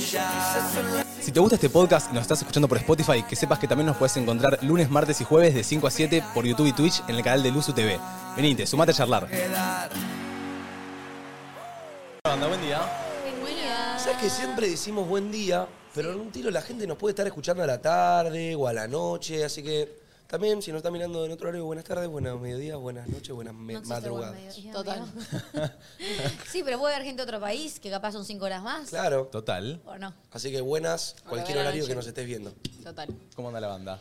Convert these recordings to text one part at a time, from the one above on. Si te gusta este podcast y nos estás escuchando por Spotify, que sepas que también nos puedes encontrar lunes, martes y jueves de 5 a 7 por YouTube y Twitch en el canal de Luzu TV. Venite, sumate a charlar. Banda, buen día. ¿Sabes que siempre decimos buen día, pero en un tiro la gente nos puede estar escuchando a la tarde o a la noche, así que también si nos está mirando en otro horario, buenas tardes, buenas mediodías, buenas noches, buenas me- No existe madrugadas. buen mediodía, Total. amigo. sí, pero puede haber gente de otro país que capaz son cinco horas más. Claro. Total. ¿O no? Así que buenas, cualquier buena horario noche. que nos estés viendo. Total. ¿Cómo anda la banda?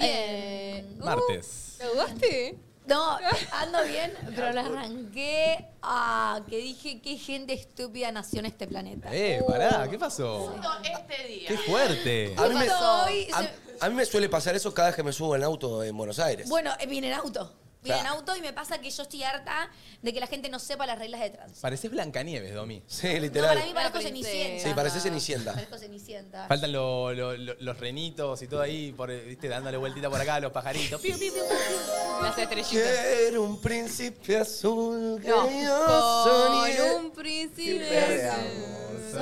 Eh, Martes. ¿Lo jugaste? Uh. No, ando bien, pero la arranqué a que dije qué gente estúpida nació en este planeta. Uh. Eh, pará, ¿qué pasó? este día. ¡Qué fuerte! Eh, A mí, me, Justo hoy a- se- a mí me suele pasar eso cada vez que me subo en auto en Buenos Aires. Bueno, eh, vine en auto. Vine en Claro. auto y me pasa que yo estoy harta de que la gente no sepa las reglas de tránsito. Pareces Blancanieves, Domi. Sí, No, literal. para mí parezco Una princesa. cenicienta. sí, pareces Cenicienta. Parezco cenicienta. Faltan lo- lo- lo- los renitos y todo ahí, por, viste, dándole vueltita por acá a los pajaritos. Piu, piu, piu. Las estrellitas. Quiero un príncipe azul que No, yo soñé. con un príncipe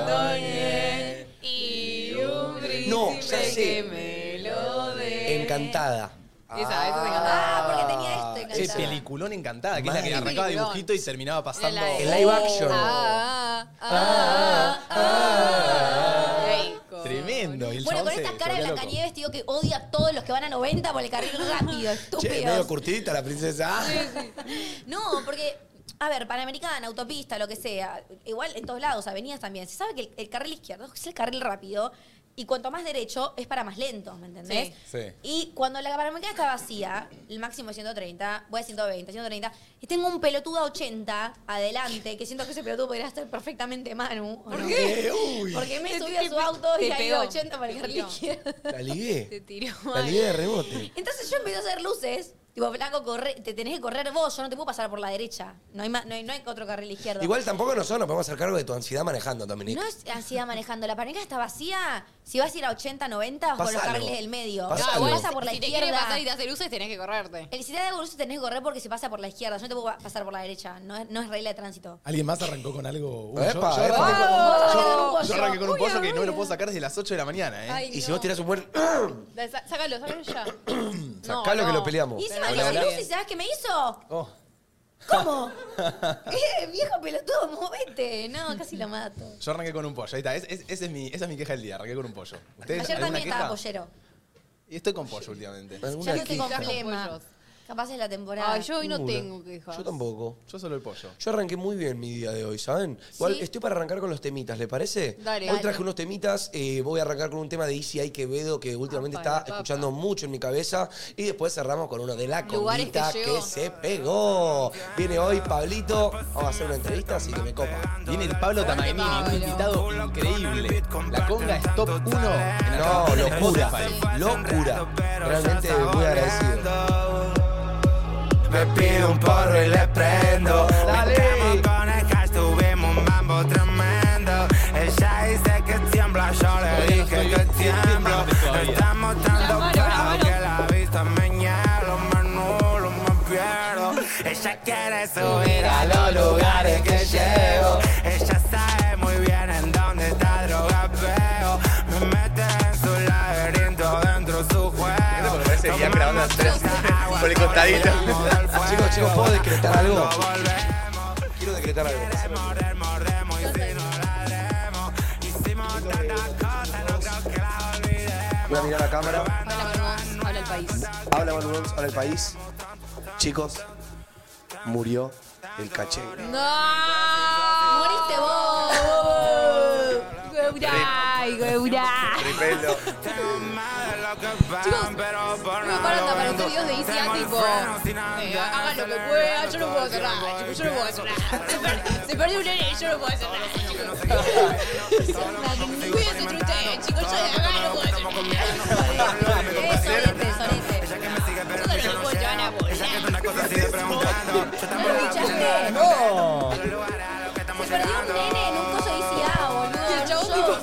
soñé y un príncipe No, ya sé. que me lo dé. Encantada. Esa, esa es Ah, encantada. porque tenía esto Che, enganchado. peliculón encantada, que es la que Mal. arrancaba Peliculón. dibujito y terminaba pasando. El live action. Ah, ah, Ah, ah, ah. ah. Rico. Tremendo. Y el Bueno, chabón con se esta cara de volvió loco. Blancanieves, te digo que odia a todos los que van a 90 por el carril rápido, estúpidos. Che, medio curtidita la princesa. No, porque, a ver, Panamericana, autopista, lo que sea, igual en todos lados, avenidas también, se sabe que el, el carril izquierdo es el carril rápido y cuanto más derecho es para más lentos, ¿me entendés? Sí. Sí. Y cuando la Panamericana está vacía, el máximo es 130, voy a 120, 130, y tengo un pelotudo a 80 adelante, que siento que ese pelotudo podría estar perfectamente Manu. ¿o no? Eh, uy, Porque me Te- subí a te su pe- auto y te ahí pegó. 80 para el Te carril tiró. izquierdo. la Te ligué. tiró La mal. ligué de rebote. Entonces yo empecé a hacer luces. Tipo, flaco, corre, te tenés que correr vos, yo no te puedo pasar por la derecha. No hay, ma- no hay, no hay otro carril izquierdo. Igual tampoco nosotros nos podemos hacer cargo de tu ansiedad manejando, Dominique. No es ansiedad manejando. La pareja está vacía. Si vas a ir a 80, 90, vas Pasa por los algo. carriles del medio. Pasa si algo. pasa por la si te quiere izquierda. pasar y te hace luces, tenés que correrte. El si te da luces tenés que correr porque si pasa por la izquierda. Yo no te puedo pasar por la derecha. No es, no es regla de tránsito. ¿Alguien más arrancó con algo? Uy, Epa, yo, yo arranqué con- epa. Vos yo- arrancaste con un pollo. yo arranqué con un Uy, pollo que no me lo uy. puedo sacar desde las 8 de la mañana, ¿eh? Ay, Y si no. vos tirás un buen. Da- sa- Sácalo, sácalo ya. Sacalo que lo peleamos. Y encima Pero me hizo hola, luces hola. y ¿sabes qué me hizo? Oh. ¿Cómo? eh, viejo pelotudo, movete. No, casi lo mato. Yo arranqué con un pollo. Ahí está. Es- es- ese es mi, esa es mi queja del día. Arranqué con un pollo. ¿Ustedes Ayer alguna también estaba queja? pollero. Y estoy con pollo últimamente. Ya ¿Alguna no estoy con queja? flema. Pollos. Capaz es la temporada. Ay, yo hoy no Ninguna. tengo quejas. Yo tampoco. Yo solo el pollo. Yo arranqué muy bien mi día de hoy, ¿saben? Igual Sí. estoy para arrancar con los temitas, ¿le parece? Dale. Hoy Dale. traje unos temitas, eh, voy a arrancar con un tema de ICI Quevedo que últimamente Apa, está la papa. escuchando mucho en mi cabeza. Y después cerramos con uno de la Lugares que conguita que, llegó. se pegó. Viene hoy Pablito, vamos a hacer una entrevista, así que me copa. Viene el Pablo Tamagnini, un Pablo. invitado increíble. La conga es top 1 en No, Argentina en locura, Spotify. locura. Realmente muy agradecido. Me pido un porro y le prendo. Dale. Entramos con el hash, tuvimos un mambo tremendo. Ella dice que tiembla, yo le Todavía no dije estoy que bien, tiembla. parte todavía. Estamos tanto mano, la claro mano. que la vista me hielo, me anulo, me pierdo. Ella quiere subir a los lugares que llevo. Ella sabe muy bien en dónde está droga, veo. Me mete en su laberinto, dentro de su juego. Porque parece que iban grabando las tres por el costadito. Chicos, chicos, ¿puedo decretar algo? Quiero decretar algo. Voy a mirar la cámara. Habla con vos, ah. habla el país. Habla Manu Gonz, habla el país. Chicos, murió el caché. ¡No! Moriste vos. ¡Geuray! ¡Geuray! Pelo. Chicos, me paran para hacer videos de ICA tipo. eh, hagan lo que pueda, yo no puedo hacer nada, chicos, yo no puedo hacer nada. Se, per- se perdió un nene, yo no puedo hacer nada, chicos. Cuídense entre ustedes, chicos, yo de acá no puedo hacer nada. Eh, sorete, sorete. Chicos, no los puedo llevar a volar. ¿Escuchaste? No. Se perdió un nene en un coso de ICA, boludo. Y el chabón Yo- dijo, "No Y puedo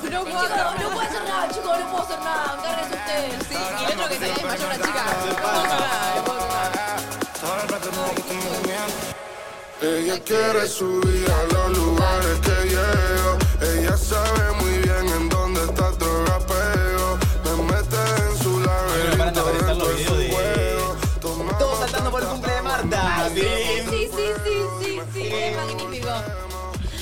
hacer chicos, No puedo hacer nada, chicos, no puedo hacer nada. Encárguense ustedes. Sí, y el otro que se desmayó una chica. No puedo hacer nada, no puedo hacer nada. Ella quiere subir a los lugares que llego. Ella sabe muy bien en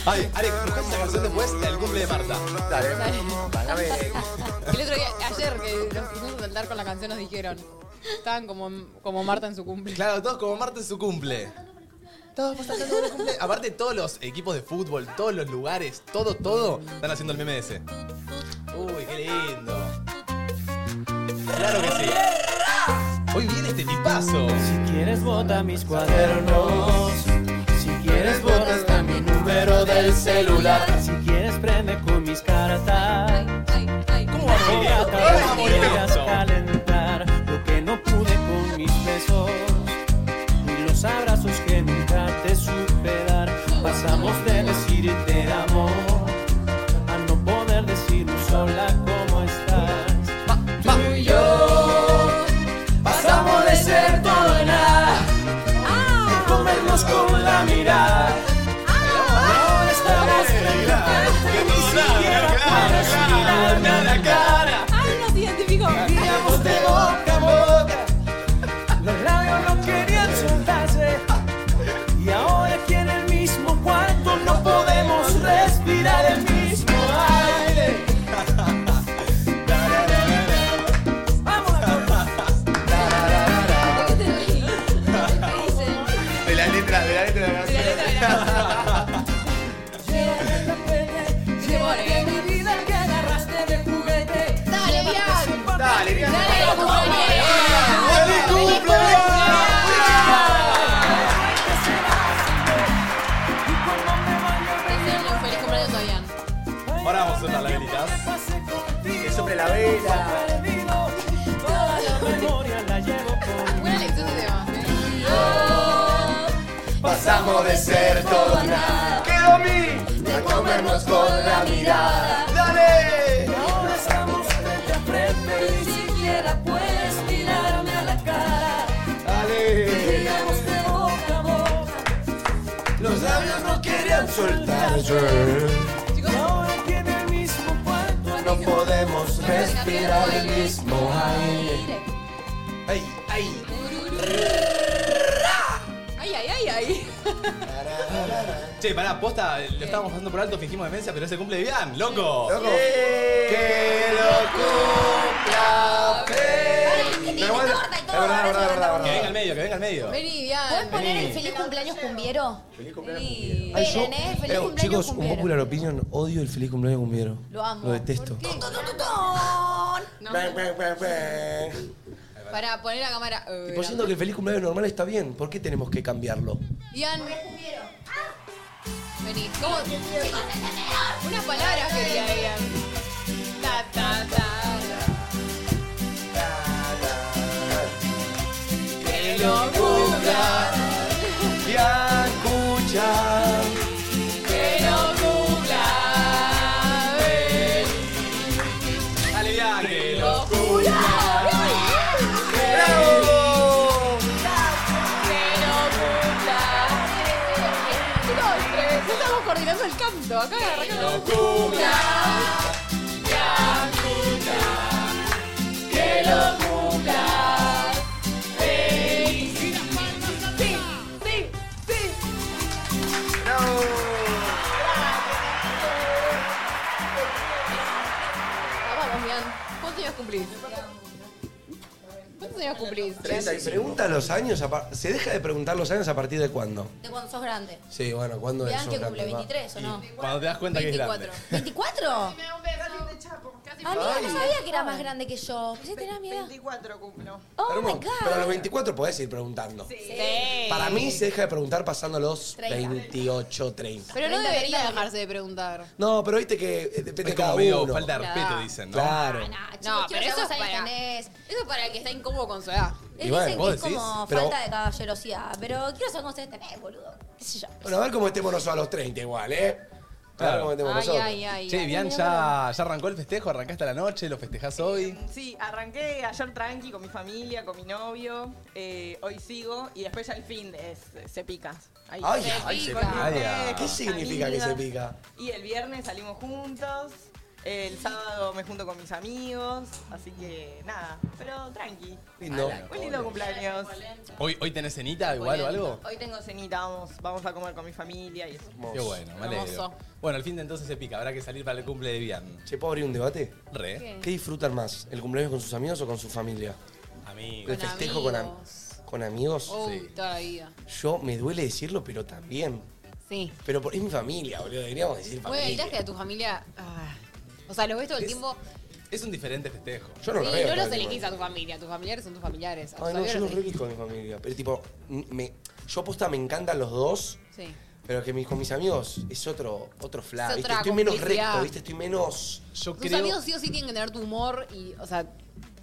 Ay, Alex, buscá esta canción después el cumple de Marta. Dale, Dale. Dame. El otro día, ayer que nos pusimos a saltar con la canción, nos dijeron. Estaban como, como Marta en su cumple. Claro, todos como Marta en su cumple. Todos pasando por el cumple. Aparte, todos los equipos de fútbol, todos los lugares, todo, todo, están haciendo el meme de ese. Uy, qué lindo. Claro que sí. Hoy viene este tipazo. Si quieres bota mis cuadernos, si quieres bota hasta mi número del celular, si quieres prende con mis cartas, ¿Cómo va a morir? Bota, ¿Cómo va a si morir? quieras calentar lo que no pude con mis besos, ni los abrazos que nunca te supe dar, pasamos de decirte amo a no poder decirnos sola cómo estás. Tú y yo pasamos de ser todo en nada, Ah. de comernos con la mirada. Ah. Ahora estamos que ni siquiera para mirarme a la cara. ¡Ay, nos identificó! Vivíamos de boca a boca, los labios no querían soltarse. Y ahora aquí en el mismo cuarto no podemos respirar el mismo aire. Vamos a ¿Por qué te reís? ¿Qué dicen? De la letra, de la letra de la De la canción. letra de la canción. de mi vida que agarraste de juguete. ¡Dale, bien! Dale, bien. ¡Dale, compañero! ¡Feliz cumpleaños! Este ¡Feliz cumpleaños, Fabián! Ahora vamos a soltar las velitas. Que sobre la vela. Toda la memoria la llevo conmigo. Buena lección de tema. Pasamos de ser todo a nada. Quedó a mí. De comernos con la mirada. Dale. Ahora estamos frente a frente. Ni siquiera puedes mirarme a la cara. Dale. Vivíamos de boca a boca. Los labios no querían soltarse. Y ahora aquí en el mismo cuarto. No podemos respirar el mismo aire. Ay, ay. ¡Ay, ay, ay, ay! Che, pará, posta, lo estábamos pasando por alto, fingimos demencia, pero ese cumple de Bian, loco. Loco. Que lo cumpla que feliz. tiene igual- torta y todo, Es verdad, es ahora verdad, es verdad. Que es verdad. venga al medio, que venga al medio. Vení, ¿Puedes Bian. poner el Vení. feliz cumpleaños cumbiero? Feliz cumpleaños. Vení. Ay, yo- Esperen, ¿eh? Feliz Eh, cumpleaños chicos, un cumbiero. popular opinion, odio el feliz cumpleaños cumbiero. Lo amo. Lo detesto. ¿Por qué? ¡Tun, tun, tun, tun! No, Bang, bang, bang, bang. para poner la cámara. Y eh, por siendo que el feliz cumpleaños normal está bien, ¿por qué tenemos que cambiarlo? Bian, vení. ¿Cómo? Unas palabras quería, Bian. Ta, ta, ta. Que lo cumpla. Y escucha. Que no cumpla. Ven. Dale, Bian, que lo- ¡Bravo! Estamos coordinando el canto, acá arrancamos. ¡Bravo! Vamos, Bian. ¿Cuántos años cumplís? ¿Cuántos años cumplís? Esa, y pregunta los años, a par- ¿se deja de preguntar los años a partir de cuándo? De cuando sos grande. Sí, bueno, ¿cuándo es? Vean Sos que grande, cumple va. 23 o no. Cuando te das cuenta que es grande. 24. ¿24? Ah, mira, no Ay. sabía que era más grande que yo. Pensé que tenía mi edad. 24 cumplo. Oh my Pero, bueno, pero a los god. 24 podés ir preguntando. Sí. Para mí se deja de preguntar pasando los 30. 28, 30. Pero no debería dejarse de preguntar. No, pero viste que eh, depende Es de como cada medio uno. falta de respeto, Claro. dicen, ¿no? Claro. Nah, Ah, chicos, No, quiero pero eso saber es cuántos años para- tenés. Eso es para el que está incómodo con su edad. Él bueno, dicen que vos es como decís, pero- falta de caballerosidad, pero quiero saber cómo ustedes tenés, boludo. ¿Qué sé yo? Bueno, a ver cómo este- estemos nosotros a los 30 igual, ¿eh? A ver Claro. cómo estemos Ay, nosotros. ay, ay. Che, ay. Bian, ya, ya arrancó el festejo, arrancaste a la noche, lo festejás hoy. Sí, arranqué ayer tranqui con mi familia, con mi novio. eh, hoy sigo y después ya el fin de es- eh, se pica. Ahí. Ay, Se ay, se pica. pica. Eh, ¿Qué significa que se pica? Y el viernes salimos juntos. El sábado me junto con mis amigos, así que nada, pero tranqui. Lindo. Un lindo cumpleaños. ¿Hoy, ¿Hoy tenés cenita Ah, igual o algo? Hoy tengo cenita, vamos, vamos a comer con mi familia y eso. Qué bueno, me alegro. Hermoso. Bueno, el fin de entonces se pica, habrá que salir para el cumple de Bian. Che, ¿puedo abrir un debate? Re. ¿Qué? disfrutan más? ¿El cumpleaños con sus amigos o con su familia? Amigo. ¿El festejo con, am- con amigos? Uy, toda la vida. Yo me duele decirlo, pero también. Sí. Pero por, es mi familia, boludo. Deberíamos decir Bueno, el familia. que a tu familia. ah, o sea, los ves todo el Es- tiempo. Es un diferente festejo. Yo no lo sí, veo. no todo los el tiempo. elegís a tu familia. Tus familiares son tus familiares. A tus Ay, no, amigos yo los los re elijo a mi familia. Pero tipo, n- me, yo aposta me encantan los dos, elegís. Sí. pero que mis, con mis amigos es otro, otro fla. Es ¿viste? otra Estoy menos complicidad. recto, ¿viste? Estoy menos. Yo Tus amigos sí o sí tienen que tener tu humor y, o sea,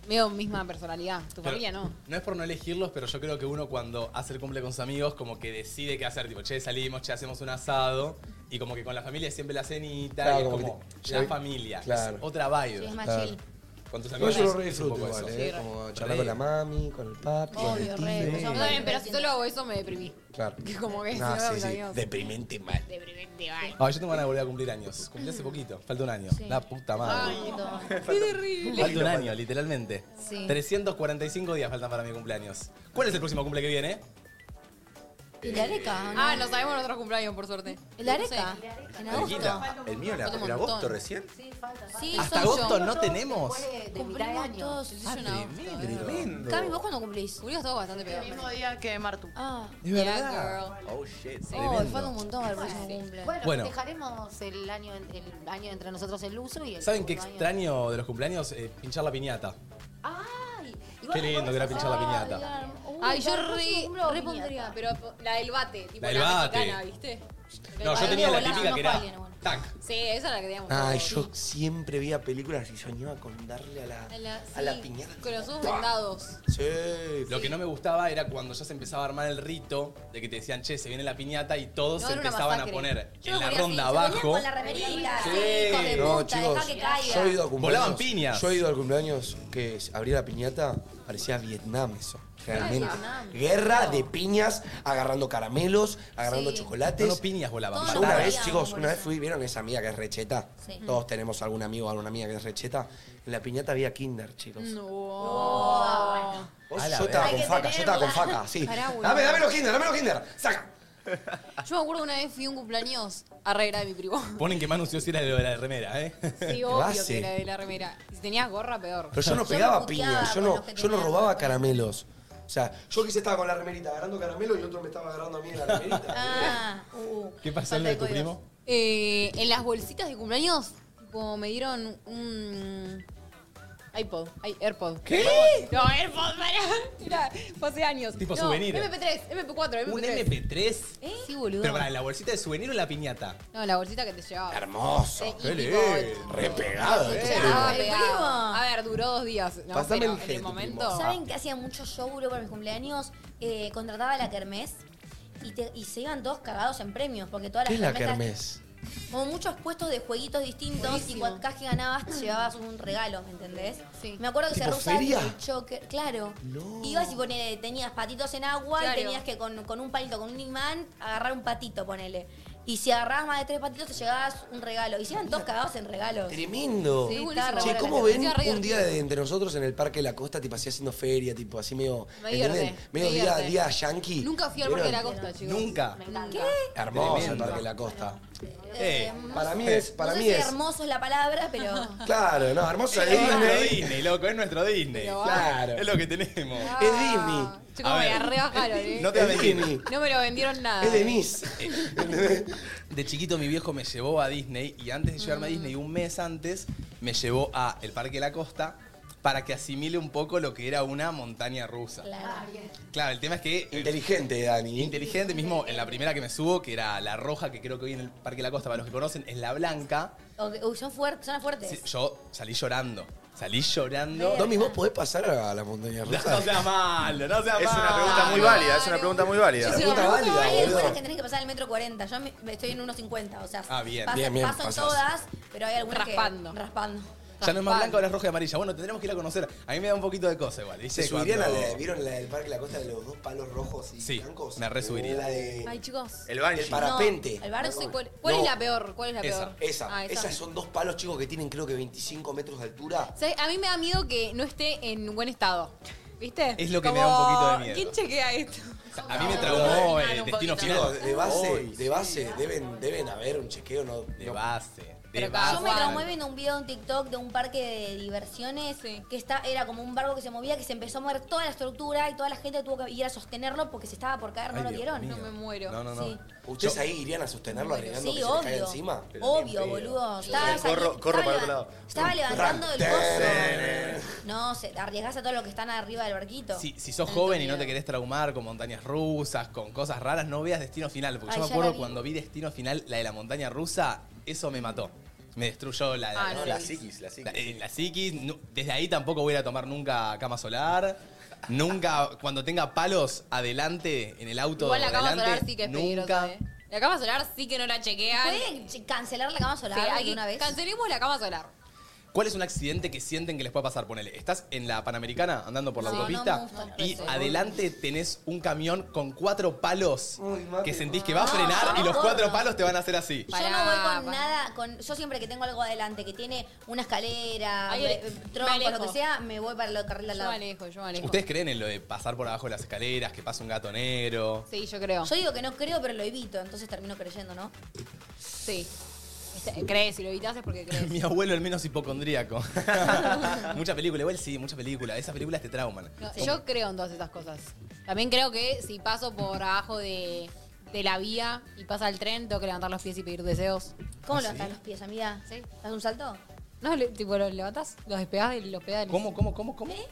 medio misma personalidad. Tu Pero familia no. No es por no elegirlos, pero yo creo que uno cuando hace el cumple con sus amigos, como que decide qué hacer. Tipo, che, salimos, che, hacemos un asado. Y como que con la familia es siempre la cenita. y Claro, es como como que te- la sí. familia. Claro. Es otra vibe. Sí, es más Claro. chill. Con tus No, amigos. yo lo re es un disfruto poco igual, eso. ¿eh? Sí, re. Como charlar con la mami, con el papi, con el Obvio, tío. re. Yo también, pero si entiendo. solo hago eso me deprimí. Claro. Que como que No, si no, sí, mis sí. amigos. Deprimente mal. Deprimente, bye. Ah, yo tengo ganas de volver a cumplir años. Cumplí Mm. hace poquito. Falta un año. La puta madre. Qué terrible. Falta un año, literalmente. Sí. 345 días faltan para mi cumpleaños. ¿Cuál es el próximo cumple que viene? ¿Y la areca? ¿no? Ah, no sabemos nuestros cumpleaños, por suerte. ¿La areca? Sí. ¿En agosto? Cerquita. El mío era Falta un pero montón. agosto recién. Sí, Hasta soy yo. agosto no tenemos. Cumplimos todos. sí, yo en agosto. Tremendo. Cami, ¿vos cuándo cumplís? Julio estuvo bastante peor. El mismo día que Martu. Ah, Es verdad. Yeah, girl. Oh shit. oh, Tremendo. falta un montón al próximo cumple. Bueno, Bueno. dejaremos el año, en- el año entre nosotros el uso y el. ¿Saben qué cumpleaños. extraño de los cumpleaños? Eh, pinchar la piñata. ¡Ay! Qué lindo que era pinchar la piñata. Ay, yo re, re pondría, pero po- la del bate, tipo La del la bate. mexicana, ¿viste? No, yo Ay, tenía la boludo, típica no que era. paguen, boludo. Tac. Sí, esa es la que teníamos. Ay, todos. yo siempre veía películas y soñaba con darle a la, A la, a la sí, piñata. Con los ojos vendados. Sí. Lo que no me gustaba era cuando ya se empezaba a armar el rito de que te decían, che, se viene la piñata y todos No, se era una empezaban a masacre. poner Yo en lo la ponía así, se ronda ponían abajo. Con la remerita, Sí, sí, hijos de No, puta, dejá chicos, que caiga. yo he ido a cumpleaños. Volaban piñas. Yo he ido al cumpleaños que se abría la piñata, parecía Vietnam eso. Realmente. Vietnam. Guerra de piñas, agarrando caramelos, agarrando Sí. No, chocolates. no, piñas volaban. Todo Yo lo una patadas. que vez, había, me chicos, una vez parece. fui, ¿vieron esa amiga que es recheta? Sí. Todos tenemos algún amigo o alguna amiga que es recheta. En la piñata había kinder, chicos. No. Vos- A la yo estaba verga. con faca, yo estaba con faca, sí. Pará, boludo. Dame, dame los kinder, dame los kinder. Saca. Yo me acuerdo una vez fui a un cumpleaños a Rera de mi primo. Ponen que Manu sí o sí era de lo de la remera, ¿eh? Sí, obvio hace? que era de la remera. Y si tenías gorra, peor. Pero yo no Yo pegaba me puteaba piñas, yo con no, los que yo no tenían. robaba caramelos. O sea, yo quise estaba con la remerita agarrando caramelo y otro me estaba agarrando a mí de la remerita. Ah, uh, uh. ¿Qué pasó en lo Falta de tu códigos. primo? Eh, en las bolsitas de cumpleaños, tipo, me dieron un iPod, ay, AirPod. ¿Qué? No, AirPod, para. Mira, fue hace años. Tipo No, souvenir. MP3, MP4, MP3. ¿Un MP3? Sí, boludo. Pero para la bolsita de souvenir o la piñata. ¿Eh? No, la bolsita que te llevaba. Hermoso. Eh, y, lindo. tipo, Repegado. te este llevaba ¿El Ah, pegado. primo? A ver, duró dos días. No, Pásame pero el gel en de el tu primo. momento. ¿Saben que hacía mucho yo, boludo, para mis cumpleaños? Eh, contrataba a la kermés y, te- y se iban todos cagados en premios, porque todas las ¿Qué es la kermesas- kermés? Como muchos puestos de jueguitos distintos y Buenísimo. cuando cada que ganabas te llevabas un regalo, ¿me entendés? Sí. Me acuerdo que se ¿Tipo rehusaba feria? el choker, claro. No. Ibas y ponele, tenías patitos en agua Claro. y tenías que con, con un palito, con un imán, agarrar un patito, ponele. Y si agarrabas más de tres patitos te llegabas un regalo. Y se iban todos cagados en regalos. Tremendo. Sí, Che, buenísimo. Che, Ahora ¿cómo La ven canción re un día divertida. de entre nosotros en el Parque de la Costa, tipo así haciendo feria, tipo así medio. Me ¿entienden? divierte, Medio me día, divierte. día yankee. Nunca fui al Parque de la ¿Vieron? Costa, chicos. Nunca. Hermoso el Tremendo. Parque de la Costa. Eh, Para mí es. Para no mí sé si es. hermoso es la palabra, pero. Claro, no, hermoso es es nuestro Disney. Disney, loco, es nuestro Disney. Pero va. Claro. Es lo que tenemos. Es Disney. Chicos, A me ver. la rebajaron, eh. No te Es voy a Disney. No me lo vendieron nada. Es eh. Denise. De chiquito mi viejo me llevó a Disney y antes de llevarme a Disney, un mes antes, me llevó a el Parque de la Costa para que asimile un poco lo que era una montaña rusa. Claro. Claro, el tema es que eh, Inteligente, Dani. inteligente mismo en la primera que me subo, que era la roja, que creo que hoy en el Parque de la Costa, para los que conocen, es la blanca. Ok, uy, son fuertes, son fuertes. Sí, yo salí llorando. Salí llorando. Domi, ¿vos podés pasar a la No montaña rusa? sea malo, no sea malo. Es una pregunta muy válida, es una pregunta muy válida. Sí, sí. Puta Hay válida, Hay algunas que boludo. tenés que pasar el metro 40. Yo me- estoy en unos 50, o sea, Ah, bien. paso, Bien, bien, paso en pasás. todas, pero hay algunas que- Raspando. raspando. Ya no es más blanca, ahora es roja y amarilla. Bueno, tendremos que ir a conocer. A mí me da un poquito de cosa igual. ¿viste? ¿Se subirían Cuando- a la de- ¿Vieron la del parque La Costa de los dos palos rojos y Sí, blancos? me resubiría. La de- Ay, chicos. El Banshee. El parapente. No, no sé cuál, cuál No. es la peor. ¿Cuál es la Esa, peor? esa. Ah, Esas son dos palos chicos que tienen creo que 25 metros de altura. ¿Sabes? A mí me da miedo que no esté en buen estado. ¿Viste? Es lo que me da un poquito de miedo. ¿Quién chequea esto? A mí me traumó Ay, Ah, eh, un Destino poquito. Final. Ah, Chicos, de base, Uy, de base, deben, deben haber un chequeo, ¿no? De base. De Yo me traumé viendo un video en TikTok de un parque de diversiones que está, era como un barco que se movía, que se empezó a mover toda la estructura y toda la gente tuvo que ir a sostenerlo porque se estaba por caer, no Ay, lo Dios vieron. mío. No me muero. No, no, no. Sí. ¿Ustedes ahí irían a sostenerlo arriesgando Sí, que se les caiga obvio. encima? Obvio, boludo. Estaba, Corro, corro para otro lado. estaba levantando el Tarán. pozo. No, se, arriesgás a todos los que están arriba del barquito. Si, si sos joven y no te querés traumar con montañas rusas, con cosas raras, no veas Destino Final. Porque Ay, yo ya me la acuerdo vi. cuando vi Destino Final, la de la montaña rusa, eso me mató. Me destruyó la, Ah, no la vi. psiquis. La psiquis. La, eh, la psiquis. Nu- Desde ahí tampoco voy a ir a tomar nunca cama solar. Nunca, cuando tenga palos adelante, en el auto Igual la cama adelante, solar sí que es peligrosa. nunca. ¿eh? La cama solar sí que no la chequean. ¿Pueden ch- cancelar la cama solar Sí, hay de que- una vez? Cancelemos la cama solar. ¿Cuál es un accidente que sienten que les puede pasar? Ponele, estás en la Panamericana andando por la No, autopista no me gusta. y Sí. adelante tenés un camión con cuatro palos que sentís que Ah, va a No, no, frenar y los gordo. cuatro palos te van a hacer así. Yo no voy con nada, con, yo siempre que tengo algo adelante que tiene una escalera, Ay, eh, me troncos, lo alejo. que sea, me voy para el carril al Yo lado. manejo, yo manejo. ¿Ustedes creen en lo de pasar por abajo de las escaleras, que pasa un gato negro? Sí, yo creo. Yo digo que no creo, pero lo evito, entonces termino creyendo, ¿no? Sí. Este, Crees, si lo evitas es porque crees. Mi abuelo el menos hipocondríaco. mucha película, igual sí, mucha película. Esas películas te trauman. No, Como- Yo creo en todas esas cosas. También creo que si paso por abajo de, de la vía y pasa el tren, tengo que levantar los pies y pedir deseos. ¿Ah, ¿Cómo levantas los pies, amiga? ¿Sí? ¿Das un salto? No, le- tipo, los levantás, los despegás de los pedales. ¿Cómo, cómo, cómo, cómo? ¿Eh?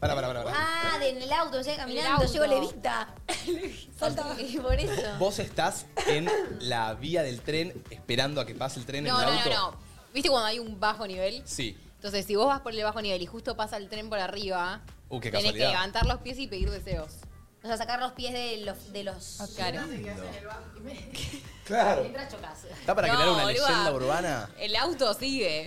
Para, para, para. Ah, de en el auto, me En caminando, el llego auto. levita. Salta y por eso. Vos estás en la vía del tren esperando a que pase el tren No, en el no, auto. no, no. ¿Viste cuando hay un bajo nivel? Sí. Entonces, si vos vas por el bajo nivel y justo pasa el tren por arriba, Uh, qué tenés que casualidad. levantar los pies y pedir deseos. O sea, sacar los pies de los... De los Ah, Claro. Claro. Entra chocas. Está para crear una leyenda urbana. El auto sigue.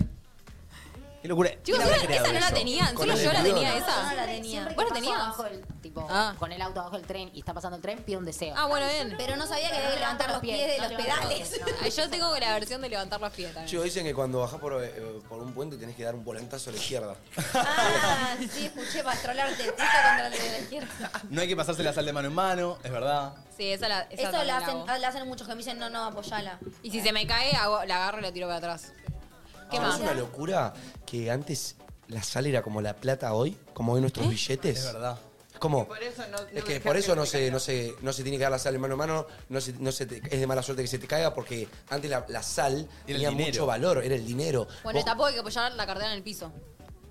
Qué locura. Chicos, ¿Quién habrá esa- creado esa no la eso? tenían, Con solo el yo la avión. tenía esa. Yo Ah, la tenía. ¿Vos la tenías? tipo, Ah. con el auto abajo del tren y está pasando el tren, pido un deseo. Ah, bueno, bien. Pero no sabía que debía levantar los pies de los pedales. Ay, Yo tengo la versión de levantar los pies también. Chicos, dicen que cuando bajás por, eh, por un puente tenés que dar un volantazo a la izquierda. Ah, sí, escuché para trolarte el contra el de la izquierda. No hay que pasársela la sal de mano en mano, es verdad. Sí, esa la. Esa Eso también la la hacen, hago. la hacen muchos que me dicen, no, no, apoyala. Y si se me cae, hago- la agarro y la tiro para atrás. Ah, ¿Qué Pero más? Ah, Es una locura que antes la sal era como la plata hoy, como hoy nuestros ¿Eh? billetes. Es verdad. Es como, Por eso no. es que por eso no se, no, se, no se tiene que dar la sal en mano a mano, no se, no se te- es de mala suerte que se te caiga porque antes la, la sal tenía dinero. mucho valor, era el dinero. Bueno, Vos- tampoco hay que apoyar la cartera en el piso.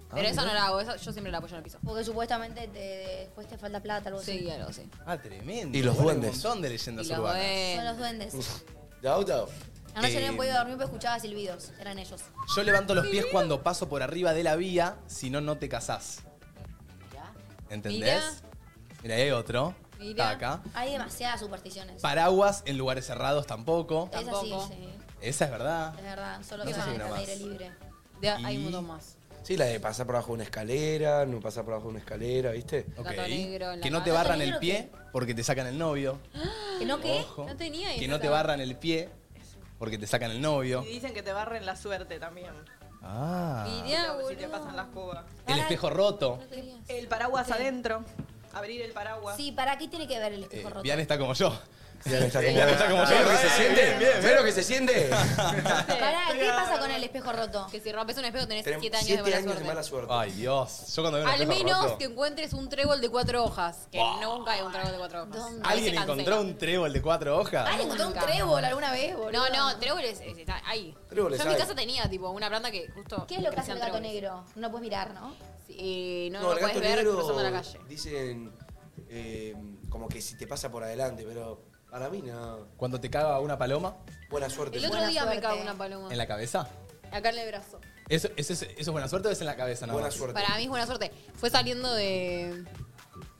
Pero Ah, esa no mirá. la hago, esa yo siempre la apoyo en el piso. Porque supuestamente te, después te falta plata, algo así. Sí, algo así. Ah, tremendo. Y los Bueno, duendes. Un montón de leyendas Y los urbanas. Son los duendes. ¿De auto? Anoche no Eh, me podía dormir porque escuchaba silbidos. Eran ellos. Yo levanto los pies cuando paso por arriba de la vía, si no, no te casás. ¿Entendés? Mira, hay otro. Está Mira. acá. Hay demasiadas supersticiones. Paraguas en lugares cerrados tampoco. Es así, sí. Esa es verdad. Es verdad. Solo No se sé si van habrá al más. aire libre. De- hay Y- un montón más. Sí, la de pasar por abajo de una escalera, no pasar por abajo de una escalera, ¿viste? Ok. Gato negro en la Que no te mano. barran ¿Gato el negro pie porque te sacan el novio. ¿Que no qué? Ojo. No tenía Que esa. no te barran el pie porque te sacan el novio. Y dicen que te barren la suerte también. Ah. Mirá, Claro, si te boludo. pasan las cubas. El espejo roto. El paraguas adentro. Abrir el paraguas. Sí, ¿para qué tiene que ver el Eh, espejo roto? Vian está como yo. Bien, está como- Vian está como yo. ¿Ves lo que se siente? ¿Ves lo que se siente? Pará, ¿qué pasa con el espejo roto? Que si rompes un espejo tenés Tenemos 7 años, siete de mala años suerte. de mala suerte. Ay, Dios. Yo cuando veo un Al espejo menos roto- que encuentres un trébol de cuatro hojas. Que nunca hay un trébol de cuatro hojas. ¿Dónde? Ahí se ¿Alguien cancela. encontró un trébol de cuatro hojas? ¿Alguien encontró un trébol alguna vez, boludo? No, no, tréboles es- está ahí. Tréboles Yo en mi hay. casa tenía tipo una planta que justo. ¿Qué es lo que hace crecían el gato tréboles. negro? No puedes mirar, ¿no? Sí, no, No, lo el puedes gato ver cruzando la negro calle. dicen eh, como que si te pasa por adelante, pero para mí no. Cuando te caga una paloma Buena suerte. El otro Buena día me suerte. cago una paloma. en la cabeza. Acá en el brazo. ¿Eso, eso, es- eso es buena suerte o es en la cabeza nada Buena más? suerte. Para mí es buena suerte. Fue saliendo de.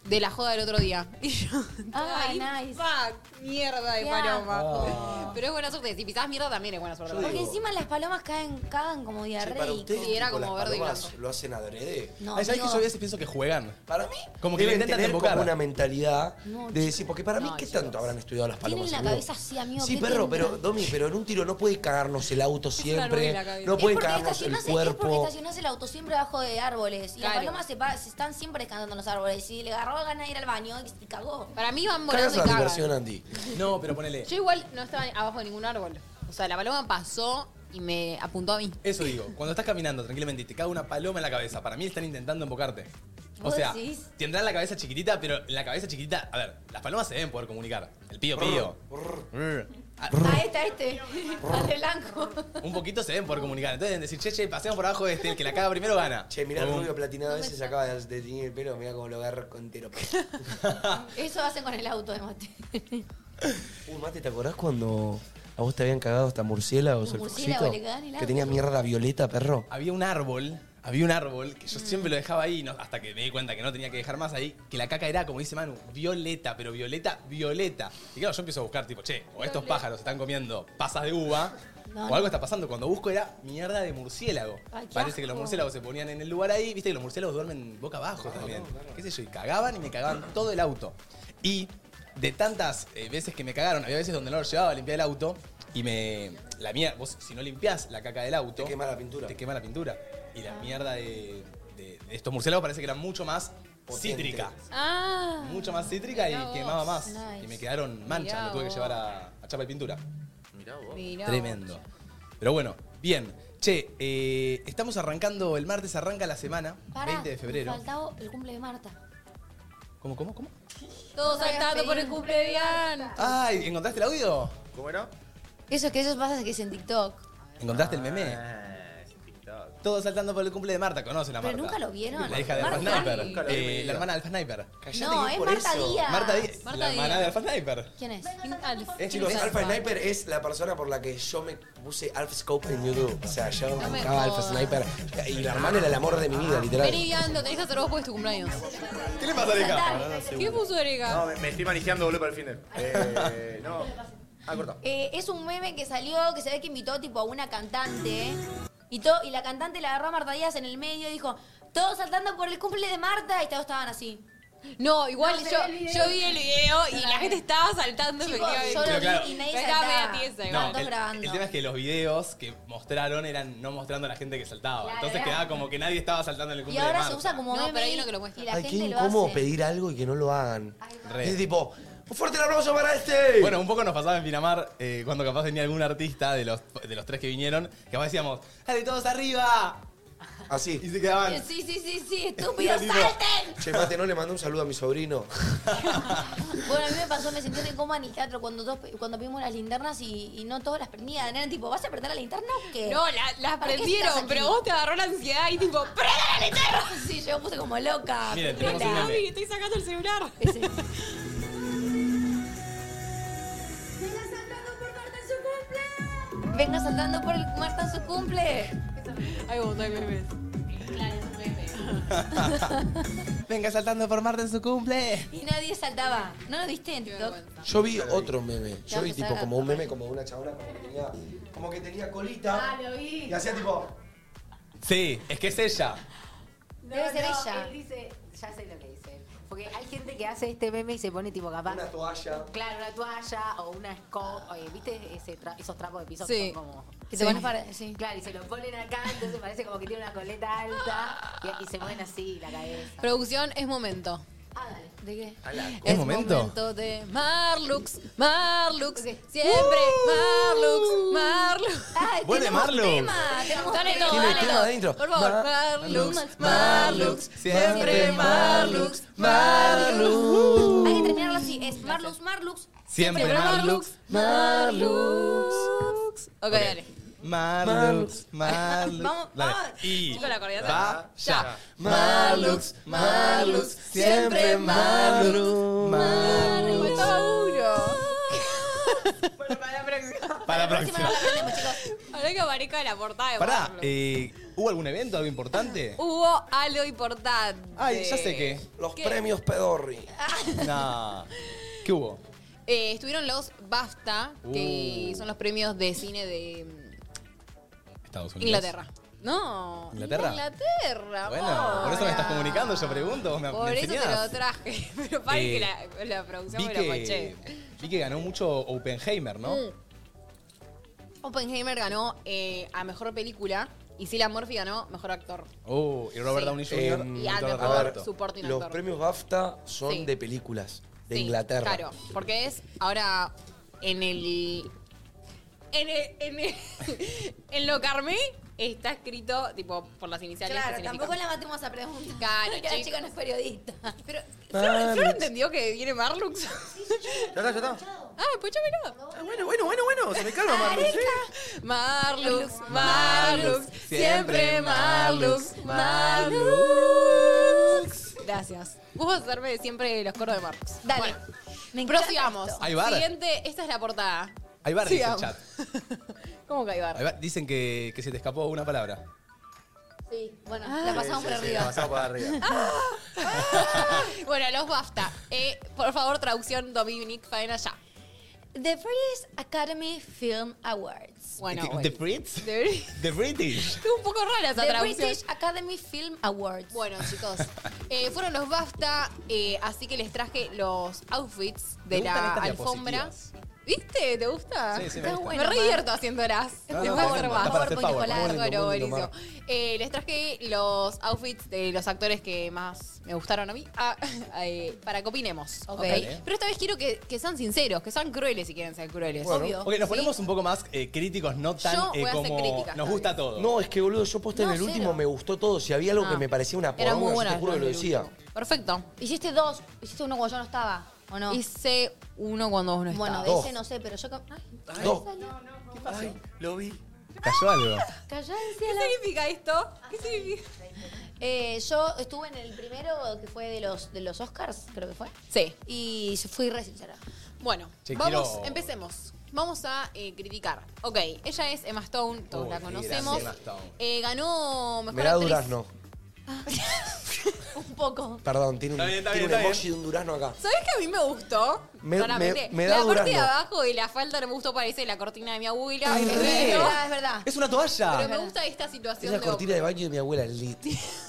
de la joda del otro día. Y yo, Ay, fuck, mierda de Ah, Qué paloma. asco. Pero es buena suerte. Si pisás mierda también es buena suerte. Yo Porque digo- encima las palomas caen, cagan como diarrea Para y ustedes, y era tipo, como las verde y palomas blanco. ¿Lo hacen adrede? No, Ay, ¿sabés no. que yo a veces pienso que juegan? Para mí, Como que lo deben intentan tener invocar. como una mentalidad No, de decir, porque para mí, ¿qué tanto habrán estudiado las Tienen palomas? la amigo? cabeza así, amigo. Sí, ¿qué perro, tienen? pero Domi, pero en un tiro no puede cagarnos el auto nube en la siempre, cabeza. no Es puede porque cagarnos el estacionás- Es porque cuerpo. estacionás el auto siempre abajo de árboles. Y Claro. las palomas se, pa- se están siempre descansando en los árboles. Y le agarró ganas de ir al baño y se cagó. Para mí van Cagas volando la y cagan. diversión, Andy. No, pero ponele. Yo igual no estaba abajo de ningún árbol. O sea, la paloma pasó y me apuntó a mí. Eso digo, cuando estás caminando tranquilamente y te cae una paloma en la cabeza, para mí están intentando embocarte. O ¿Vos sea, decís? tendrán la cabeza chiquitita, pero la cabeza chiquitita, a ver, las palomas se deben poder comunicar. El pío pío. Brr. Ah, A este, a este. Al de blanco. Un poquito se deben poder comunicar. Entonces deben decir, che, che, pasemos por abajo de este, el que la caga primero gana. Che, mirá, el Pum. rubio platinado ese se acaba de de teñir el pelo, mirá cómo lo agarro con entero. Eso hacen con el auto de mate. Uy, Mate, ¿te acordás cuando a vos te habían cagado hasta murciélagos Los el murciélagos foxito? le cagaban el Que agua. tenía mierda violeta, perro. Había un árbol, había un árbol que yo siempre lo dejaba ahí, no- hasta que me di cuenta que no tenía que dejar más ahí, que la caca era, como dice Manu, violeta, pero violeta, violeta. Y claro, yo empiezo a buscar, tipo, che, o estos pájaros están comiendo pasas de uva, No, o algo no. está pasando. Cuando busco era mierda de murciélago. Ay, qué Parece que los asco. murciélagos se ponían en el lugar ahí, viste que los murciélagos duermen boca abajo también. ¿Qué sé yo? Y cagaban y me cagaban todo el auto. Y de tantas eh, veces que me cagaron, había veces donde no lo llevaba a limpiar el auto y me. La mía, vos si no limpiás la caca del auto. Te quema la pintura. Te quema la pintura. Y Ah. la mierda de, de- de estos murciélagos parece que era mucho más Potente. cítrica. Ah. Mucho más cítrica Mirá vos. y quemaba más. Nice. Y me quedaron manchas, Mirá lo tuve que vos. llevar a, a chapa de pintura. Mirá. Tremendo. Pero bueno, bien. Che, eh, estamos arrancando, el martes arranca la semana, Pará, 20 de febrero. me faltaba el cumple de Marta. ¿Cómo, cómo, cómo? Todos saltando por el cumple de Ian. ¡Ay! ¿Encontraste el audio? ¿Cómo era? Eso que eso pasa que es en TikTok. ¿Encontraste el meme? Ah, es TikTok. Todos saltando por el cumple de Marta, conocen a Pero Marta. nunca lo vieron. La hija de Marta. Alfa Nunca Sniper. lo vi, Eh, mi vida. la hermana de Alfa Sniper. No, es Marta Díaz. Marta, Díaz, Marta la hermana Díaz. de Alfa Sniper. ¿Quién es? Es Eh, Chicos, Alfa- Alpha Sniper es la persona por la que yo me puse Alpha Scope en YouTube. O sea, yo No me buscaba Alpha jodas. Sniper. Y la hermana era el amor de mi vida, literal. Vení, Ian, lo tenés que hacer vos porque es tu cumpleaños. ¿Qué le pasa a la hija? ¿Qué puso Erika? No, me, me estoy manejando, boludo, para el fin de. Eh, no. Ah, corta. Eh, es un meme que salió, que se ve que invitó tipo a una cantante. eh. Y, to- y la cantante la agarró a Marta Díaz en el medio y dijo, todos saltando por el cumple de Marta. Y todos estaban así. No, igual No, se yo, ve el video. yo vi el video y la gente estaba saltando Chicos, efectivamente. yo lo Pero claro. vi y nadie Yo estaba saltaba. media tiesa igual. Estaban No, todos el, grabando. el tema es que los videos que mostraron eran no mostrando a la gente que saltaba. Claro, Entonces era- quedaba como que nadie estaba saltando en el y cumple de ahora Marta. se usa como No, meme pero hay uno y- que lo muestra. Y la Ay, qué gente lo incómodo hace. pedir algo y que no lo hagan. Re. Es tipo, un fuerte el aplauso para este. Bueno, un poco nos pasaba en Pinamar eh, cuando capaz venía algún artista de los, de los tres que vinieron, que capaz decíamos, ¡Dale todos arriba! Y así. se quedaban. Sí, sí, sí, sí, estúpidos, Tipo- salten. Che, mate, no le mandé un saludo a mi sobrino. Bueno, a mí me pasó, me sentí re incómoda en el teatro cuando, todos, cuando vimos las linternas y, y no todos las prendían. Eran tipo, ¿vas a prender la linterna o qué? No, la- las ¿Para qué estás prendieron, aquí? pero vos te agarró la ansiedad y tipo, ¡prende la linterna! Sí, yo me puse como loca. Miren, Prendela. tenemos un meme. Mami, estoy sacando el celular. Ese. Venga saltando por el Marta en su cumple. Ay, vos, ay, bebés. Venga saltando por Marta en su cumple. Y nadie saltaba. ¿No lo viste en TikTok? Yo vi otro meme. Yo vamos vi a tipo dar- como un meme, como una chabona como que tenía, como que tenía colita. Ah, lo vi. Y hacía tipo. Sí, es que es ella. Debe ser ella. Él dice, ya sé lo que dice. él. Porque hay gente que hace este meme y se pone tipo capaz. Una toalla. Claro, una toalla o una escoba. Oye, ¿viste ese tra- esos trapos de piso Sí. que son como. Que Sí. te pones para. Sí. Claro, y se lo ponen acá, entonces parece como que tiene una coleta alta y, y se mueven así la cabeza. Producción es momento. Ah, dale. ¿De qué? ¿Es momento? de Marlux, Marlux, Ok. Uh. siempre Marlux, Marlux. ¡Ay, Bueno, tenemos Marlo. tema! Tenemos Dale tema. todo, Tiene dale tema todo. adentro. Por favor, Mar- Marlux, Marlux, siempre Marlux, Marlux. Hay que terminarlo así. Es Marlux, Marlux. Siempre siempre Marlux. Marlux, Marlux. Ok, dale. Marlux, Marlux. Vamos, Dale. vamos. Y Chico, la coreana. va Ya. Marlux, Marlux, siempre Marlux. Marlux. Me Marlux. faltaba uno. Bueno, para la próxima. Para la Próxima no próxima. la aprendemos, chicos. Ahora que aparezca la portada de Pará, Marlux. eh, ¿Hubo algún evento, algo importante? Hubo algo importante. Ay, ya sé qué. Los Ah, eh, ¿Qué? Ah. premios Pedorri. No. ¿Qué hubo? Eh, estuvieron los BAFTA, que Uh. son los premios de cine de mm, Estados Unidos. Inglaterra. No. ¿Inglaterra? Inglaterra, Bueno, amor. por eso me estás comunicando, yo pregunto, vos me, Por me eso te enseñás. lo traje. Pero para Eh, que la, la producción vi, me lo que, poché. vi que ganó mucho Oppenheimer, ¿no? Mm. Oppenheimer ganó eh, a mejor película y Cillian Murphy ganó mejor actor. Oh, y Robert Sí. Downey Jr. Em, Y Albert a ver, Roberto, supporting los actor. premios BAFTA son Sí. de películas de Sí, Inglaterra. Claro, porque es ahora en el. En, el- en, el- en lo carmé está escrito tipo por las iniciales. Claro, que este significa. tampoco la matemos a pregunta. Claro, Porque la chicos. chica no es periodista. Pero, Ah, ¿Flor, Flor entendió que viene Marlux? Ya está, ya está. ah, pues ya verá. Bueno, Ah, bueno, bueno, bueno. Se me calma, Marlux. ¿eh? Marlux, Marlux, siempre Marlux, Marlux. Gracias. Vos vas a hacerme siempre los coros de Marlux. Dale. me encanta prosigamos. esto. Hay bar. Siguiente, esta es la portada. Hay bar, dice el Sigamos. chat. ¿Cómo que hay bar? Hay bar- Dicen que, que se te escapó una palabra. Sí, bueno, la pasamos por Sí, sí, arriba. la pasamos para arriba. Bueno, los BAFTA. Eh, por favor, traducción Dominic Faena ya. The British Academy Film Awards. Bueno, The- bueno. The Brits? De- The British. Estuvo un poco rara esa The traducción. British Academy Film Awards. Bueno, chicos, eh, fueron los BAFTA, eh, así que les traje los outfits de Me gustan la estas alfombra. diapositivas. ¿Viste? ¿te gusta? Sí, sí, me Está gusta. bueno, me re divierto haciéndolas. No, Te voy a no, está hacer bueno, está para hacer más. PowerPoint, Bueno, está bueno, buenísimo. Eh, les traje los outfits de los actores que más me gustaron a mí ah, eh, para que opinemos. Ok. ¿ok? Dale. Pero esta vez quiero que, que sean sinceros, que sean crueles si quieren ser crueles. Bueno. Obvio. Ok, nos ponemos un poco más eh, críticos, no tan Yo eh, voy a hacer como críticas, nos gusta todo. No, es que boludo, yo posta No, en el cero. último me gustó todo. Si había algo Ah. que me parecía una Era muy poronga, yo buena. te juro que lo decía. Perfecto. Hiciste dos, hiciste uno cuando yo no estaba, ¿o no? Hice uno cuando uno está. bueno, de Dos. ese no sé, pero yo... cam- Ay, Dos. Lo vi. Cayó algo. cállense ¿Qué la- significa esto? ¿Qué significa? Eh, yo estuve en el primero que fue de los, de los Oscars, creo que fue. Sí. Y fui re sincera. Bueno, Che, vamos, quiero- empecemos. Vamos a eh, criticar. Ok, ella es Emma Stone, todos Uy, la sí, conocemos. gracias, Emma Stone. Eh, ganó mejor Mirá actriz. Durazno. Un poco. Perdón, tiene un, Está bien, está tiene bien, un está emoji de un durazno acá. ¿Sabes que a mí me gustó? Me- Solamente. me- me da la parte de Durazno. abajo de la falda no me gustó, parece la cortina de mi abuela. Ay, Pero- re. Es verdad, es verdad. ¡Es una Ah. Pero Ah. toalla! me gusta esta situación Esa de cortina de baño de mi abuela es lit.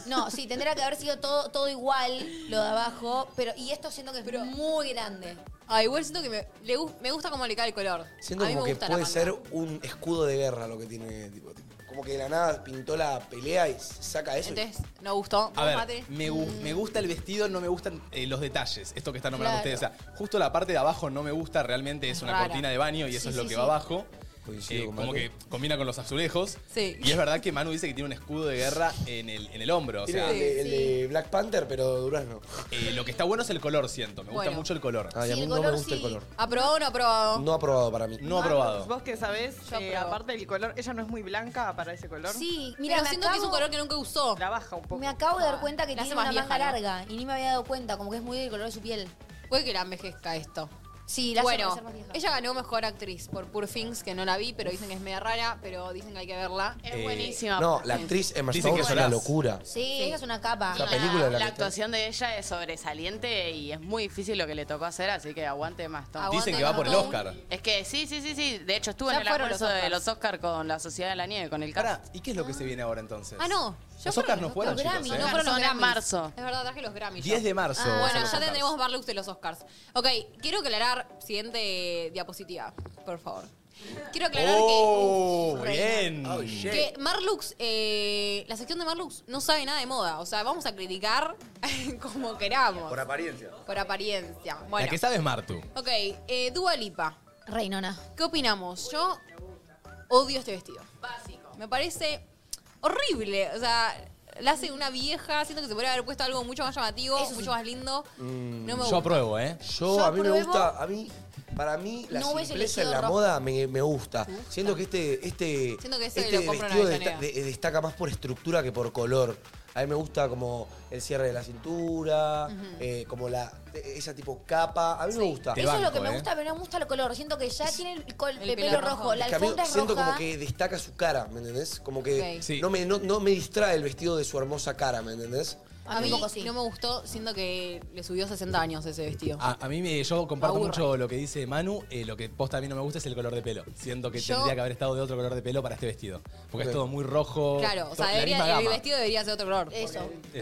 No, sí, tendría que haber sido todo, todo igual, lo de abajo, pero y esto siento que es Pero- muy grande. Ah, igual siento que me, le gu- me gusta cómo le cae el color. Siento a mí como me que gusta puede la manga. ser un escudo de guerra lo que tiene. Tipo, como que de la nada pintó la pelea y saca eso. y- Entonces, no gustó. A ver, Oh, Mate. me, gu- me gusta el vestido, no me gustan eh, los detalles, esto que están nombrando Claro. ustedes. O sea, justo la parte de abajo no me gusta, realmente es una Rara. cortina de baño y eso Sí, es lo sí, que sí. va abajo. Coincido Eh, con como Mate. que combina con los azulejos. Sí. Y es verdad que Manu dice que tiene un escudo de guerra en el, en el hombro. O Tiene sea, el, de, el de Black Panther, pero durazno. eh, lo que está bueno es el color, siento. Me gusta Bueno. mucho el color. Ay, a Sí, mí el no me color gusta el sí. color. ¿Aprobado o no aprobado? No aprobado para mí. No Marcos, aprobado. Vos que sabés, Yo eh, apruebo. aparte del color, ella no es muy blanca para ese color. Sí, mira, Mira, me siento que es un acabo- color que nunca usó. La baja un poco. Me acabo de dar Ah, cuenta que la tiene hace una más manga vieja, ¿no? larga y ni me había dado cuenta, como que es muy del color de su piel. Puede que la envejezca esto. Sí, la hace bueno, parecer más vieja. ella ganó mejor actriz por Poor Things, que no la vi, pero dicen que es media rara, pero dicen que hay que verla. Es Eh, buenísima. No, la actriz Emma Dicen Stone que es una llorás. locura. Sí, ella es una capa. La película de la, la que está- actuación de ella es sobresaliente y es muy difícil lo que le tocó hacer, así que aguante más. Stone. Aguante. Dicen que va por el Aguanta, Oscar. Es que sí, sí, sí, sí. De hecho, estuvo Ya en el fueron los almuerzo de Oscars. los Oscar con la Sociedad de la Nieve, con el Ahora, cast. ¿y qué es lo que se viene ahora entonces? Ah, no. Ya Los fueron Oscars los no fueron, Oscars. chicos. Grammy, ¿eh? No fueron los Son en Grammys. marzo. Es verdad, traje los Grammys. yo. 10 de marzo. Ah, son Bueno, los ya Oscars. tendremos Barlux de los Oscars. Ok, quiero aclarar, siguiente diapositiva, por favor. Quiero aclarar ¡Oh! que... Uf, reina. ¡Bien! Que Marlux, eh, la sección de Marlux no sabe nada de moda. O sea, vamos a criticar como queramos. Por apariencia. Por apariencia. La Bueno. que sabe es Martu. Ok, eh, Dua Lipa. Reinona. ¿Qué opinamos? Yo odio este vestido. Básico. Me parece horrible. O sea, la hace una vieja. Siento que se podría haber puesto algo mucho más llamativo, Eso sí. mucho más lindo. no me Yo gusta. apruebo, ¿eh? Mm. Yo, Yo a mí me apruebo. gusta, a mí, para mí la No hubiese simpleza en elegido la rojo. moda me, me gusta. Siento que este, este, Siento que ese este lo compro en vestido Avellaneda. desta- de- destaca más por estructura que por color. A mí me gusta como el cierre de la cintura, eh, como la esa tipo capa. A mí me gusta. Eso es lo eh. ¿eh? que me gusta, pero no me gusta el color. Siento que ya tiene el, col- el pelo pelo rojo. La Es que a mí alfombra es siento roja. como que destaca su cara, ¿me entendés? Como que Ok. no, me, no, no me distrae el vestido de su hermosa cara, ¿me entendés? A mí no me gustó, siento que le subió 60 años ese vestido. A, a mí me- yo comparto Me aburre. mucho lo que dice Manu. eh, lo que posta a mí no me gusta es el color de pelo. Siento que Yo- tendría que haber estado de otro color de pelo para este vestido. Porque es todo muy rojo. Claro, o sea, to- la debería- misma el gama. vestido debería ser otro color. Eso.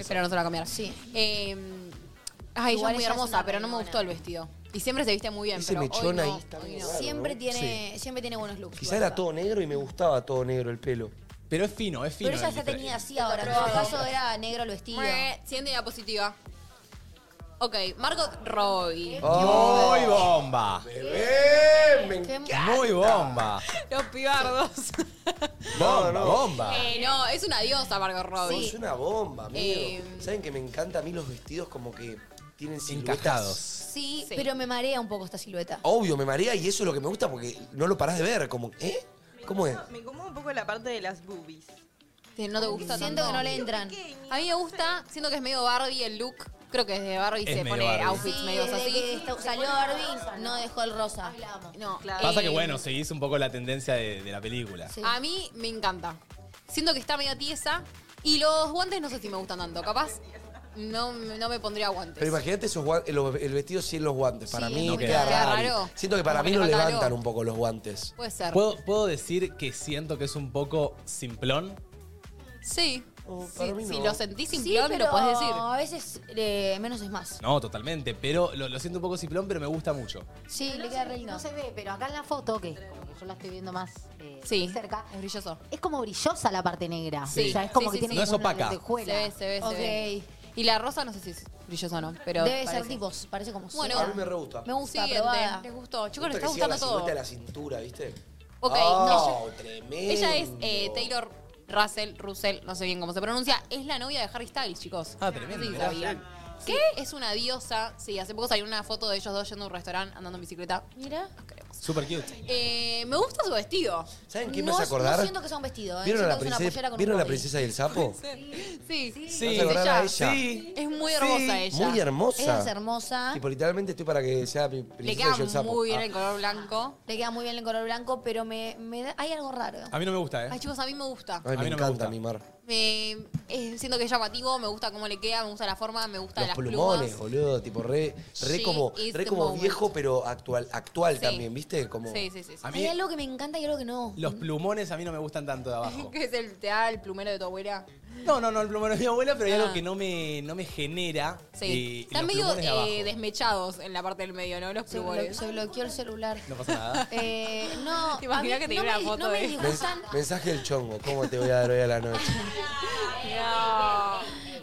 Pero no se lo va a cambiar. Sí. ay, ella Igual es muy ella es hermosa, una pero no me gustó el vestido. Y siempre se viste muy bien, Ese pero hoy mechón no, ahí está hoy medio no. raro, Siempre ¿no? tiene, siempre tiene buenos looks. Quizá era todo negro y me gustaba todo negro el pelo. Pero es fino, es Pero ella ya tenía así ahora. En todo caso era negro el vestido. Mue, Siguiente diapositiva. Ok, Margot Robbie. Oh. Muy bomba. Muy bomba. Los pibardos. Bomba, no. bomba. Eh, no, es una diosa Margot Robbie. Es una bomba, amigo. Eh, ¿Saben que me encanta a mí los vestidos como que tienen siluetas? Encajados. Sí, pero me marea un poco esta silueta. Obvio, me marea y eso es lo que me gusta porque no lo parás de ver. Como, ¿eh? ¿Cómo es? Me incomoda un poco la parte de las boobies. Sí, no te gusta Siento que tanto. no le entran. A mí me gusta, siento que es medio Barbie el look. Creo que desde Barbie Es se medio pone Barbie. outfits Sí, medio desde así. que esta- salió Barbie, no dejó el rosa. No, Pasa que eh, bueno, seguís un poco la tendencia de, de la película. A mí me encanta. Siento que está medio tiesa. Y los guantes no sé si me gustan tanto. Capaz no, no me pondría guantes. Pero imagínate esos guan- el, el vestido sin los guantes. Para Sí, mí no queda queda raro. raro. Siento que para Como mí que lo le falta levantan algo. un poco los guantes. Puede ser. ¿Puedo, puedo decir que siento que es un poco simplón. Sí. Oh, para Sí, mí Si no. lo sentís Sí, simplón, pero lo podés decir. A veces eh, menos es más. No, totalmente. Pero lo, lo siento un poco simplón, pero me gusta mucho. Sí, Pero le no queda se- re lindo. No se ve, pero acá en la foto, que como que yo la estoy viendo más eh, Sí, cerca, es brilloso. Es como brillosa la parte negra. Sí. O sea, es como Sí, que sí, tiene sí. No es como una opaca. lentejuela. Se ve, se ve, se ve. Y la rosa no sé si es brillosa o no, pero Debe ser parece. tipos, parece como Bueno, cera. a mí me re gusta. Me gusta, Siguiente. aprobada. Les gustó. Chicos, les Gusta está que siga gustando la silueta todo. de la cintura, ¿viste? Ok, Oh, no. tremendo. Ella es eh, Taylor Russell, Russell, no sé bien cómo se pronuncia. Es la novia de Harry Styles, chicos. Ah, tremendo, Sí, mirá. sabían. ¿Qué? Es una diosa. Sí, hace poco salió una foto de ellos dos yendo a un restaurante andando en bicicleta. Mira. Super cute. Eh, me gusta su vestido. ¿Saben quién me hace acordar? No siento que sea un vestido. eh. ¿Vieron a siento la que es una princesa, pollera con ¿vieron un la body. princesa y el sapo? Sí. Sí. ¿Te acordás de ella? Sí. Es muy hermosa Sí. ella. Muy hermosa. Ella es hermosa. Tipo, literalmente estoy para que sea mi Ah. Le princesa queda y yo el sapo. muy bien Ah. el color blanco. Le queda muy bien el color blanco, pero me, me da, hay algo raro. A mí no me gusta, ¿eh? Ay, chicos, a mí me gusta. A Ay, mí me no me encanta mi mar. Me, eh, siento que es llamativo, me gusta cómo le queda, me gusta la forma, me gusta Los las plumones, plumas. boludo, tipo re, re She como, is re the como moment. viejo, pero actual, actual Sí. también, ¿viste? Como Sí, sí, sí. sí. A Hay mí algo que me encanta y algo que no. los plumones a mí no me gustan tanto de abajo. ¿Qué es el, te da el plumero de tu abuela? No, no, no, el plumón es mi abuela, pero hay Ah. algo que no me, no me genera. Sí. eh, Están los medio plumones de abajo. eh, desmechados en la parte del medio, ¿no? Los Se, blo- plumones. se bloqueó el celular. No pasa nada. Eh, no, Te imaginas a mí que te no diera me, la foto no me de- Mens- disgustan, mensaje del chongo, ¿cómo te voy a dar hoy a la noche?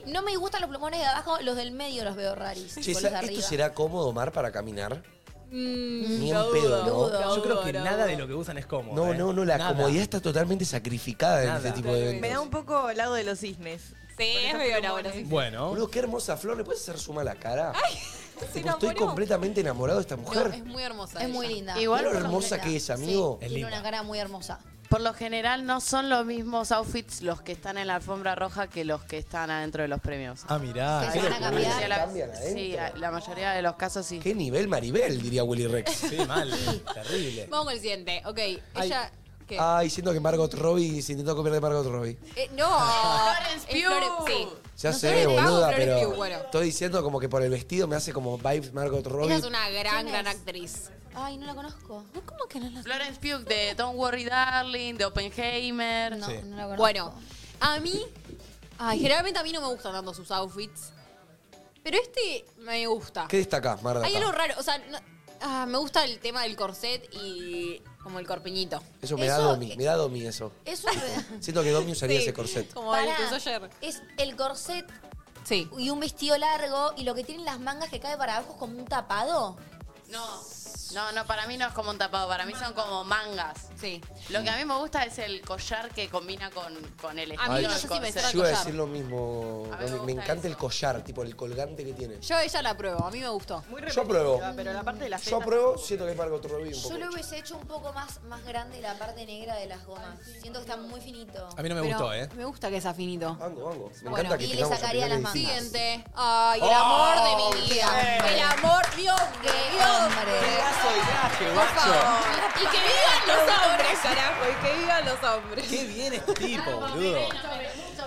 no me disgustan los plumones de abajo, los del medio los veo raris. Che, con los ¿sa- de ¿esto arriba. será cómodo, Mar, para caminar? Mm, Ni lo en pedo, dudo, ¿no? lo Yo creo que dudo, lo nada dudo. de lo que usan es cómodo. No, ¿eh? no, no, la Nada. comodidad está totalmente sacrificada en Nada. este tipo de Me da eventos. un poco el lado de los cisnes. Sí, es medio la buena. sí. Bueno, Boludo, qué hermosa flor, ¿le puedes hacer suma la cara? Se Tipo, estoy enamoró. completamente enamorado de esta No, mujer. es muy hermosa. Es ella. muy linda. Igual Mirá lo por lo hermosa que es, amigo. es Tiene linda. una cara muy hermosa. Por lo general no son los mismos outfits los que están en la alfombra roja que los que están adentro de los premios. Ah, mirá. Se qué van a locura. cambiar. Sí, la- cambian adentro. sí, la mayoría de los casos sí. Qué nivel Maribel, diría Willy Rex. Sí, mal. Terrible. Vamos con el siguiente. Ok, ella... ¿qué? Ay, siento que Margot Robbie se intentó copiar de Margot Robbie. Eh, no. Es Florence- sí. Ya No sé, le pago boluda, Florence pero Pugh, bueno. estoy diciendo como que por el vestido me hace como vibes Margot Ella Robbie. es una gran, ¿Quién gran es? actriz. Ay, no la conozco. ¿Cómo que no la Florence Pugh de Don't Worry Darling, de Oppenheimer. No, Sí. no la conozco. Bueno, a mí, ay, generalmente a mí no me gustan tanto sus outfits, pero este me gusta. ¿Qué destacás, Marga? Hay algo raro, o sea, no- ah, me gusta el tema del corset y como el corpiñito. Eso me da Eso- Domi, me da Domi eso. Es un- Siento que Domi usaría Sí, ese corset. Como el que Pará, usó ayer. Es el corset Sí. y un vestido largo y lo que tienen las mangas que cae para abajo es como un tapado. No, no, no, para mí no es como un tapado, para mí son como mangas. Sí. Lo que a mí me gusta es el collar que combina con, con el A mí Ay, no sé si me Yo cerra el iba a collar. decir lo mismo. A mí me Domi, gusta me encanta el collar, tipo el colgante que tiene. Yo ella la apruebo, a mí me gustó. Yo apruebo. Pero la parte de las Yo apruebo, siento que es Margot Robbie un Yo poco. lo hubiese hecho un poco más, más grande la parte negra de las gomas. Siento que está muy finito. A mí no me gustó, ¿eh? Me gusta que es afinito. Vango, vango. Me Bueno, encanta que y le tengamos sacaría las opiniones mangas. distintas. Siguiente. Ay, el Oh, amor de mi vida. sí. El amor, mi hombre, mi hombre. Por favor. Y que vivan los hombres, carajo. Y que vivan los hombres. Qué bien este tipo, boludo.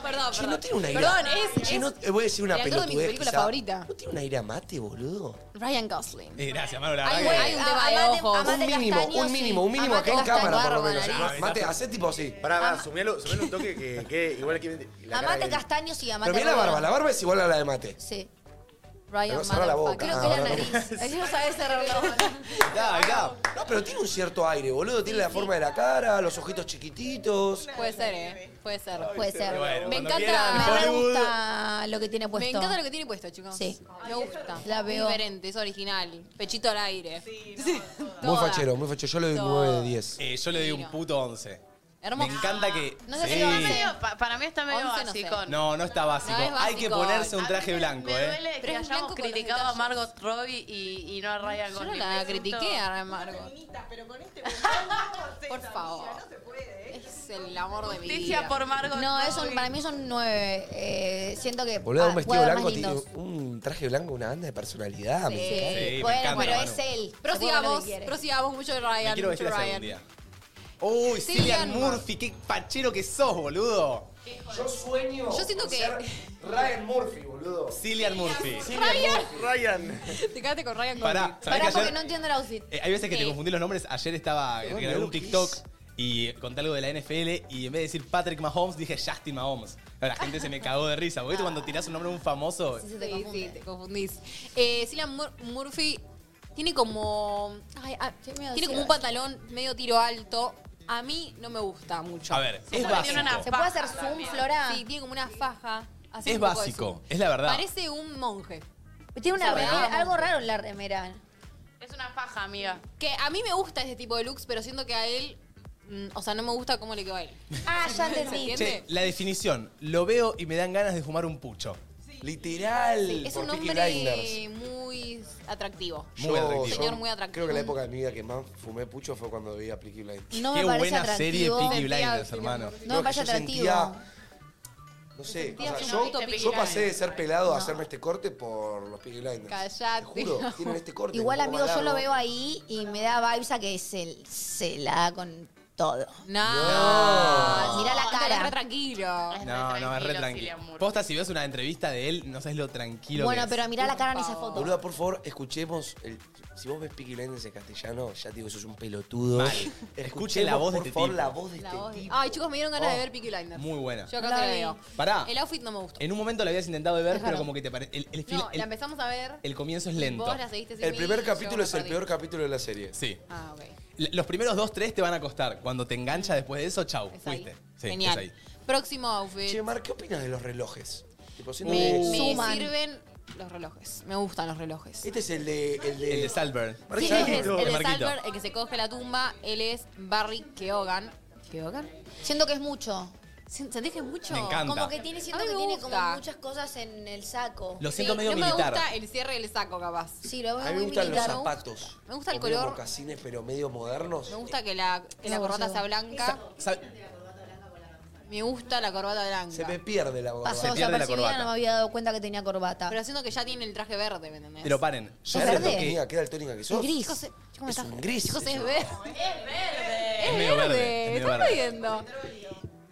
Perdón, Che, no perdón. tiene un aire. Perdón, es. Che, es no, eh, voy a decir una el actor de mi pelotudez. película quizá. favorita. ¿No tiene un aire a mate, boludo? Ryan Gosling. Eh, gracias, Manu, la Hay verdad un- que- hay un debate de ojos. Un mínimo, un mínimo, un mínimo acá en cámara, por lo menos. Mate, hacé tipo así. Pará, va, sumelo, sumelo un toque que, que igual aquí... La cara Amate que- castaños y amate Pero mira la rubio. barba, la barba es igual a la de mate. Sí. Pero Ryan cerrá la motherfucker. Creo boca. Ah, que bueno, es la nariz. Él no sabe cerrar la boca. Ahí está. No, pero tiene un cierto aire, boludo. Tiene la forma de la cara, los ojitos chiquititos. Puede ser, ¿eh? Puede ser. Puede ser. Bueno, me cuando encanta. quieran, me re Hollywood. gusta lo que tiene puesto. Me encanta lo que tiene puesto, chicos. Sí. Me gusta. La veo. Diferente, es original. Pechito al aire. Sí. Muy Toda. fachero, muy fachero. Yo le doy un 9 de 10. Eh, yo le doy un puto 11. Hermoso. Me encanta que... No sé si Sí. lo medio, pa- para mí está medio Once, no sé. basicón. No, no está básico. No es Hay que básico. ponerse un A traje mí blanco, Me ¿eh? duele que Pero es hayamos blanco con los criticado a detalles. Margot Robbie y, y no a Ryan Yo no Gosling. la Me critiqué siento- a Margot. Por favor. Es el amor de mi vida. Justicia por Margot No, eso Robbie. para mí son nueve. Eh, siento que. Boludo, ah, un vestido puede haber blanco más tiene lindos. un traje blanco, una banda de personalidad. Sí. me Sí, encanta. me Bueno, encanta, pero Manu. es él. Prosigamos, prosigamos mucho de Me Ryan. quiero mucho vestir así Ryan. algún día. Uy, Cillian Cillian Murphy, qué pachero que sos, boludo. Yo sueño. Yo siento que- ser Ryan Murphy, boludo. Cillian Murphy. Ryan. Te quedaste con Ryan Pará, Gosling. ¿sabés que ayer- entiendo el outfit. Eh, hay veces que Sí. te confundí los nombres. Ayer estaba Qué grabé boludo, un TikTok y conté algo de la NFL y en vez de decir Patrick Mahomes dije Justin Mahomes. La gente se me cagó de risa. Porque viste cuando tirás un nombre de un famoso. Sí, sí, te confundís. Eh, Cillian Mur- Murphy tiene como. ay, ah, tiene como un pantalón medio tiro alto. A mí no me gusta mucho. A Se ver, es puede- tiene básico. una ¿Se puede faja hacer zoom, también. Flora? Sí, tiene como una faja. Hace Es un poco de básico, zoom. es la verdad. Parece un monje. Tiene una O sea, remera- vamos. algo raro en la remera. Es una faja, amiga. Que a mí me gusta ese tipo de looks, pero siento que a él. mm, o sea, no me gusta cómo le quedó a él. Ah, ya ¿Se entendí. entiende? Che, la definición. Lo veo y me dan ganas de fumar un pucho. Literal. Sí, es por un Peaky hombre Blinders. muy atractivo. Muy atractivo. Señor muy atractivo. Creo que la época de mi vida que más fumé pucho fue cuando veía Peaky Blinders. No me Qué parece buena serie atractivo. Peaky Blinders, hermano. No me Creo que parece yo atractivo. sentía- No sé, o sea, que no yo, viste Peaky yo pasé de Blinders. ser pelado a hacerme este corte por los Peaky Blinders. Callate. Te juro, tienen este corte. Igual, un poco amigo, más yo lo largo. veo ahí y me da vibes a que se, se la da con todo. No. Ah, Mirá la Anda, cara. re tranquilo. No, no, es re tranquilo, tranquilo. Cillian Murphy. Posta, si ves una entrevista de él, no sabes lo tranquilo Bueno, que es. pero mirá la cara en esa foto. Boluda, por favor, escuchemos. el- si vos ves Peaky Blinders en castellano, ya te digo, sos un pelotudo. Mal. Escuche Escuchemos, la voz de por este favor, tipo. la voz de La este voz- tipo. Ay, chicos, me dieron ganas de Oh. ver Peaky Blinders. Muy buena. Yo acá te la La vi. veo. Pará, El outfit no me gustó. en un momento la habías intentado de ver, Claro. pero como que te parece... El, el fil- No, el- la empezamos a ver. el comienzo es lento. Vos la seguiste sin El mí, primer yo capítulo la es el perdí. peor capítulo de la serie. Sí. Ah, ok. L- Los primeros dos, tres te van a costar. Cuando te engancha después de eso, chau, Es ahí. fuiste. Sí, Genial. es ahí. Próximo outfit. Che, Mar, ¿qué opinas de los relojes? Tipo, siento me que- me Suman. sirven los relojes. Me gustan los relojes. Este es el de. El de, El de Salberg. Sí, Marquito. él es el de Marquito. Salver, el que se coge la tumba, él es Barry Keoghan. ¿Keoghan? Siento que es mucho. ¿Se- ¿Sentís que es mucho? Me encanta. Como que tiene, siento A mí que me tiene gusta. como muchas cosas en el saco. Lo siento Sí, medio no militar. me gusta el cierre del saco, capaz. Sí, lo A veo mí me muy gustan los militar. zapatos. Me gusta el O medio color. mocasines, pero medio modernos. Me gusta que la, que la No, corbata yo- sea blanca. Sa- Me gusta la corbata blanca. Se me pierde la gorra. Pasó Se pierde la desapercibida, corbata. no me había dado cuenta que tenía corbata. Pero siento que ya tiene el traje verde, ¿me entendés? Pero paren. Yo ¿Es siento verde? que Mira, queda el tónica que sos. gris. Chicos, eh, ¿cómo Es estás? un gris. Chicos, es eso. verde. es Es medio verde. verde. es Me medio estás verde. riendo.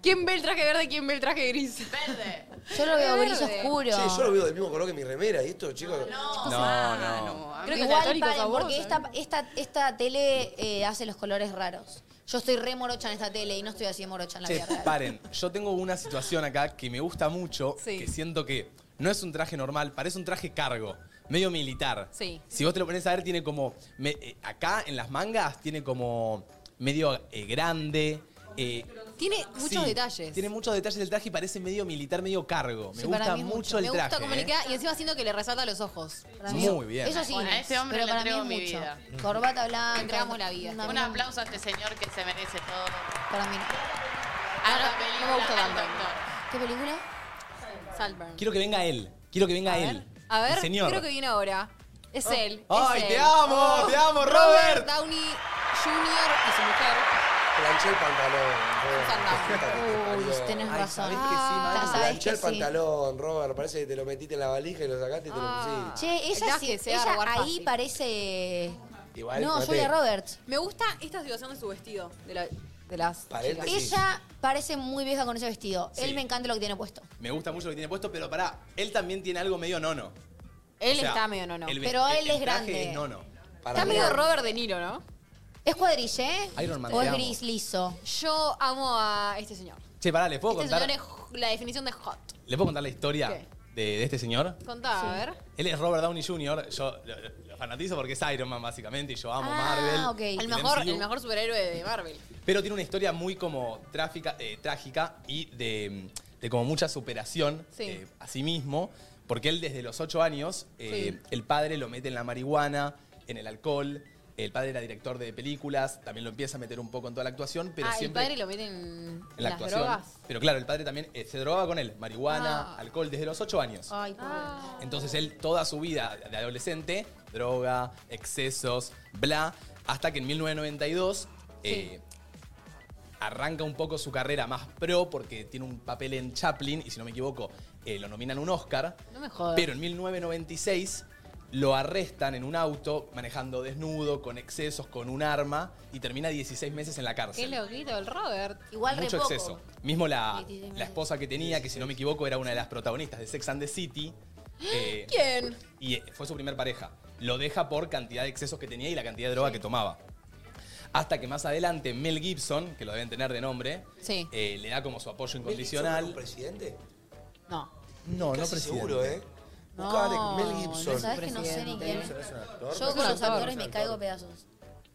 ¿Quién ve el traje verde? ¿Quién ve el traje gris? Verde. Yo lo veo Verde. gris oscuro. Che, yo lo veo del mismo color que mi remera y esto, chicos. No, no. No, a mí- Creo que Igual, católicos paren, a vos, porque ¿sabes? esta, esta, esta tele eh, hace los colores raros. Yo estoy re morocha en esta tele y no estoy así de morocha en la Che, vida real. paren. Yo tengo una situación acá que me gusta mucho, Sí. que siento que no es un traje normal, parece un traje cargo. Medio militar. Sí. Si vos te lo pones a ver, tiene como. me- eh, acá en las mangas tiene como. medio eh, grande. eh, Tiene muchos sí, detalles. Tiene muchos detalles del traje y parece medio militar, medio cargo. Me Sí, para gusta mí es mucho el Me traje. gusta cómo le ¿eh? queda y encima haciendo que le resalta los ojos. Para mí- Muy bien. Eso sí, Bueno, a este hombre pero le para mí es entrego mi mucho. vida. Corbata Ah, blanca. Entregamos la vida. Un aplauso a este señor que se merece todo. Para mí. A Ah, la No me película, gusta al tanto. doctor. ¿Qué película? Saltburn. Quiero que venga él. Quiero que venga él. A ver, El señor. creo que viene ahora. Oh. Es él. es ¡Ay, te él. Oh. amo, te amo, Robert! Downey Jr. y su mujer. Planché el Sandown. pantalón. Uy, tenés Ay, razón. ¿sabés que sí, Ah, Manu? sabés Planché que el sí. pantalón, Robert. Parece que te lo metiste en la valija y lo sacaste y te Ah, lo pusiste. Che, ella, Dejá sí- que sea ella lugar ahí fácil. parece. Igual, no, fíjate, Julia Roberts. Me gusta esta situación de su vestido. De, la- de las. Paréntesis. chicas. Ella parece muy vieja con ese vestido. Sí. Él me encanta lo que tiene puesto. Me gusta mucho lo que tiene puesto, pero pará, él también tiene algo medio nono. Él O sea, está medio no, no. el ve- Pero el- él el es traje grande. Es nono. Está medio Robert De Niro, ¿no? ¿Es cuadrille, eh? Iron Man, ¿O te es amo. gris liso? Yo amo a este señor. Che, pará, ¿les puedo Este contar? señor es j- la definición de hot. ¿Les puedo contar la historia ¿Qué? de, de este señor? Contá, a ver. Él es Robert Downey Jr., yo lo, lo- lo fanatizo porque es Iron Man, básicamente, y yo amo Marvel. y Ah, El mejor, MCU. el mejor superhéroe de Marvel. Pero tiene una historia muy como tráfica, eh, trágica y de, de como mucha superación Sí. eh, a sí mismo, porque él desde los ocho años, eh, el padre lo mete en la marihuana, en el alcohol, el padre era director de películas, también lo empieza a meter un poco en toda la actuación, pero ah, siempre el padre lo mete en, en la las actuación. drogas. Pero claro, el padre también eh, se drogaba con él, marihuana, Ah. alcohol, desde los ocho años. Ay, Ah. Entonces él toda su vida de adolescente, droga, excesos, bla, hasta que en 1992 eh, arranca un poco su carrera más pro porque tiene un papel en Chaplin y si no me equivoco eh, lo nominan a un Oscar. No me jodas. Pero en 1996 lo arrestan en un auto manejando desnudo, con excesos, con un arma y termina 16 meses en la Qué cárcel. loquito el Robert. Mucho exceso. Mismo la, 16 meses. la esposa que tenía, que si no me equivoco era una de las protagonistas de Sex and the City. eh, ¿Quién? y eh, fue su primer pareja. Lo deja por cantidad de excesos que tenía y la cantidad de droga que tomaba. Hasta que más adelante Mel Gibson, que lo deben tener de nombre, Sí. eh, le da como su apoyo ¿Mel Gibson era incondicional. un presidente? No. No, Casi no presidente. seguro, ¿eh? No, Buscaba Mel Gibson. no ¿Sabes que no sé ni quién es? Mel Gibson es un actor. Yo con los actores me caigo a pedazos.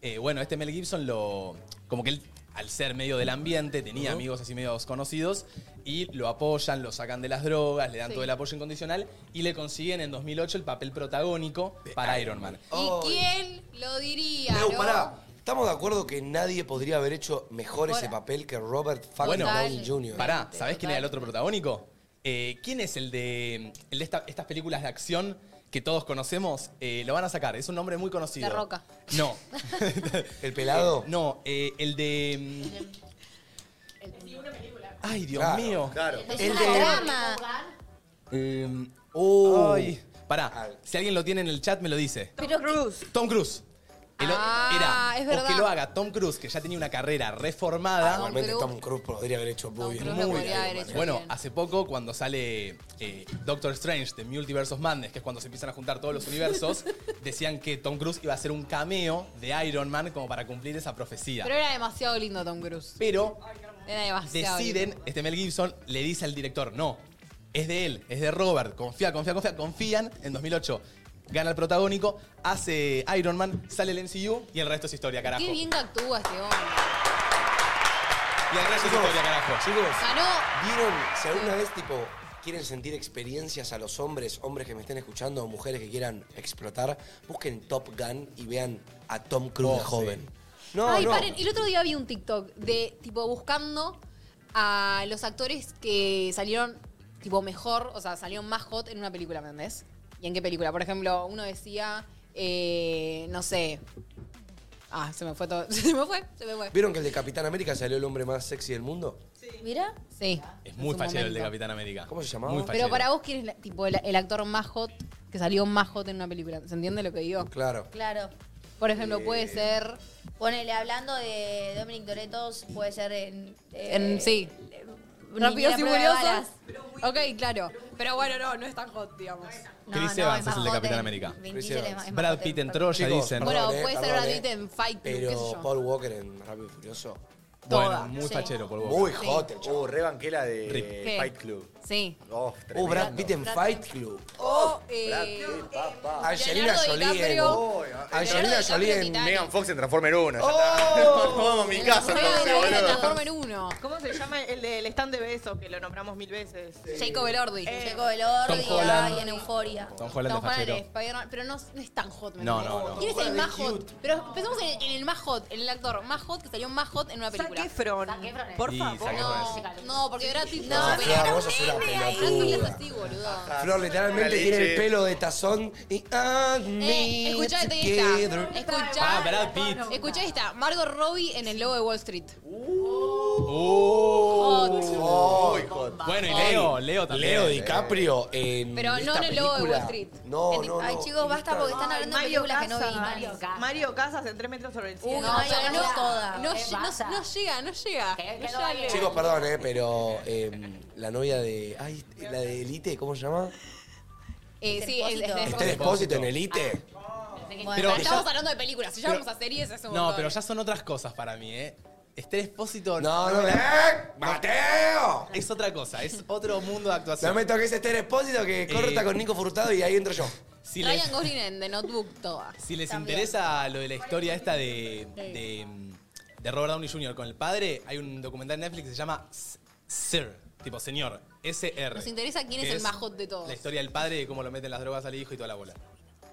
Eh, bueno, este Mel Gibson lo. Como que él, al ser medio del ambiente, tenía amigos así medio conocidos y lo apoyan, lo sacan de las drogas, le dan Sí. todo el apoyo incondicional y le consiguen en 2008 el papel protagónico para Iron Man. ¿Y quién lo diría? Leo, no? pará. Estamos de acuerdo que nadie podría haber hecho mejor ese Ahora. papel que Robert fucking Bueno, Downey Jr. pará, ¿sabés quién era el otro protagónico? Eh, ¿Quién es el de, el de esta- estas películas de acción que todos conocemos? Eh, lo van a sacar, es un nombre muy conocido. La Roca. No. ¿El pelado? No, eh, el de... Ay, Dios Claro, mío. claro. Es El una de... trama. Eh, Ay. Pará, si alguien lo tiene en el chat me lo dice. Pero Cruz. Tom Cruise. El o- Ah, era, es o verdad. Ah, que lo haga Tom Cruise, que ya tenía una carrera reformada. Realmente Tom Cruise podría haber hecho muy bien. Cruise lo podría haber hecho Bueno, bien. hace poco cuando sale eh, Doctor Strange de Multiverse of Madness, que es cuando se empiezan a juntar todos los universos, decían que Tom Cruise iba a hacer un cameo de Iron Man como para cumplir esa profecía. Pero era demasiado lindo Tom Cruise. Pero Era demasiado Deciden, lindo. este Mel Gibson le dice al director, no, es de él, es de Robert, confía, confía, confía, confían. En 2008 gana el protagónico, hace Iron Man, sale el MCU y el resto es historia, carajo. Qué Y bien que actúa este hombre. el resto es historia, carajo. Chicos, Ganó. ¿Vieron? Si alguna vez, tipo, quieren sentir experiencias a los hombres, hombres que me estén escuchando o mujeres que quieran explotar, busquen Top Gun y vean a Tom Cruise Oh, de sí. joven. No, Ay, no. paren, el otro día vi un TikTok de tipo buscando a los actores que salieron tipo mejor, o sea, salieron más hot en una película, ¿me entendés? ¿Y en qué película? Por ejemplo, uno decía, eh, no sé. Ah, se me fue todo. Se me fue, se me fue. ¿Vieron que el de Capitán América salió el hombre más sexy del mundo? Mira. Sí. Es muy un fallero el de momento. Capitán América. ¿Cómo se llamaba? Muy Pero fallero. para vos, ¿quién es la- tipo, el, el actor más hot que salió más hot en una película? ¿Se entiende lo que digo? Claro. Claro. Por ejemplo, puede ser. Ponele, hablando de Dominic Torettos, puede ser en. eh, En, sí. Ni- Rápidos ni y la prueba de Furiosos. balas. Ok, claro. Pero bueno, no, no es tan hot, digamos. Chris no, es Evans más es, el de joven. Capitán América. Vin Chris Diesel es Evans. más- es más Brad joven. Pitt en Troya, Chicos, dicen. perdón, Bueno, puede ser eh, perdón, Brad eh. Pitt en Fight Club, qué sé Pero yo. Paul Walker en Rápido y Furioso. Bueno, Toda. muy Sí. fachero por vos. Muy hot el Uh, chavo. re banquera de ¿Qué? Fight Club. Sí. Oh, Oh, tremendo. Brad Pitt ah. en Fight Club. Oh, eh, Angelina Leonardo Jolie. en- DiCaprio. Angelina Jolie en Megan Fox en Transformer 1. Oh. Vamos a mi casa, entonces, boludo. en uno. ¿Cómo se llama el del stand de besos que lo nombramos mil veces? Eh, Jacob Elordi. Jacob Elordi, Tom Holland. ay, en Euforia. Tom Holland Tom de Holland fachero. es Spider-Man, pero no, no es tan hot. ¿me No, entendés? no, no. ¿Quién es el Joder, más hot? Pero pensemos en el, en el más hot, en el actor más hot que salió más hot en una película. Zac Efron. Por Y favor. Zac Efron No, no, porque Brad Pitt no. No, pero Flor, era vos sos una un nene ahí. pelotuda. Brad Pitt es así, boludo. Flor literalmente Una tiene el leche. pelo de tazón y ah, Eh, me escuchate together. esta. Escuchá. Ah, Brad Pitt. Escuchá esta. Margot Robbie en el logo de Wall Street. Oh. Bueno, y Leo, Leo también. Leo DiCaprio en Pero no esta en el logo de película. Wall Street. No, no, no. Ay, chicos, basta porque están hablando de Mario películas que no vi. Casas. Mario Casas. Mario Casas en tres metros sobre el cielo. Uy, no, Mario no, Casas. no, Eh, basta. no, no llega, no llega. No llega. Leo. Chicos, perdón, eh, pero em, la novia de. Ay, la de Elite, ¿cómo se llama? Eh, sí, es, es- es- Este depósito en Elite. Bueno, Pero- estamos hablando de películas. Si ya Pero- vamos a series, es un No, montón. pero ya son otras cosas para mí, ¿eh? Esther Espósito. No, no me- ¡Eh! ¡Mateo! Es otra cosa, es otro mundo de actuación. Eh, No me toques este depósito que corta con Nico Furtado y ahí entro yo. Si les, Ryan Gosling en The Notebook, toda. si les También. interesa lo de la historia esta de, Sí. de, de Robert Downey Jr. con el padre, hay un documental en Netflix que se llama S- Sir, tipo señor, SR. Nos interesa quién que es el más hot de todos. La historia del padre y cómo lo meten las drogas al hijo y toda la bola.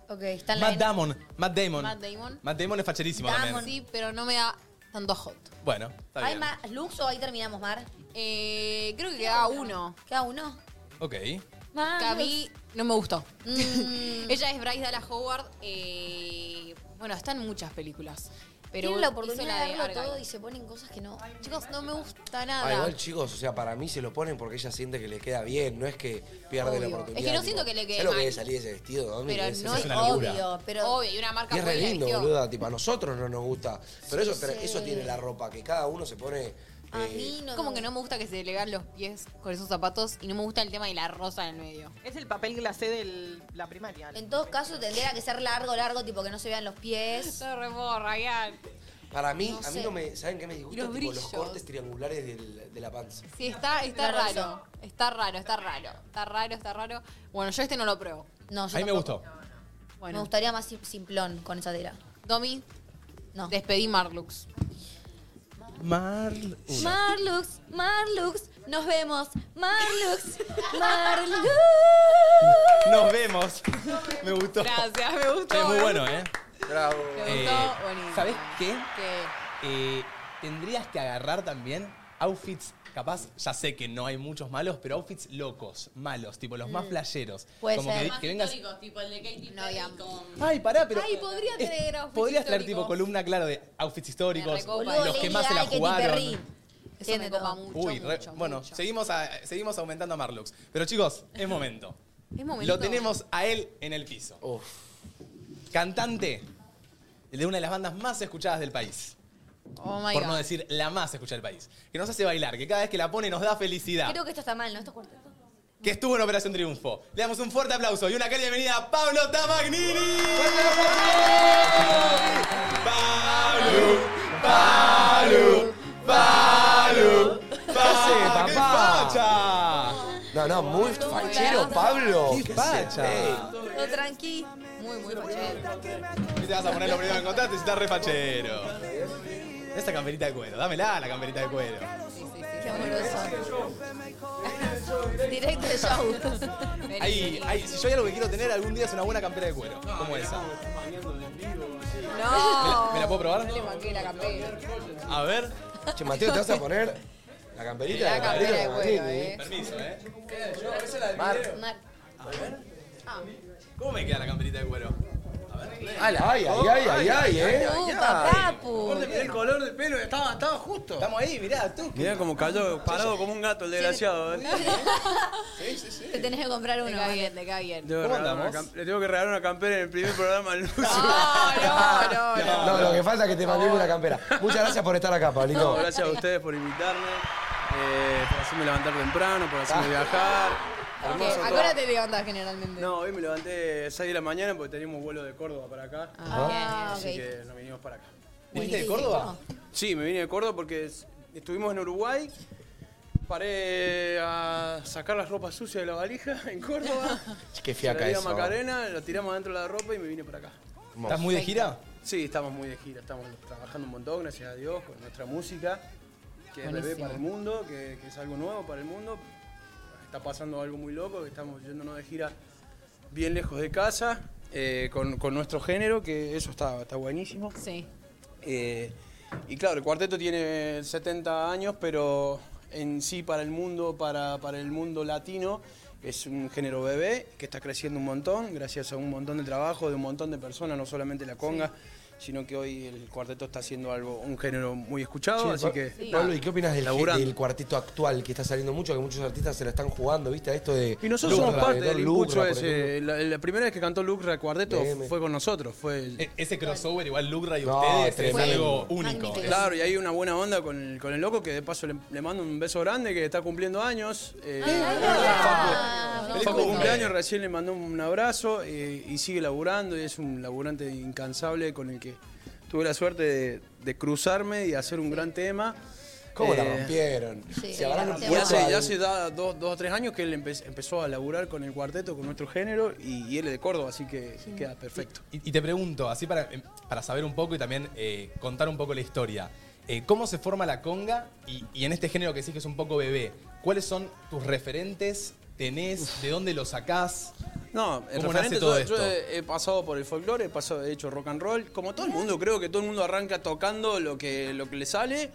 Ok, está en la Matt Damon, Matt Damon. Matt Damon. Matt Damon es facherísimo Damon, también. sí, pero no me da tanto hot. Bueno, está ¿Hay bien. más luz o ahí terminamos, Mar? Eh, creo que queda uno. ¿Queda uno? Ah, Ok. Que a mí no me gustó. Mm. Ella es Bryce Dallas Howard. eh, bueno, está en muchas películas. Pero Tienen la hizo oportunidad la de verlo Argyle. todo y se ponen cosas que no. Chicos, no me gusta Ah, nada. igual chicos, o sea, para mí se lo ponen porque ella siente que le queda bien, no es que pierde la Obvio. oportunidad. Es que no siento que le quede ¿Sabes lo mal. que es salir de ese vestido? Domi? pero Es- no es es, una locura. obvio. Pero obvio, y una marca Y es re fue la lindo, eligió. boluda. Tipo, a nosotros no nos gusta. Pero Sí, ellos tra- sí. eso tienen la ropa, que cada uno se pone. eh, Como que no me gusta que se le vean los pies con esos zapatos y no me gusta el tema de la rosa en el medio. Es el papel glacé de la primaria. En todo caso, tendría que ser largo, largo, tipo que no se vean los pies. No reborra, Para mí, No a mí sé. no me. ¿Saben qué me disgusta? Los Tipo, brillos. los cortes triangulares del- de la panza. Sí, está, está Claro, raro. Está raro, está raro. Está raro, está raro. Bueno, yo este no lo pruebo. No, yo A mí me tampoco. gustó. Me gustaría más sim- simplón con esa tela. Domi, No. despedí Marlux. Marl. Marlux, Marlux, nos vemos. Marlux, Marlux. Nos vemos. Me gustó. Gracias, me gustó. Es muy bueno, ¿eh? Bravo. Me gustó, buenísimo. ¿Sabes qué? Que Eh, tendrías que agarrar también outfits, capaz, ya sé que no hay muchos malos, pero outfits locos, malos, tipo los Mm. más flasheros. Puede Como ser. que- Más Que, vengas. tipo el de Katy no había. Ay, pará, pero. Ay, podría es- tener outfits Podrías traer tipo históricos. columna, claro, de outfits históricos, recopa. Boludo, los que más se la jugaron. Eso me copa mucho, Uy, re- mucho, bueno, mucho. Seguimos, a- seguimos aumentando a Marlux. Pero chicos, es momento. Es momento. Lo tenemos a él en el piso. Cantante de una de las bandas más escuchadas del país. Oh my por no god. decir la más escuchada del país. Que nos hace bailar, que cada vez que la pone nos da felicidad. Creo que esto está mal, ¿no? Esto es cuarteto. Que estuvo en Operación Triunfo. Le damos un fuerte aplauso y una cálida bienvenida a Pablo Tamagnini. ¡Pablo! ¡Pablo! ¡Pablo! ¡Pablo! ¡Qué facha! No, no, muy fachero, Pablo. ¡Qué facha! Todo tranqui. Muy, muy fachero. ¿Qué te vas a poner lo primero que encontraste si estás re fachero? Esa camperita de cuero, dámela la camperita de cuero. Qué amoroso. Directo de show. Ahí, ahí, si yo hay algo que quiero tener algún día es una buena campera de cuero, como esa. ¿Me la- No. me la puedo probar? No le manqué la campera. A ver. Che, Mateo, ¿te vas a poner la camperita? La campera de Mateo? cuero, eh. Permiso, ¿eh? eh. Mar. Ah, ¿Cómo me queda la camperita de cuero? Ay, ay, ay, ay, ay, eh. Puta, papu. El color del pelo estaba, estaba justo. Estamos ahí, mirá, tú. Mirá cómo cayó, parado como un gato el desgraciado. ¿eh? Te tenés que comprar Te uno. cae bien, te cae bien. Tengo que regalar una cam- Le tengo que regalar una campera en el primer programa al Lucio. No, no, no. No, lo que falta es que te mandemos una campera. Muchas gracias por estar acá, No, Pablito. gracias a ustedes por invitarme, eh, por hacerme levantar temprano, por Ah. hacerme viajar. ¿Qué? Hermoso ¿A qué todo. hora te levantás generalmente? No, hoy me levanté 6 de la mañana porque teníamos vuelo de Córdoba para acá. Ah, así ok. que nos vinimos para acá. ¿Viniste de Córdoba? Sí, me vine de Córdoba porque es- estuvimos en Uruguay, paré a sacar las ropas sucias de la valija en Córdoba. Qué Se la fiaca di a eso. Macarena, lo tiramos adentro de la ropa y me vine para acá. Hermoso. ¿Estás muy de gira? Sí, estamos muy de gira. Estamos trabajando un montón, gracias a Dios, con nuestra música, que es bebé Buenísimo. para el mundo, que, que es algo nuevo para el mundo. Está pasando algo muy loco, que estamos yéndonos de gira bien lejos de casa, eh, con, con nuestro género, que eso está, está buenísimo. Sí. Eh, y claro, el cuarteto tiene 70 años, pero en sí para el mundo, para, para el mundo latino, es un género bebé que está creciendo un montón, gracias a un montón de trabajo de un montón de personas, no solamente la conga, sino que hoy el cuarteto está haciendo algo, un género muy escuchado, así Pa- que. Pablo, ¿y qué opinas del, Laburando. del cuarteto actual que está saliendo mucho? Que muchos artistas se la están jugando, ¿viste? A esto de. Y nosotros Lucra, somos parte de Don del impulso Lucra, por ejemplo. ese. La, la primera vez que cantó Lucra el cuarteto Deme. fue con nosotros. Fue Ese crossover igual Lucra y No, ustedes es tremendo. algo único. Claro, y hay una buena onda con el, con el loco que de paso le, le mando un beso grande que está cumpliendo años. Eh, Facu- Ah, Feliz Facu cumple. cumpleaños, recién le mandó un abrazo eh, y sigue laburando y es un laburante incansable con el que tuve la suerte de, de cruzarme y hacer un gran tema. ¿Cómo la Eh, rompieron? Sí, Se agarraron y puertas hace, al- ya hace da- dos, dos o tres años que él empe- empezó a laburar con el cuarteto, con nuestro género, y, y él es de Córdoba, así que queda perfecto. Y, y te pregunto, así para, em, para saber un poco y también eh, contar un poco la historia, eh, ¿cómo se forma la conga? Y, y en este género que decís que es un poco bebé, ¿cuáles son tus referentes? ¿Tenés? ¿De dónde lo sacás? No, El ¿Cómo referente, nace todo yo, esto? yo he, he pasado por el folclore, he, pasado, he hecho rock and roll. Como todo el mundo, creo que todo el mundo arranca tocando lo que, lo que le sale.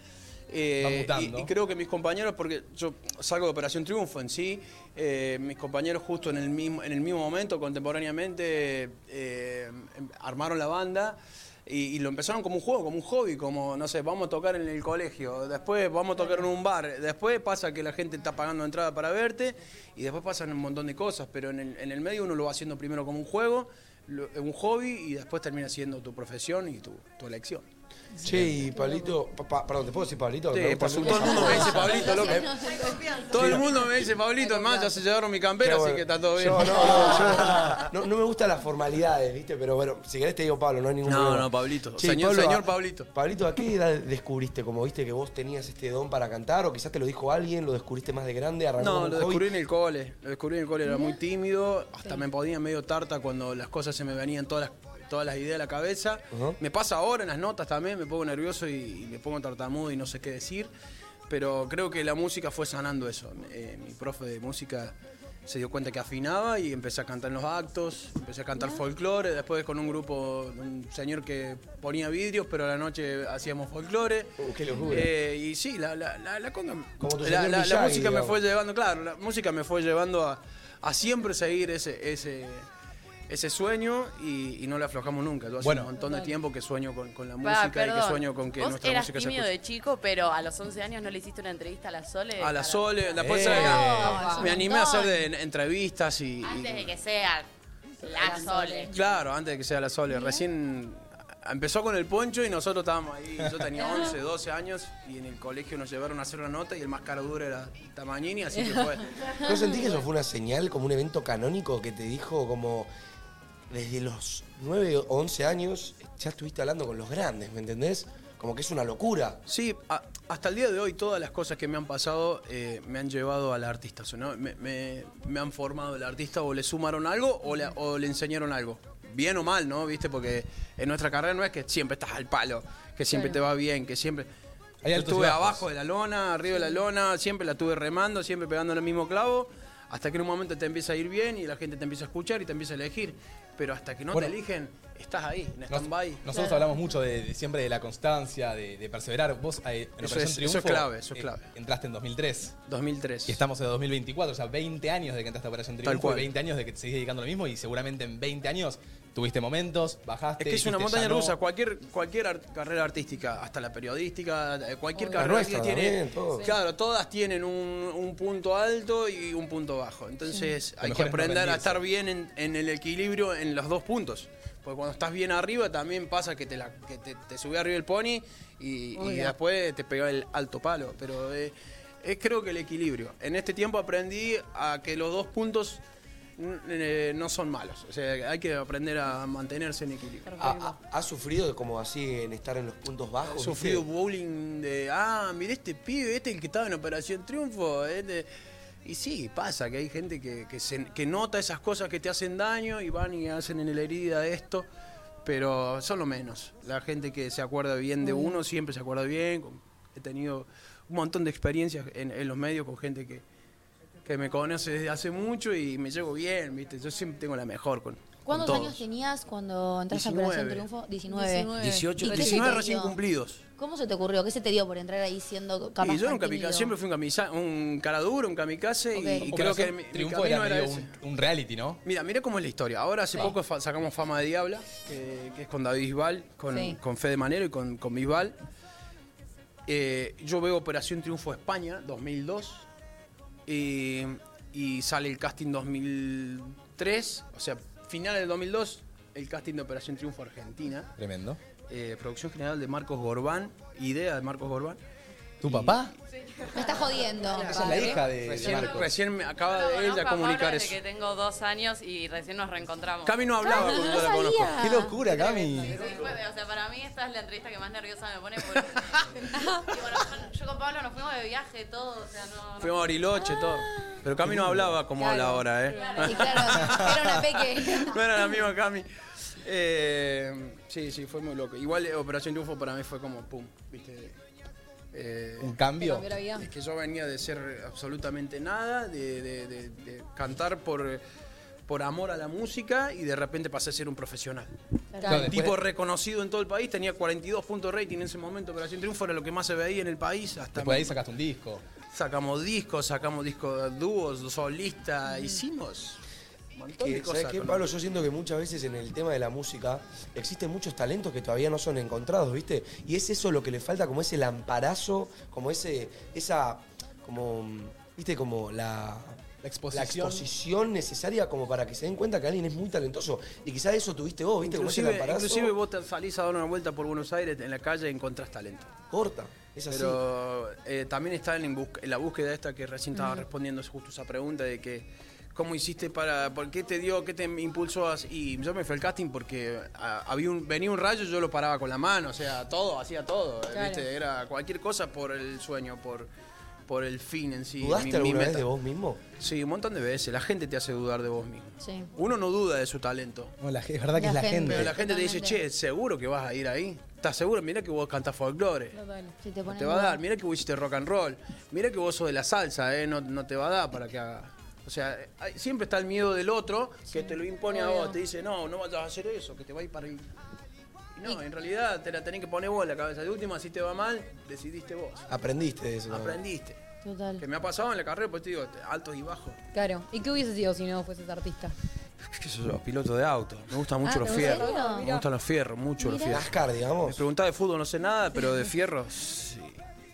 eh, Va mutando. y, y creo que mis compañeros, porque yo salgo de Operación Triunfo en sí, eh, mis compañeros justo en el mismo, en el mismo momento, contemporáneamente, eh, em- armaron la banda. Y, y lo empezaron como un juego, como un hobby, como, no sé, vamos a tocar en el colegio, después vamos a tocar en un bar, después pasa que la gente está pagando entrada para verte y después pasan un montón de cosas, pero en el, en el medio uno lo va haciendo primero como un juego, lo- un hobby y después termina siendo tu profesión y tu, tu elección. Che, y Pablito. pa- pa- perdón, ¿te puedo decir Pablito? Sí, Me gusta por su- mucho. todo el mundo me dice Pablito, loco. Eh, Todo el mundo me dice, Pablito, hermano, ya se llevaron mi campera, Qué bueno. así que está todo bien. Yo, no, no, yo- no, no me gustan las formalidades, ¿viste? Pero bueno, si querés te digo Pablo, no hay ningún No, problema. no, Pablito. Che, Señor- Pablo, señor a- Pablito. Pablito, ¿a qué edad descubriste, como viste, que vos tenías este don para cantar? O quizás te lo dijo alguien, lo descubriste más de grande, arrancó como No, un lo hobby? descubrí en el cole. Lo descubrí en el cole, era muy tímido. Hasta me ponía medio tarta cuando las cosas se me venían todas las, todas las ideas a la cabeza. Ajá. Me pasa ahora en las notas también, me pongo nervioso y, y me pongo tartamudo y no sé qué decir. Pero creo que la música fue sanando eso. Eh, mi profe de música se dio cuenta que afinaba y empecé a cantar en los actos, empecé a cantar folclore, después con un grupo, un señor que ponía vidrios, pero a la noche hacíamos folclore. Uh, qué locura. Eh, y sí, la, la, la, la conga- Como tu la, señor la- la Miyagi, música me digamos. fue llevando, claro, la música me fue llevando a, a siempre seguir ese, ese, ese sueño y, y no le aflojamos nunca. Yo hace Bueno. un montón de tiempo que sueño con, con la Va, música y que perdón. sueño con que Vos nuestra eras música se tímido escuche. de chico, pero a los 11 años no le hiciste una entrevista a la Sole. A la para- Sole, después Eh. ¿sabes? No, es un me animé a montón. hacer de- en- entrevistas y, y- Antes de que sea la Sole. Claro, antes de que sea la Sole. Recién empezó con el poncho y nosotros estábamos ahí. Yo tenía 11, 12 años y en el colegio nos llevaron a hacer una nota y el más caro duro era Tamañini, así que fue. ¿No sentís que eso fue una señal, como un evento canónico que te dijo como desde los 9 o 11 años ya estuviste hablando con los grandes, ¿me entendés? Como que es una locura. Sí, a- hasta el día de hoy todas las cosas que me han pasado eh, me han llevado al artista. o sea, ¿no? me, me- me han formado el artista o le sumaron algo o le, o le enseñaron algo. Bien o mal, ¿no? ¿Viste? Porque en nuestra carrera no es que siempre estás al palo, que siempre Claro. te va bien, que siempre... Hay Yo altos y estuve bajos. abajo de la lona, arriba de la lona, siempre la tuve remando, siempre pegando en el mismo clavo, hasta que en un momento te empieza a ir bien y la gente te empieza a escuchar y te empieza a elegir. Pero hasta que no Bueno. te eligen, estás ahí, en Nos- stand-by. Nosotros hablamos mucho de, de siempre de la constancia, de, de perseverar. Vos eh, en Eso Operación es- eso es Triunfo, clave, eso es eh, clave. entraste en 2003. 2003. Y estamos en 2024, o sea, 20 años de que entraste a Operación Tal Triunfo, y cual. 20 años de que te seguís dedicando a lo mismo y seguramente en 20 años tuviste momentos, bajaste. Es que es una dijiste, montaña ya no. rusa. Cualquier, cualquier art- carrera artística, hasta la periodística, eh, cualquier La carrera nuestra artística tiene. también, todo. Sí. Claro, todas tienen un, un punto alto y un punto bajo. Entonces Lo hay mejor que es no aprender a rendirse. estar bien en, en el equilibrio en los dos puntos. Pues Porque cuando estás bien arriba también pasa que te, la, que te, te sube arriba el pony y, y Obvio. después te pega el alto palo. Pero eh, es creo que el equilibrio. En este tiempo aprendí a que los dos puntos mm, eh, no son malos. O sea, hay que aprender a mantenerse en equilibrio. ¿Ha, ha- has sufrido como así en estar en los puntos bajos? He viste? sufrido bowling de. Ah, mirá este pibe, este el que estaba en Operación Triunfo. Este, Y sí, pasa que hay gente que, que se- que nota esas cosas que te hacen daño y van y hacen en la herida esto, pero son lo menos. La gente que se acuerda bien de Muy bien. uno siempre se acuerda bien. Con- He tenido un montón de experiencias en, en los medios con gente que, que me conoce desde hace mucho y me llevo bien, ¿viste? Yo siempre tengo la mejor con, con ¿Cuántos todos. años tenías cuando entraste a Operación 19. Triunfo? 19. 18, ¿Y qué se 19 te recién dio? cumplidos. ¿Cómo se te ocurrió? ¿Qué se te dio por entrar ahí siendo capaz y yo era un mantenido? kamikaze, siempre fui un, camisa, un cara duro, un kamikaze y- y, Operación creo que mi, mi Triunfo camino era, era, medio ese. un, un reality, ¿no? Mira, mira cómo es la historia. Ahora hace Sí. poco fa- sacamos Fama de Diabla, que, que es con David Bisbal, con, Sí. con Fede Manero y con, con Bisbal. Eh, yo veo Operación Triunfo España, 2002, y, y sale el casting 2003, o sea, final del 2002, el casting de Operación Triunfo Argentina. Tremendo. Eh, producción general de Marcos Gorbán, idea de Marcos Gorbán. ¿Tu papá? Me estás jodiendo. Esa es la hija de, de Recién, Marco. recién me acaba Yo de conozco ella a comunicar Pablo eso. desde que tengo dos años y recién nos reencontramos. Cami no hablaba Claro, cuando no yo la conozco. sabía. Qué locura, Cami. Sí, fue- o sea, para mí esta es la entrevista que más nerviosa me pone. porque- y bueno, yo- yo con Pablo nos fuimos de viaje todos, o sea, no... Fuimos a Bariloche, todo. Pero Cami no hablaba como Claro, habla ahora, ¿eh? claro. Y claro, era una peque. no era la misma Cami. Eh, sí, sí, fue muy loco. Igual eh, Operación Triunfo para mí fue como pum, ¿viste? Eh, Un cambio. Te cambió la vida. Es que yo venía de ser absolutamente nada, de, de- de- de cantar por, por amor a la música y de repente pasé a ser un profesional. Claro, después- tipo reconocido en todo el país, tenía 42 puntos de rating en ese momento. Operación Triunfo era lo que más se veía en el país. Hasta Después de ahí sacaste un disco. Sacamos discos, sacamos discos dúos, solistas, hicimos un montón de Que, cosas. ¿Sabes qué, con- Pablo? Yo siento que muchas veces en el tema de la música existen muchos talentos que todavía no son encontrados, ¿viste? Y es eso lo que le falta, como ese lamparazo, como ese, esa, como, ¿viste? Como la... La exposición. exposición necesaria como para que se den cuenta que alguien es muy talentoso. Y quizás eso tuviste vos, ¿viste? Como ese Inclusive, lamparazo. inclusive vos te salís a dar una vuelta por Buenos Aires en la calle y encontrás talento. Corta, es así. Pero eh, también está en, bus- en la búsqueda esta que recién estaba Ujú. respondiendo justo esa pregunta de que cómo hiciste para, por qué te dio, qué te impulsó a- y yo me fui al casting porque ah, había un, venía un rayo y yo lo paraba con la mano, o sea, todo, hacía todo, eh, Claro. ¿viste? Era cualquier cosa por el sueño, por, por el fin en sí. ¿Dudaste mi- mi alguna vez meta. de vos mismo? Sí, un montón de veces, la gente te hace dudar de vos mismo. Sí. Uno no duda de su talento. No, la- es verdad que es la gente. Pero la gente te dice, che, ¿seguro que vas a ir ahí? ¿Estás seguro? Mira que vos cantás folclore. Si te No ponen te va a mal. dar. Mira que vos hiciste rock and roll. Mira que vos sos de la salsa, ¿eh? No, no te va a dar para que haga. O sea, hay- siempre está el miedo del otro que te lo impone a obvio. vos. Te dice, no, no vayas a hacer eso, que te va a ir para ahí. Y no, en realidad te la tenés que poner vos en la cabeza. De última, si te va mal, decidiste vos. Aprendiste de eso. ¿no? Aprendiste. Total. Que me ha pasado en la carrera, pues te digo, altos y bajos. Claro. ¿Y qué hubiese sido si no fueses artista? ¿Qué sé yo? Piloto de auto. Me gustan mucho Ah, los ¿en fierros. serio? Me Mirá. gustan los fierros, mucho los Mirá. fierros. NASCAR, digamos. Me preguntaba de fútbol, no sé nada, pero de fierros, sí.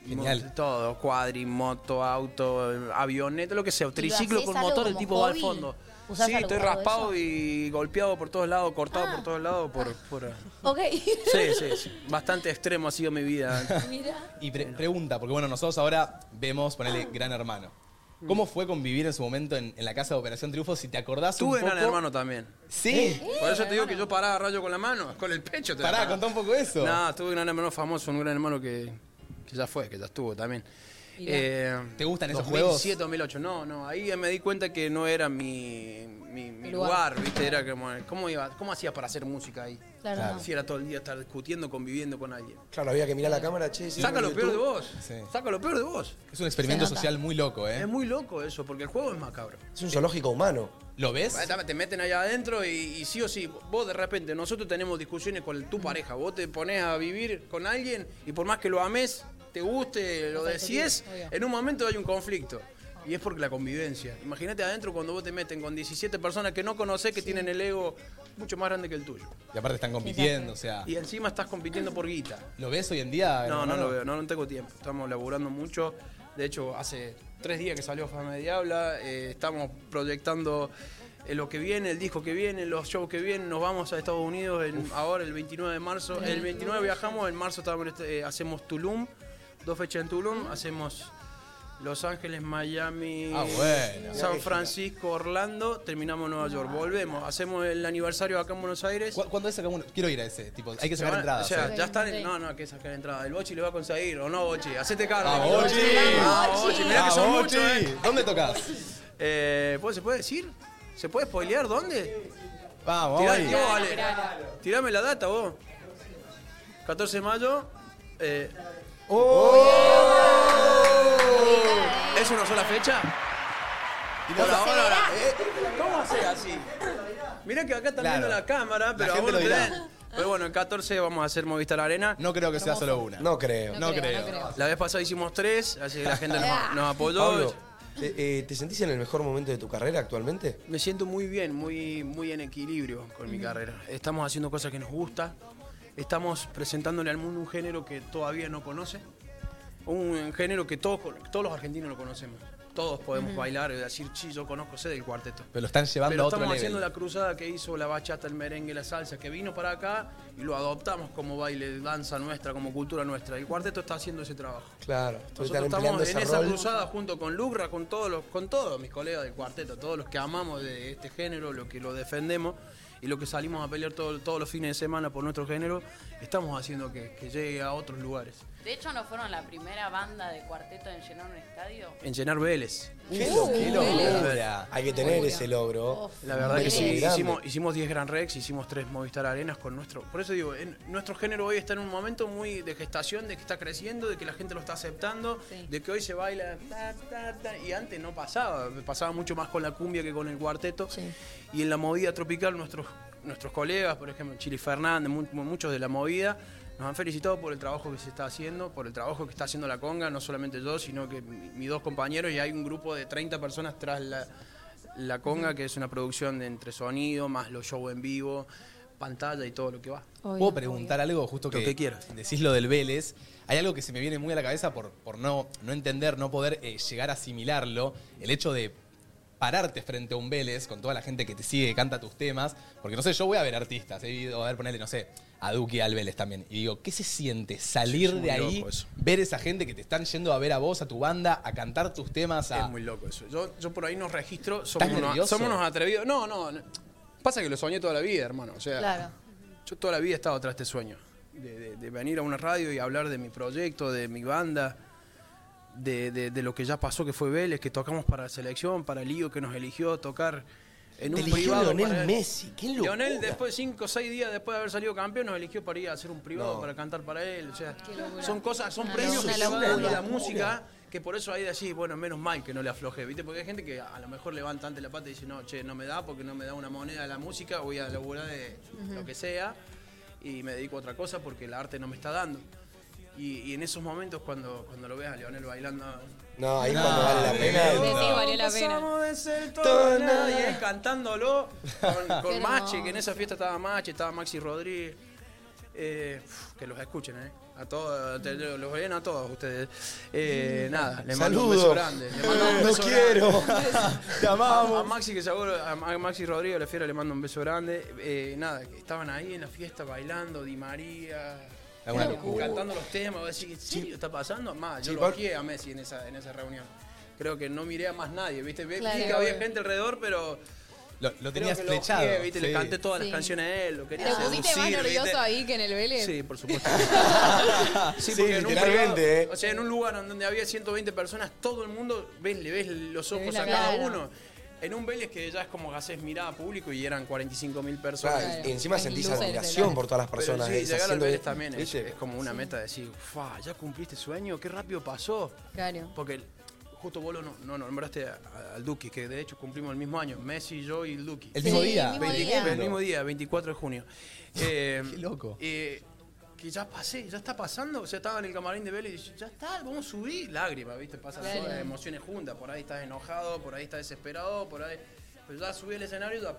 Genial. Mo- Todo, cuadri, moto, auto, eh, avioneta, lo que sea. Triciclo hacés con algo motor, el como tipo va al hobby? fondo. ¿Usás Sí, algo- estoy algo de raspado eso? Ah. y golpeado por todos lados, cortado por todos lados. Por, por- Ok. Sí, sí, sí. Bastante extremo ha sido mi vida. Mira. Y pre- pregunta, porque bueno, nosotros ahora vemos, ponele Gran Hermano. ¿Cómo fue convivir en su momento en, en la casa de Operación Triunfo? Si te acordás Tuve un poco... Gran Hermano también. ¿Sí? ¿Eh? Por eso te Eh. digo que yo paraba rayo con la mano, con el pecho. Te la Pará, paraba. contá un poco eso. No, tuve un gran hermano famoso, un gran hermano que, que ya fue, que ya estuvo también. Mirá. Eh, ¿Te gustan esos 2007, 2008, no, no. Ahí me di cuenta que no era mi, mi- mi El lugar, lugar. ¿viste? Era como, ¿cómo, iba, ¿cómo hacías para hacer música ahí? Claro, Claro. no. Si era todo el día estar discutiendo, conviviendo con alguien. Claro, había que mirar la cámara, che. si Saca no, lo peor de YouTube. vos. Saca lo peor de vos. Es un experimento Se nota. social muy loco, ¿eh? Es muy loco eso, porque el juego es macabro. Es un zoológico humano. ¿Lo ves? Bueno, Te meten allá adentro y, y sí o sí, vos de repente, nosotros tenemos discusiones con tu pareja, vos te pones a vivir con alguien y por más que lo ames, te guste, lo Vas a decís, discutir, obvio. en un momento hay un conflicto. Y es porque la convivencia. Imagínate adentro cuando vos te meten con 17 personas que no conocés, que tienen el ego mucho más grande que el tuyo. Y aparte están compitiendo, o sea... Y encima estás compitiendo por guita. ¿Lo ves hoy en día? Gran No, no Hermano? lo veo, no, no tengo tiempo. Estamos laburando mucho. De hecho, hace tres días que salió Fama de Diabla. eh, estamos proyectando eh, lo que viene, el disco que viene, los shows que vienen. Nos vamos a Estados Unidos en- ahora el 29 de marzo. El Tremendo. 29 viajamos, en marzo estamos en este- eh, hacemos Tulum, dos fechas en Tulum. Hacemos Los Ángeles, Miami, Ah, bueno. Ah, San Francisco, Orlando, terminamos en Nueva York, volvemos, hacemos el aniversario acá en Buenos Aires. ¿Cuándo es acá en Buenos Quiero ir a ese, tipo, hay que sacar Van- entradas. O sea, ¿eh? ya están. en- No, no, hay que sacar entradas. El Bochi lo va a conseguir, o no, Bochi. Hacete cargo. ¡Vamos, Ah, Bochi! ¡Vamos, Ah, Bochi! Mirá que son ¡Vamos, muchos, Ah, Bochi! eh. ¿Dónde tocas? Eh, ¿puedo- ¿Se puede decir? ¿Se puede spoilear dónde? Vamos, Tirá- ahí. vos, Ale, Tirame la data vos. 14 de mayo. eh. ¡Oh! ¡Oh! ¿Es una sola fecha? Y por ¿Cómo ahora, será? eh, ¿Cómo hacer así? Mirá que acá está Claro. viendo la cámara, pero gente a vos lo no te dirá. ven. Pero bueno, el 14 vamos a hacer Movistar Arena. No creo que sea solo una. No creo. No No creo, creo. no La vez pasada hicimos tres, así que Eh, la gente Ah. nos, nos apoyó. Pablo, ¿te, eh, te sentís en el mejor momento de tu carrera actualmente? Me siento muy bien, muy, muy en equilibrio con mi Ujú. carrera. Estamos haciendo cosas que nos gusta. Estamos presentándole al mundo un género que todavía no conoce. Un género que todos, todos los argentinos lo conocemos. Todos podemos Ujú. bailar y decir, sí, yo conozco sé del cuarteto. Pero lo están llevando Pero a otro estamos nivel. haciendo la cruzada que hizo la bachata, el merengue, la salsa, que vino para acá y lo adoptamos como baile, danza nuestra, como cultura nuestra. El cuarteto está haciendo ese trabajo. Claro, ustedes Nosotros están empleando estamos en ese esa rol. cruzada junto con Lucra, con todos los, con todos mis colegas del cuarteto, todos los que amamos de este género, los que lo defendemos y los que salimos a pelear todo- todos los fines de semana por nuestro género, estamos haciendo que, que llegue a otros lugares. De hecho, no fueron la primera banda de cuarteto en llenar un estadio. En llenar Vélez. ¡Qué locura! Hay que tener ese logro. La verdad que Porque sí, es muy Oh, grande. hicimos, hicimos 10 Gran Rex, hicimos 3 Movistar Arenas con nuestro... Por eso digo, en- nuestro género hoy está en un momento muy de gestación, de que está creciendo, de que la gente lo está aceptando, de que hoy se baila... ta, ta, ta, y antes no pasaba, pasaba mucho más con la cumbia que con el cuarteto. Y en la movida tropical nuestros, nuestros colegas, por ejemplo, Chili Fernández, mu- mu- muchos de la movida, nos han felicitado por el trabajo que se está haciendo, por el trabajo que está haciendo la conga, no solamente yo, sino que mi- mis dos compañeros y hay un grupo de 30 personas tras la, la conga, que es una producción de entre sonido, más los shows en vivo, pantalla y todo lo que va. ¿Puedo preguntar algo? Justo que, que quieras. decís lo del Vélez. Hay algo que se me viene muy a la cabeza por, por no, no entender, no poder eh, llegar a asimilarlo. El hecho de pararte frente a un Vélez con toda la gente que te sigue, que canta tus temas. Porque no sé, yo voy a ver artistas. He ido a ver, ponerle, no sé, a Duque y al Vélez también. Y digo, ¿qué se siente salir Sí, es de muy ahí, loco eso. ver esa gente que te están yendo a ver a vos, a tu banda, a cantar tus temas? A... Es muy loco eso. Yo, yo por ahí nos registro, ¿Estás somos unos, nervioso? somos unos atrevidos. No, no, no. pasa que lo soñé toda la vida, hermano. O sea, Claro. yo toda la vida he estado atrás de este sueño. De, de- de venir a una radio y hablar de mi proyecto, de mi banda, de, de- de lo que ya pasó que fue Vélez, que tocamos para la selección, para el lío que nos eligió tocar en Te un eligió privado. Lionel para- Messi, qué locura. Lionel, después de 5 o 6 días después de haber salido campeón, nos eligió para ir a hacer un privado, No. para cantar para él. O sea, locura. son cosas, son Una premios que se locura. dan Una de la locura. música que por eso hay de allí, bueno, menos mal que no le afloje, ¿viste? Porque hay gente que a lo mejor levanta ante la pata y dice, no, che, no me da porque no me da una moneda de la música, voy a laburar de Ujú. lo que sea y me dedico a otra cosa porque el arte no me está dando. Y, y en esos momentos cuando, cuando lo veas a Leonel bailando... No, ahí es cuando vale la pena. Sí, No. valió la pena. Pasamos de ser todo a nada, y él cantándolo con, Qué con Mache, que en esa fiesta estaba Mache, estaba Maxi Rodríguez. Eh, uf, que los escuchen, ¿eh? A todos, te- los ven a todos ustedes. Eh, nada, les mando un beso Saludos. grande. les mando un Eh, beso los quiero. grande. Te amamos. A Maxi, que seguro, a a Maxi Rodríguez, la fiera, le mando un beso grande. Eh, nada, que estaban ahí en la fiesta bailando, Di María. Es una eh, locura. Cantando los temas, voy a decir, ¿en serio está pasando? Más, yo Sí, lo por- odié a Messi en esa, en esa reunión. Creo que no miré a más nadie, ¿viste? Vi Claro. que había gente alrededor, pero Lo, lo tenías creo que lo flechado. odié, ¿viste? Le sí. canté todas Sí. las canciones a él, lo ¿Te quería pusiste más seducir, nervioso ¿viste? ahí que en el Vélez? Sí, por supuesto. sí, Sí, porque en un literalmente, privado- ¿eh? O sea, en un lugar en donde había 120 personas, todo el mundo ves, le ves los ojos ves la a cada cara. uno. En un Vélez que ya es como que haces mirada a público y eran 45 mil personas. Claro, y encima sentís admiración por todas las Pero personas. sí, eh, llegar al haciendo- Vélez también es, ¿viste? es como una Sí. meta de decir, "Fua, ya cumpliste sueño, qué rápido pasó. Claro. Porque justo vos lo no, no nombraste a- a- al Duki, que de hecho cumplimos el mismo año, Messi, yo y el Duki. El mismo Sí, día. el mismo 20 día. el mismo día, 24 de junio. Eh, Qué loco. eh, que ya pasé, ya está pasando, o sea, estaba en el camarín de Vélez y dije, ya está, vamos a subir. Lágrimas, ¿viste? Pasan Claro. todas las emociones juntas, por ahí estás enojado, por ahí estás desesperado, por ahí... Pero ya subí al escenario y ya...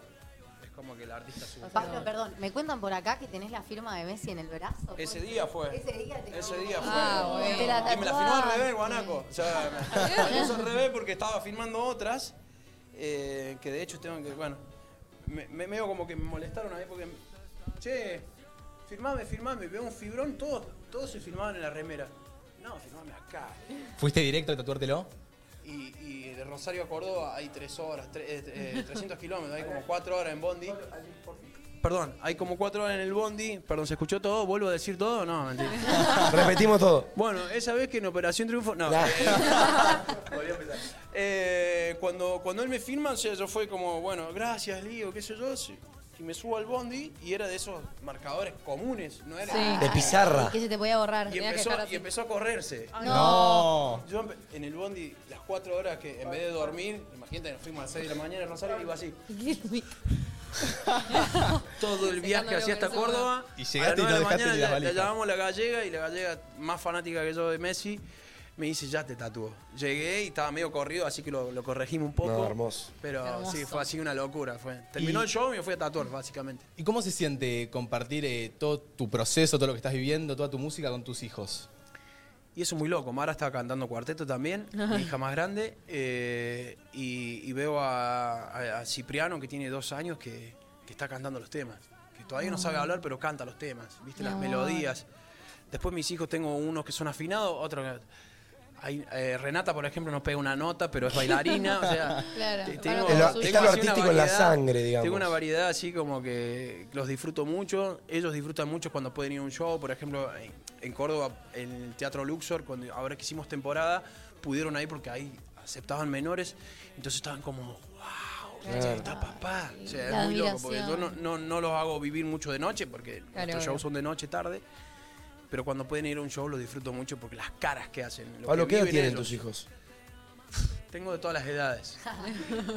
Es como que el artista sube. Pablo, perdón, me cuentan por acá que tenés la firma de Messi en el brazo. Ese día fue. pues. Ese día te Ese día fue. Ah, bueno. Te la Y me la firmó al tatuaste. revés, guanaco. O sea, me la puso al revés porque estaba firmando otras eh, que de hecho tengo que, bueno, me, me- medio como que me molestaron a mí porque, che, firmame, firmame, veo un fibrón, todos, todos se firmaban en la remera. No, firmame acá. ¿Fuiste directo a tatuártelo? y, y de Rosario a Córdoba hay 3 horas, tre- eh, eh, 300 kilómetros, hay como 4 horas en Bondi. Perdón, hay como 4 horas en el Bondi. Perdón, ¿se escuchó todo? ¿Vuelvo a decir todo? No, mentira. Repetimos todo. Bueno, esa vez que en Operación Triunfo. No. eh, eh, cuando, cuando él me firma, o sea, yo fue como, bueno, gracias, Lío, qué sé yo. si- Y me subo al bondi y era de esos marcadores comunes, no era. Sí. De pizarra. Que se te podía borrar. Y empezó, y empezó a correrse. Ay, No. Yo empe- en el bondi, las cuatro horas que en vez de dormir, imagínate, nos fuimos a las 6 de la mañana a Rosario y iba así. Todo el viaje Secándolo hacia hasta con ese Córdoba. Y llegaste a y no nueve de la dejaste mañana ni las la- la valijas. llamamos la gallega y la gallega, más fanática que yo de Messi, me dice, ya te tatuó. Llegué y estaba medio corrido, así que lo, lo corregimos un poco. No, hermoso. Pero Hermoso. sí, fue así una locura. Fue. Terminó Y- el show y me fui a tatuar, básicamente. ¿Y cómo se siente compartir eh, todo tu proceso, todo lo que estás viviendo, toda tu música con tus hijos? Y eso es muy loco. Mara estaba cantando cuarteto también, mi hija más grande. eh, y, y veo a, a- a Cipriano, que tiene dos años, que, que está cantando los temas. Que todavía no sabe hablar, pero canta los temas. ¿Viste? Las Ah. Amor. melodías. Después mis hijos tengo unos que son afinados, otros que... Hay, eh, Renata, por ejemplo, no pega una nota, pero es bailarina. o sea, Claro, te- van tengo- a lo tengo Está lo así una artístico en la variedad- sangre, digamos. Tengo una variedad así como que los disfruto mucho. Ellos disfrutan mucho cuando pueden ir a un show. Por ejemplo, en- en Córdoba, en el Teatro Luxor, cuando ahora que hicimos temporada, pudieron ahí porque ahí aceptaban menores. Entonces estaban como, wow, Claro. está papá. O sea, La es muy loco porque yo admiración. no, no, no los hago vivir mucho de noche porque claro. nuestros shows son de noche tarde. Pero cuando pueden ir a un show los disfruto mucho porque las caras que hacen. lo Pablo, que ¿qué edad viven tienen ellos. tus hijos? Tengo de todas las edades.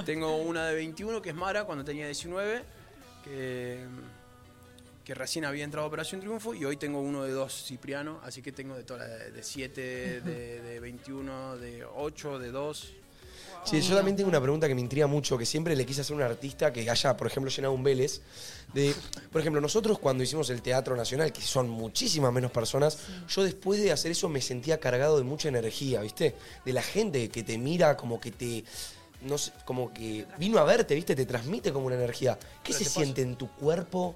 Tengo una de 21 que es Mara cuando tenía 19, que, que recién había entrado a Operación Triunfo, y hoy tengo uno de dos, Cipriano, así que tengo de todas las de 7, de, de 21, de 8, de 2. Sí, yo también tengo una pregunta que me intriga mucho, que siempre le quise hacer a un artista que haya, por ejemplo, llenado un Vélez. De, por ejemplo, nosotros cuando hicimos el Teatro Nacional, que son muchísimas menos personas, yo después de hacer eso me sentía cargado de mucha energía, ¿viste? De la gente que te mira, como que te... No sé, como que vino a verte, ¿viste? Te transmite como una energía. ¿Qué se siente en tu cuerpo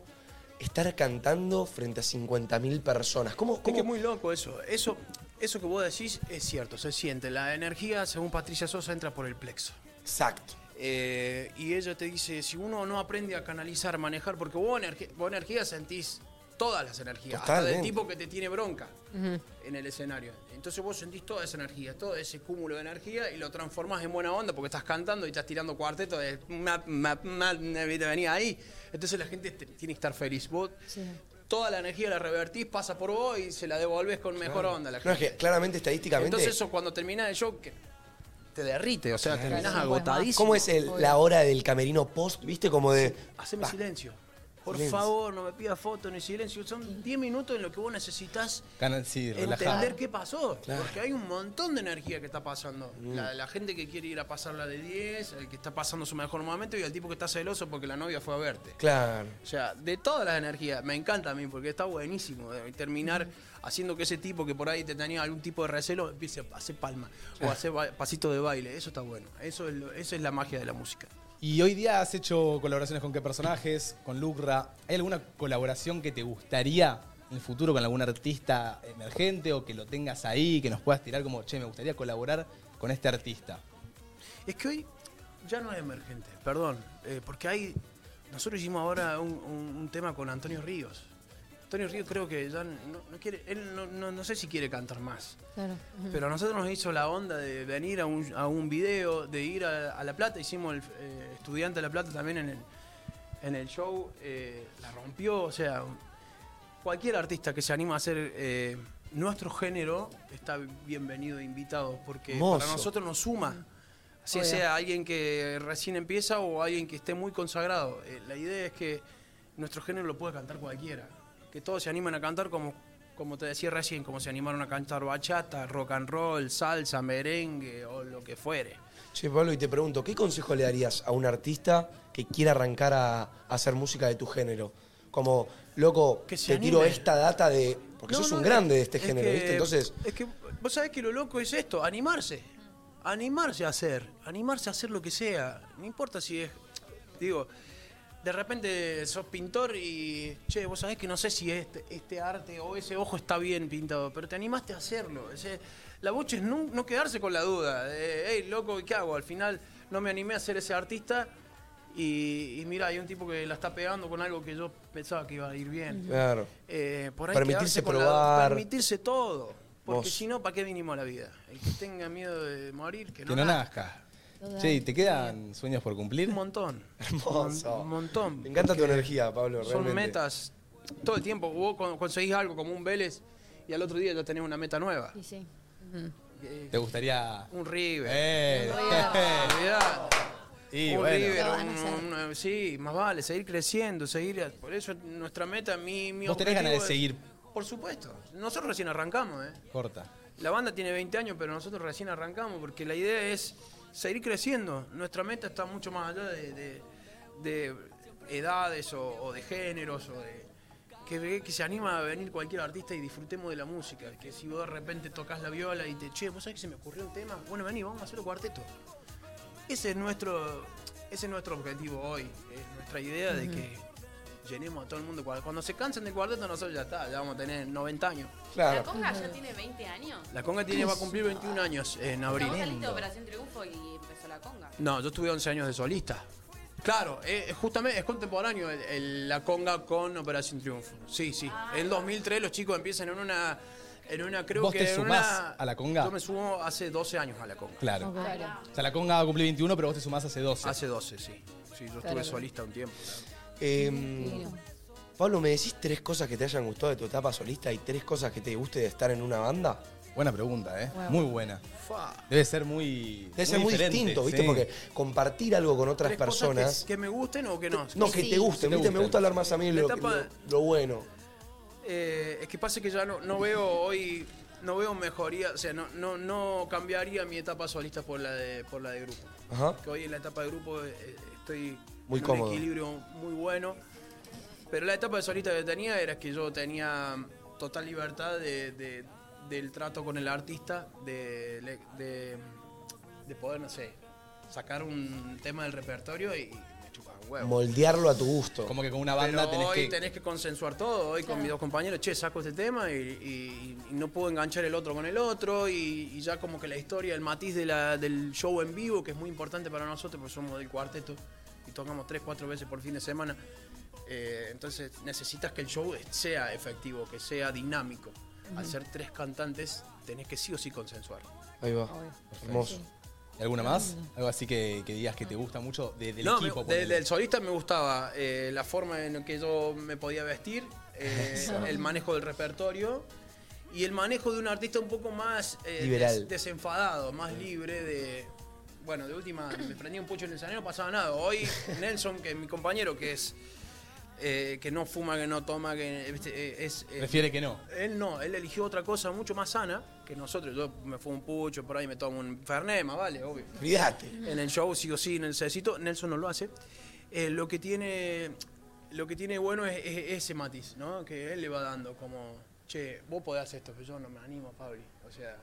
estar cantando frente a 50.000 personas? ¿Cómo, Es que cómo- es muy loco eso. eh. Eso, eso que vos decís es cierto, se siente. La energía, según Patricia Sosa, entra por el plexo. Exacto. Eh, y ella te dice, si uno no aprende a canalizar, manejar, porque vos, energe- vos energía sentís todas las energías, hasta del Totalmente. tipo que te tiene bronca en el escenario. Entonces vos sentís toda esa energía, todo ese cúmulo de energía y lo transformás en buena onda porque estás cantando y estás tirando cuarteto de map, map, map, te venía ahí. Entonces la gente te- tiene que estar feliz. Vos toda la energía la revertís, pasa por vos y se la devolvés con mejor onda a la No, es gente. que claramente, estadísticamente... Entonces eso cuando termina el show que te derrite, o sea, terminás agotadísimo. ¿Cómo es el- la hora del camerino post? ¿Viste? Como de... Haceme Pa. silencio. Por Silencio. favor, no me pidas fotos ni silencio. Son 10 minutos en los que vos necesitas Canal, sí, relajado. entender qué pasó. Claro. Mm. Porque hay un montón de energía que está pasando. La, la gente que quiere ir a pasarla de 10, el que está pasando su mejor momento y el tipo que está celoso porque la novia fue a verte. Claro. O sea, de todas las energías, me encanta a mí porque está buenísimo eh, terminar Mm. haciendo que ese tipo que por ahí te tenía algún tipo de recelo empiece a hacer palma o a hacer ba- pasito de baile. Eso está bueno. Eso es, lo- esa es la magia de la música. Y hoy día has hecho colaboraciones con qué personajes, con Lucra. ¿Hay alguna colaboración que te gustaría en el futuro con algún artista emergente o que lo tengas ahí, que nos puedas tirar como, che, me gustaría colaborar con este artista? Es que hoy ya no es emergente, perdón, eh, porque hay. Nosotros hicimos ahora un, un- un tema con Antonio Ríos. Antonio Ríos creo que ya no, no quiere, él no, no- no sé si quiere cantar más. Claro. Mm. Pero a nosotros nos hizo la onda de venir a un, a un video, de ir a, a La Plata. Hicimos el eh, Estudiante de La Plata también en el, en el show. eh, la rompió, o sea, cualquier artista que se anima a hacer eh, nuestro género está bienvenido e invitado, porque Hermoso. para nosotros nos suma. Así Obvio. sea alguien que recién empieza o alguien que esté muy consagrado. Eh, la idea es que nuestro género lo puede cantar cualquiera. Que todos se animen a cantar como, como te decía recién, como se animaron a cantar bachata, rock and roll, salsa, merengue o lo que fuere. Che, Pablo, y te pregunto, ¿qué consejo le darías a un artista que quiera arrancar a, a hacer música de tu género? Como, loco, se te anime. tiro esta data de... Porque No, sos no, un no, grande de este es género, que- ¿viste? Entonces, Es que vos sabés que lo loco es esto, animarse. Animarse a hacer. Animarse a hacer lo que sea. No importa si es. Digo, de repente sos pintor y, che, vos sabés que no sé si este, este arte o ese ojo está bien pintado, pero te animaste a hacerlo. Ese- la bocha es nu- no, quedarse con la duda. De, hey, loco, ¿qué hago? Al final no me animé a ser ese artista y, y mira, hay un tipo que la está pegando con algo que yo pensaba que iba a ir bien. Claro. Eh, por ahí Permitirse quedarse con la duda, probar. permitirse todo. Porque Vos. si no, ¿para qué vinimos a la vida? El que tenga miedo de morir, que no, Que no nazca. Che, ¿y ¿te quedan sueños por cumplir? Un montón. Hermoso. Un montón. Me encanta tu Porque energía, Pablo, Son realmente. metas todo el tiempo. Vos con- conseguís algo como un Vélez y al otro día ya tenés una meta nueva. Sí, sí. ¿Te gustaría...? eh, Un River. Eh. Un River. Olvidá. Y un bueno. River, Lo van a un- hacer. un- sí, más vale, seguir creciendo, seguir. Por eso nuestra meta, mi, mi ¿Vos tenés objetivo ganas de es- seguir Por supuesto. Nosotros recién arrancamos, ¿eh? corta? La banda tiene 20 años, pero nosotros recién arrancamos porque la idea es seguir creciendo. Nuestra meta está mucho más allá de, de- de edades o, o de géneros o de. Que, que se anima a venir cualquier artista y disfrutemos de la música. Que si vos de repente tocas la viola y te, che, vos sabés que se me ocurrió un tema, bueno, vení, vamos a hacer un cuarteto. Ese es nuestro, ese es nuestro objetivo hoy, es nuestra idea de Ujú. que llenemos a todo el mundo. Cuando se cansen del cuarteto, nosotros ya está, ya vamos a tener 90 años. La conga ya tiene 20 años. La conga tiene, va a cumplir 21 años en O sea, abril. vos saliste de Operación Triunfo y empezó la conga. No, yo estuve 11 años de solista. Claro, eh, justamente es contemporáneo el- el- la conga con Operación Triunfo. Sí, sí. Ah. En 2003 los chicos empiezan en una, en una creo ¿Vos que te en sumás una- a la conga? Yo me sumo hace 12 años a la conga. Claro. em- O sea, la conga va a cumplir 21, pero vos te sumás hace 12. Hace 12, sí. Sí, yo estuve Claro. solista un tiempo. Eh, Pablo, ¿me decís tres cosas que te hayan gustado de tu etapa solista y tres cosas que te guste de estar en una banda? Buena pregunta, ¿eh? Muy buena. Debe ser muy. Debe ser muy diferente, distinto, ¿viste? sí. Porque compartir algo con otras Tres cosas que- personas. Que, me gusten o que no. No, que te guste, ¿viste? Me gusta hablar más a mí de La lo, etapa- lo- lo bueno. Eh, es que pasa que ya no, no veo hoy, no veo mejoría, o sea, no, no, no cambiaría mi etapa solista por la de, por la de grupo. Ajá. Que hoy en la etapa de grupo eh, estoy Muy en cómodo. un equilibrio muy bueno. Pero la etapa de solista que tenía era que yo tenía total libertad de- de- del trato con el artista, de, le- de- de poder, no sé, sacar un tema del repertorio y me chupaban huevos. Moldearlo a tu gusto. Como que con una banda Pero tenés hoy que. tenés que consensuar todo. Hoy con mis dos compañeros, che, saco este tema y, y- y no puedo enganchar el otro con el otro. Y, y ya como que la historia, el matiz de la- del show en vivo, que es muy importante para nosotros, porque somos del cuarteto y tocamos tres, cuatro veces por fin de semana. Eh, entonces necesitas que el show sea efectivo, que sea dinámico. Al Ujú. ser tres cantantes, tenés que sí o sí consensuar. Ahí va. Hermoso. ¿Y ¿Alguna más? Algo así que, que digas que te gusta mucho de- del no, me- equipo. de- ponele. del solista me gustaba eh, la forma en que yo me podía vestir, eh, Eso. el manejo del repertorio y el manejo de un artista un poco más eh, Liberal. des- desenfadado, más libre de... Bueno, de última, me prendía un pucho en el salón, no pasaba nada. Hoy Nelson, que es mi compañero, que es... eh, que no fuma, que no toma, que eh, viste, eh, es... eh, Prefiere que no. Él no, él eligió otra cosa mucho más sana que nosotros. Yo me fumo un pucho, por ahí me tomo un Fernet, más vale, obvio. Olvídate. En el show sí o sí necesito, Nelson no lo hace. Eh, lo que tiene lo que tiene bueno es, es ese matiz, ¿no? Que él le va dando como, che, vos podés hacer esto, pero yo no me animo, Pablo. O sea,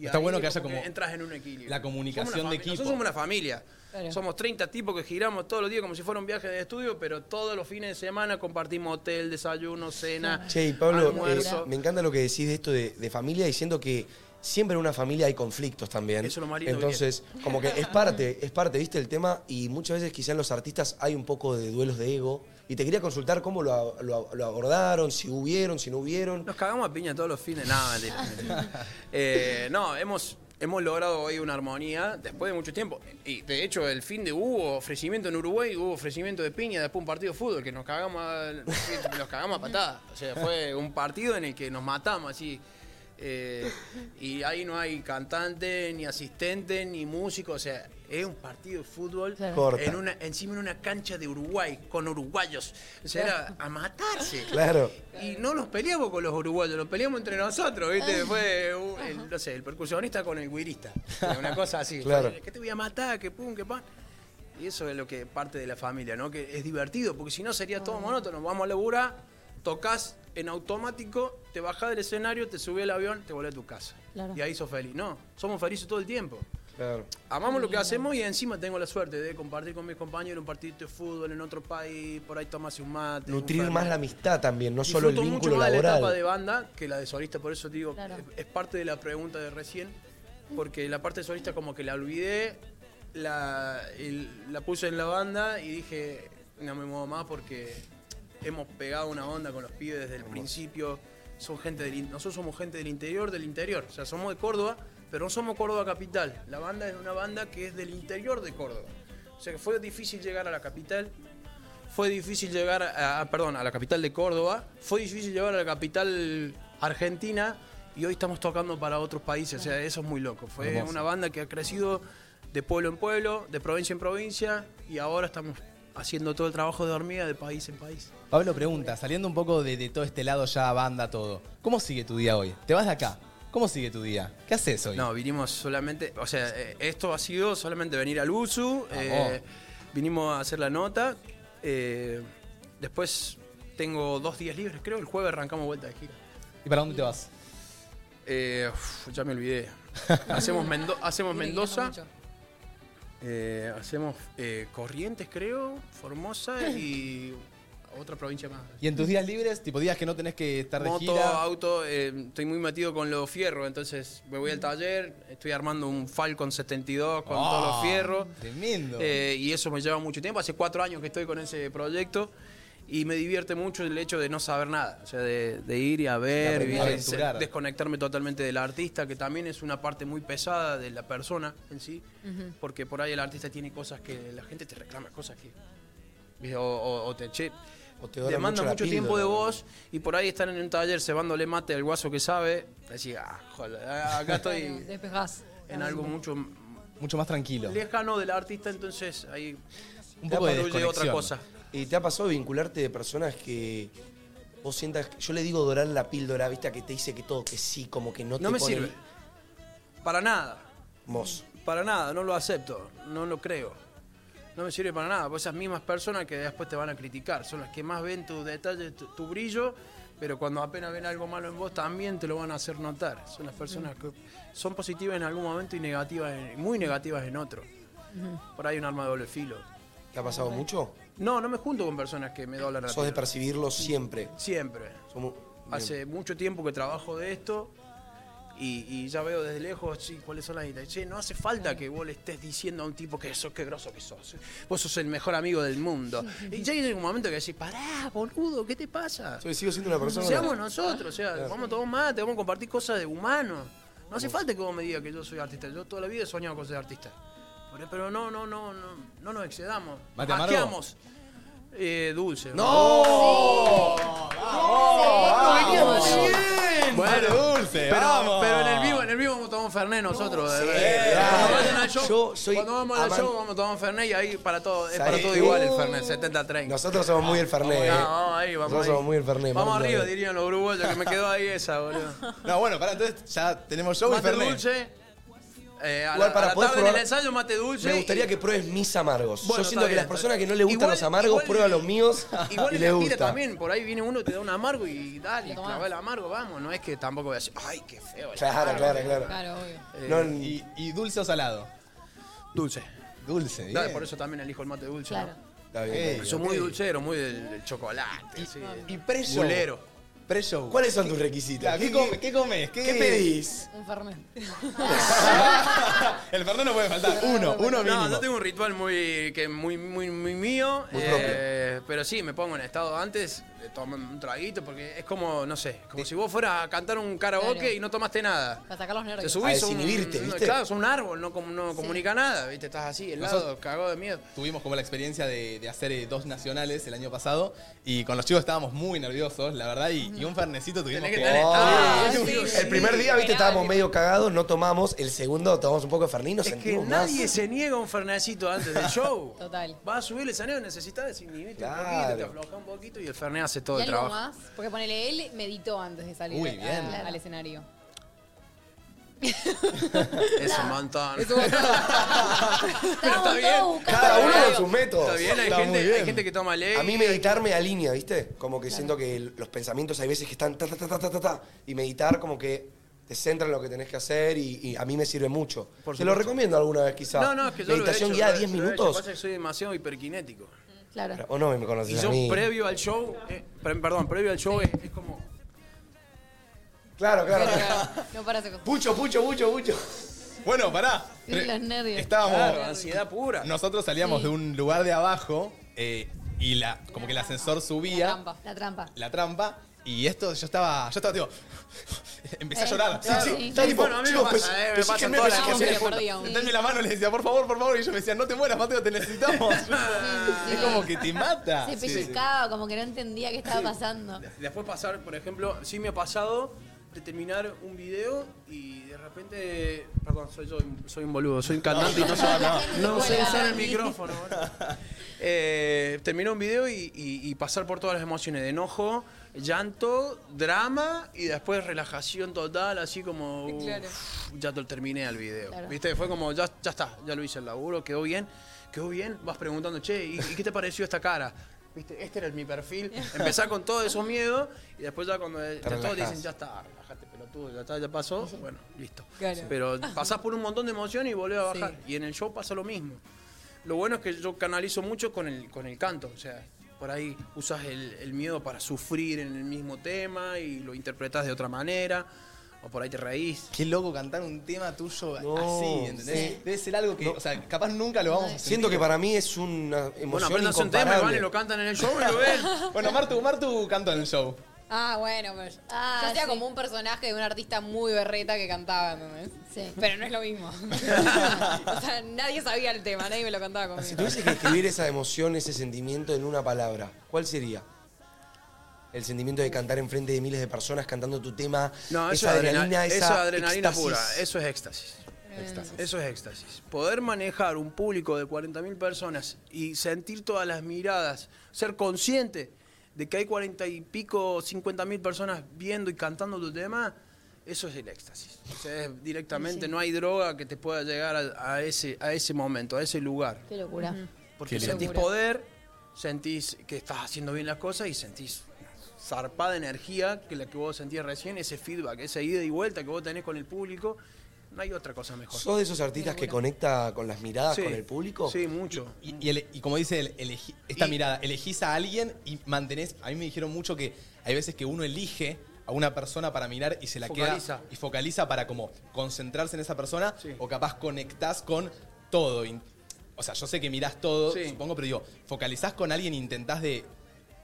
Está ahí bueno que es haya como entras en un equilibrio. la comunicación Somos una de fami- equipo. Nosotros somos una familia. Claro. Somos 30 tipos que giramos todos los días como si fuera un viaje de estudio, pero todos los fines de semana compartimos hotel, desayuno, cena, Che, y Pablo, almuerzo. eh, me encanta lo que decís de esto de, de familia, diciendo que siempre en una familia hay conflictos también. Eso es lo más lindo que Entonces, como que es parte, es parte, viste el tema, y muchas veces quizá en los artistas hay un poco de duelos de ego. Y te quería consultar cómo lo, a- lo a- lo abordaron, si hubieron, si no hubieron. Nos cagamos a piña todos los fines. Nada, mentira, mentira. Eh, no, hemos, hemos logrado hoy una armonía después de mucho tiempo. Y de hecho, el fin de hubo ofrecimiento en Uruguay, hubo ofrecimiento de piña después un partido de fútbol que nos cagamos a, nos cagamos a patadas. O sea, fue un partido en el que nos matamos así. Eh, y ahí no hay cantante, ni asistente, ni músico. O sea, es un partido de fútbol Corta. en una, encima en una cancha de Uruguay, con uruguayos. O sea, era a matarse. Claro. Y no nos peleamos con los uruguayos, nos peleamos entre nosotros, ¿viste? Fue, uh, el, no sé, el percusionista con el guirista. Una cosa así. Claro. Que te voy a matar, que pum, que pan. Y eso es lo que parte de la familia, ¿no? Que es divertido, porque si no sería todo monótono. Vamos a laburar, tocas en automático, te bajás del escenario, te subís al avión, te volvés a tu casa. Claro. Y ahí sos feliz. No, somos felices todo el tiempo. Amamos lo que hacemos y encima tengo la suerte de compartir con mis compañeros un partido de fútbol en otro país, por ahí tomarse un mate. un Nutrir fernet. más la amistad también, no solo el Disfruto vínculo mucho más de la etapa laboral. de banda que la de solista, por eso digo, Claro. es- es parte de la pregunta de recién, porque la parte de solista como que la olvidé, la, el- la puse en la banda y dije, no me muevo más porque hemos pegado una onda con los pibes desde el principio. Son gente del, in- nosotros somos gente del interior, del interior, o sea, somos de Córdoba, pero no somos Córdoba capital. La banda es una banda que es del interior de Córdoba. O sea que fue difícil llegar a la capital, fue difícil llegar a, a- perdón, a la capital de Córdoba, fue difícil llegar a la capital argentina y hoy estamos tocando para otros países, o sea, eso es muy loco. Fue Hermoso. una banda que ha crecido de pueblo en pueblo, de provincia en provincia y ahora estamos haciendo todo el trabajo de hormiga de país en país. Pablo pregunta, saliendo un poco de, de todo este lado ya banda todo, ¿cómo sigue tu día hoy? ¿Te vas de acá? ¿Cómo sigue tu día? ¿Qué haces hoy? No, vinimos solamente, o sea, eh, esto ha sido solamente venir al USU, eh, vinimos a hacer la nota, eh, después tengo dos días libres, creo, el jueves arrancamos vuelta de gira. ¿Y para dónde te vas? Eh, uf, ya me olvidé. Hacemos, Mendo- hacemos Tiene que Mendoza. irnos eh, hacemos eh, Corrientes, creo, Formosa y otra provincia más. ¿Y en tus días libres, tipo días que no tenés que estar de Moto, gira? auto, eh, estoy muy metido con los fierros, entonces me voy al taller, estoy armando un Falcon 72 con Ah, todos los fierros. Tremendo. Eh, y eso me lleva mucho tiempo. Hace cuatro años que estoy con ese proyecto y me divierte mucho el hecho de no saber nada. O sea, de, de ir y a ver, De y de aventurar. se- desconectarme totalmente del artista, que también es una parte muy pesada de la persona en sí. Porque por ahí el artista tiene cosas que la gente te reclama, cosas que. ¿viste? O, o- o te che. dora demanda mucho la mucho, tiempo píldora. de vos y por ahí están en un taller cebándole mate al guaso que sabe. Decís, ah, joder, acá estoy Despejás. en algo mucho Mucho más tranquilo. lejano del artista, entonces ahí Un poco de Te apabulle otra cosa. ¿Y te ha pasado vincularte de personas que vos sientas, yo le digo dorar la píldora, viste, a que te dice que todo que sí, como que no, te No me pone- sirve. Mm, Para nada. Vos. Para nada, no lo acepto, no lo creo. No me sirve para nada. Pues esas mismas personas que después te van a criticar son las que más ven tu detalle, tu, tu brillo, pero cuando apenas ven algo malo en vos también te lo van a hacer notar. Son las personas que son positivas en algún momento y negativas, en- muy negativas en otro. Por ahí un arma de doble filo. ¿Te ha pasado mucho? Eh, No, no me junto con personas que me doblan la Sos de píldora. percibirlo siempre. Siempre. Somos- Hace mucho tiempo que trabajo de esto y, y ya veo desde lejos sí, cuáles son las ideas. Che, no hace falta que vos le estés diciendo a un tipo que sos, qué groso que sos. Vos sos el mejor amigo del mundo. Y ya llega un momento que decís, pará, boludo, ¿qué te pasa? Soy- sigo siendo una persona. Seamos nosotros, o sea, Claro. vamos a tomar mate, vamos a compartir cosas de humanos. No hace falta que vos me digas que yo soy artista. Yo toda la vida he soñado con ser artista. Pero- Pero no, no, no, no, no nos excedamos. ¿Mate amargo? Asqueamos. Eh, dulce. ¡No! ¡Vamos! Bueno, dulce, pero, vamos. pero en el vivo, en el vivo vamos a tomar Fernet nosotros. de verdad. dale. cuando vayan al show, Yo soy cuando vamos al aman- show vamos a tomar Fernet y ahí para todo, es para ¿Sabés todo qué? igual el Fernet, 70-30. Nosotros somos muy el Fernet. Vamos, eh. vamos ahí, vamos Nosotros ahí. somos muy el Fernet. Vamos vamos arriba, ahí. dirían los uruguayos, que me quedó ahí esa, boludo. No, bueno, para entonces ya tenemos show y Mate Fernet. dulce. eh, a Igual la, para a la poder tarde probar- en el ensayo mate dulce. Me gustaría y- que pruebes mis amargos. Bueno, Yo siento está que bien, las está personas que bien. no le gustan Igual- los amargos igual- prueban los míos Igual y en la les gira gusta. también, por ahí viene uno, te da un amargo y dale, clava el amargo, vamos. No es que tampoco voy a decir, ay, qué feo. el Claro, amargo". claro, claro. Eh, No, y, y dulce o salado? Dulce. Dulce, bien. Dale, por eso también elijo el mate dulce. Claro. ¿no? Eh, Está bien, Soy ok. muy dulcero, muy del, del chocolate. así, Y pre-show. Bulero. Pre-show. ¿Cuáles son tus requisitos? Claro, ¿Qué, come- qué comes? ¿Qué, ¿Qué pedís? Un Fernet. El Fernet no puede faltar. Uno, uno mínimo. No, yo tengo un ritual muy, que muy, muy, muy mío. Muy eh, pero sí, me pongo en estado antes, eh, tomo un traguito, porque es como, no sé, como si vos fueras a cantar un karaoke Claro. y no tomaste nada. Para sacar los nervios. Te subís A un- desinhibirte, un, ¿viste? Claro, es un árbol, no, com- no Sí. comunica nada, ¿viste? Estás así, helado, Nosotros- cagado de miedo. Tuvimos como la experiencia de, de hacer eh, dos nacionales el año pasado y con los chicos estábamos muy nerviosos, la verdad, y, y un fernecito tuvimos que... ¡Oh! Tenés que tener estado. Sí, sí, sí, El primer día, viste, estábamos medio cagados, no tomamos. El segundo tomamos un poco de Fernet y nos Es que sentimos nadie más. se niega un fernecito antes del show. Total. Vas a subir el escenario, necesitas desinhibirte un Claro. poquito, te aflojas un poquito y el fernet hace todo ¿Y el algo trabajo. más? Porque ponele, él meditó antes de salir Uy, a- bien. a- Claro. al escenario. Es un montón. Pero está bien. Cada uno Está con bien. sus métodos. Está bien, hay gente- muy hay gente que toma ley. A mí meditar me alinea, ¿viste? Como que siento que el- los pensamientos hay veces que están ta, ta, ta, ta, ta, ta, ta, y meditar como que te centra en lo que tenés que hacer y, y a mí me sirve mucho. te lo supuesto. recomiendo alguna vez quizás. No, no, es que yo Meditación lo he hecho, guiada lo he- 10 lo he hecho, minutos. pasa que soy demasiado hiperkinético. Claro. O no me conoces Y a yo mí. previo al show, eh, pre- perdón, previo al show es, es como... Claro, claro. No para hacer Pucho, pucho, pucho, pucho. Bueno, pará. Sí, los nervios. Estábamos. Claro, ansiedad pura. Nosotros salíamos Sí. de un lugar de abajo eh, y la, como que el ascensor subía trampa. La trampa. la trampa. Y esto, yo estaba, yo estaba, tipo, empecé a Eh, llorar. Sí, claro, sí. sí. Estaba tipo, Bueno, a mí me chicos, pues, pasa, eh, me pasan persíguenme, todas las persíguenme. veces que me perdí aún. Entonces mi la mano le decía, por favor, por favor. Y yo me decía, no te mueras, Mateo, te necesitamos. Es como que te mata. Se Sí, sí. pellizcaba, como que no entendía qué estaba pasando. Después pasar, por ejemplo, sí me ha pasado de terminar un video y de repente... Perdón, soy yo, soy un boludo, soy un cantante y no sé No, no no. sé usar el Sí. micrófono. boludo. Eh, terminar un video y, y- y pasar por todas las emociones de enojo, llanto, drama y después relajación total, así como... Sí, claro. "Uf, ya te- terminé el video. Claro. ¿Viste? Fue como, ya, ya está, ya lo hice el laburo, quedó bien, quedó bien. Vas preguntando, che, ¿y, y qué te pareció esta cara? ¿Viste? Este era mi perfil. Empezar con todos esos miedos y después ya cuando ya todos relajás. dicen, ya está, relájate pelotudo, ya está, ya pasó, bueno, listo. Claro. Pero pasás por un montón de emoción y volvés a bajar. Y en el show pasa lo mismo. Lo bueno es que yo canalizo mucho con el, con el canto, o sea, por ahí usas el, el miedo para sufrir en el mismo tema y lo interpretas de otra manera, o por ahí te reís. Qué loco cantar un tema tuyo así, ¿entendés? Debe ser algo que, o sea, capaz nunca lo vamos a Siento que para mí es una Bueno, emoción aprendas un tema incomparable. y van y lo cantan en el show y lo ven. bueno, Martu, Martu cantó en el show. Ah, bueno, pero yo- Ah, yo hacía como un personaje de un artista muy berreta que cantaba, ¿entendés? Sí. Pero no es lo mismo. o sea, nadie sabía el tema, nadie me lo cantaba conmigo. Si tuviese que escribir esa emoción, ese sentimiento en una palabra, ¿cuál sería? El sentimiento de cantar enfrente de miles de personas cantando tu tema. No, eso esa es adrenalina, adrenalina, esa eso es adrenalina éxtasis. pura, eso es éxtasis. Eso es éxtasis. Poder manejar un público de 40.000 personas y sentir todas las miradas, ser consciente de que hay 40 y pico, 50.000 personas viendo y cantando tu tema, eso es el éxtasis. O sea, es directamente, no hay droga que te pueda llegar a, a ese, a ese momento, a ese lugar. Qué locura. Ujú. Porque Qué sentís locura. poder, sentís que estás haciendo bien las cosas y sentís una zarpada energía que la que vos sentías recién, ese feedback, esa ida y vuelta que vos tenés con el público. No hay otra cosa mejor. ¿Sos de esos artistas que conecta con las miradas, Sí. con el público? Sí, mucho. Y, y ele- y como dice el- elegí- esta mirada, elegís a alguien y mantenés. A mí me dijeron mucho que hay veces que uno elige a una persona para mirar y se la Focaliza. queda y focaliza para como concentrarse en esa persona o capaz conectás con todo. In- O sea, yo sé que mirás todo, supongo, pero digo, focalizás con alguien e intentás de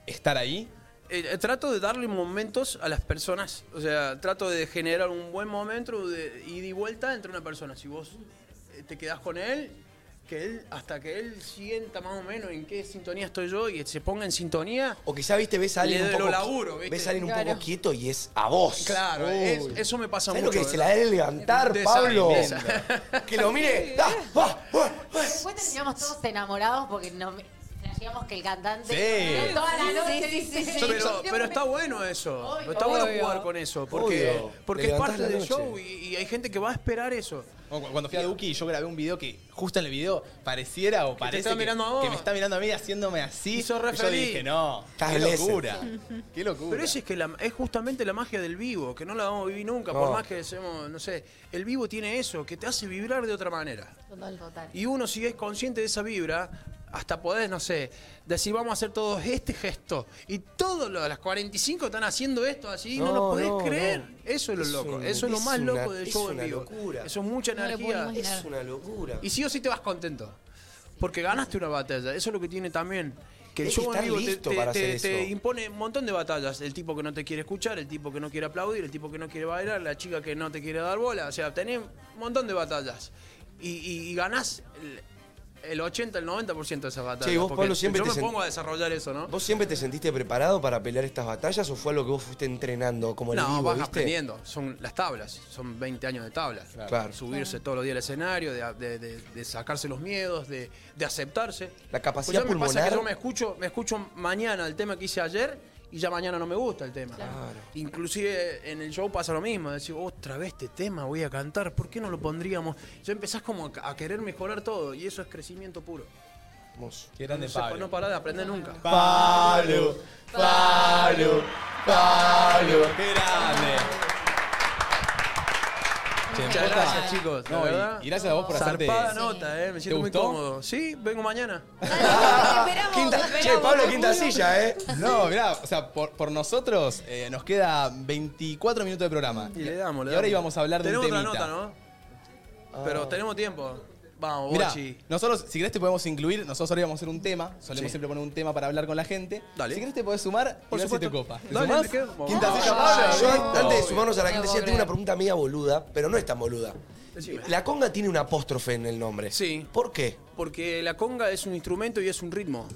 estar ahí. Eh, eh, trato de darle momentos a las personas. O sea, trato de generar un buen momento de ida y vuelta entre una persona. Si vos eh, te quedás con él, que él, hasta que él sienta más o menos en qué sintonía estoy yo y se ponga en sintonía. O quizá, viste, ves a alguien Le un poco, lo laburo, ¿viste? ves a alguien un Claro. poco quieto y es a vos. Claro, Uy. es- eso me pasa ¿Sabés mucho. lo que se la debe levantar, De esa- Pablo? de esa. que lo eh, mire. Después terminamos todos enamorados porque nos flashíamos que el cantante. Sí. Toda la noche. Sí, dice, Yo- Pero, pero está bueno eso. Obvio. está bueno Obvio. jugar con eso. Porque, Obvio. porque Le es parte levantás la del noche. show y, y hay gente que va a esperar eso. Como cu- Cuando fui a Duki, yo grabé un video que justo en el video pareciera o parece está mirando a vos. que me está mirando a mí haciéndome así. sos re y yo feliz. dije, no, Estás qué blessed. locura. Qué locura. Pero eso es que la- es justamente la magia del vivo, que no la vamos a vivir nunca, No. por más que seamos, no sé, el vivo tiene eso, que te hace vibrar de otra manera. Total, total. Y uno si es consciente de esa vibra, hasta podés, no sé, decir vamos a hacer todos este gesto. Y todos los, las 45 están haciendo esto así, no, No, lo podés no, creer. no. Eso es lo Es loco, un- eso es lo es más una- loco del es show en una vivo. locura. Eso es mucha No lo puedo energía. imaginar. Es una locura. Y sí o sí te vas contento. Porque ganaste una batalla, eso es lo que tiene también. Que el Hay que show en estar vivo te, listo te- para te- hacer te eso. impone un montón de batallas. El tipo que no te quiere escuchar, el tipo que no quiere aplaudir, el tipo que no quiere bailar, la chica que no te quiere dar bola. O sea, tenés un montón de batallas. Y, y- y ganás el, el 80, el 90% de esas batallas. Che, vos, Porque Pablo, siempre yo te me sent- pongo a desarrollar eso, ¿no? ¿Vos siempre te sentiste preparado para pelear estas batallas o fue algo que vos fuiste entrenando como el no, vivo, vas viste? aprendiendo. Son las tablas. Son 20 años de tablas. Claro. Subirse todos los días al escenario, de, de- de- de sacarse los miedos, de, de aceptarse. La Pues capacidad ya me pasa que yo me pulmonar. escucho, me escucho mañana el tema que hice ayer y ya mañana no me gusta el tema. Inclusive en el show pasa lo mismo, decir, otra vez este tema voy a cantar, ¿por qué no lo pondríamos? Ya empezás como a a querer mejorar todo y eso es crecimiento puro. Qué grande no, se- Pablo. no parás de aprender nunca. Pablo, Pablo, Pablo. Qué grande. Muchas posta. gracias, chicos. la No, y- verdad. y gracias a vos por hacerte- Zarpada Sí. nota, eh. Me ¿Te siento muy gustó? cómodo. Sí, vengo mañana. Quinta- Che, Pablo, quinta silla, ¿eh? No, mirá, o sea, por, por nosotros eh, nos queda 24 minutos de programa. Y le damos, le Y ahora damos. íbamos a hablar de un Tenemos temita. Ah. otra nota, ¿no? Pero tenemos tiempo. Vamos, Mirá, Bochi. nosotros, si querés te podemos incluir, nosotros ahora íbamos a hacer un tema, solemos Sí. siempre poner un tema para hablar con la gente. Dale. Si querés te podés sumar Por y ver si te supuesto. copa. ¿Te Dale, sumás? me quedo. Quinta Vamos. silla Ah, Pablo. Yo, no, antes de obvio. sumarnos a la No gente, puedo sí, tengo creer. una pregunta media boluda, pero no es tan boluda. Decime. La conga tiene una apóstrofe en el nombre. Sí. ¿Por qué? Porque la conga es un instrumento y es un ritmo.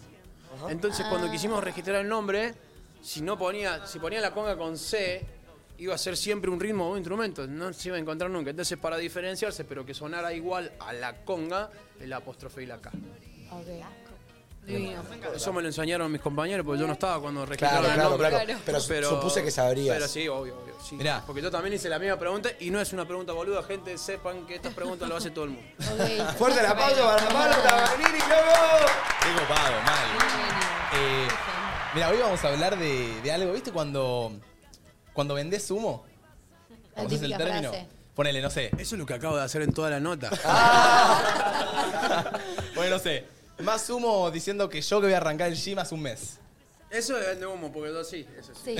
Entonces, cuando quisimos registrar el nombre, si no ponía, si ponía la conga con C, iba a ser siempre un ritmo o un instrumento. No se iba a encontrar nunca. Entonces, para diferenciarse, pero que sonara igual a la conga, el apóstrofe y la K. Divino. Eso me lo enseñaron mis compañeros, porque yo no estaba cuando Claro, registraron el claro, nombre. claro. Pero su- supuse que sabrías. Pero sí, obvio, obvio. sí. Mirá. Porque yo también hice la misma pregunta y no es una pregunta boluda, gente. Sepan que estas preguntas lo hace todo el mundo. Fuerte el aplauso para Pablo Tabanini, loco. Qué copado, mal. Eh, mira, hoy vamos a hablar de, de algo, ¿viste? Cuando, cuando vendés humo, La ¿Conoces el típica término? frase. Ponele, no sé. Eso es lo que acabo de hacer en toda la nota. Ponele, no sé. Más humo diciendo que yo que voy a arrancar el gym hace un mes. Eso es de humo, porque yo sí, eso sí.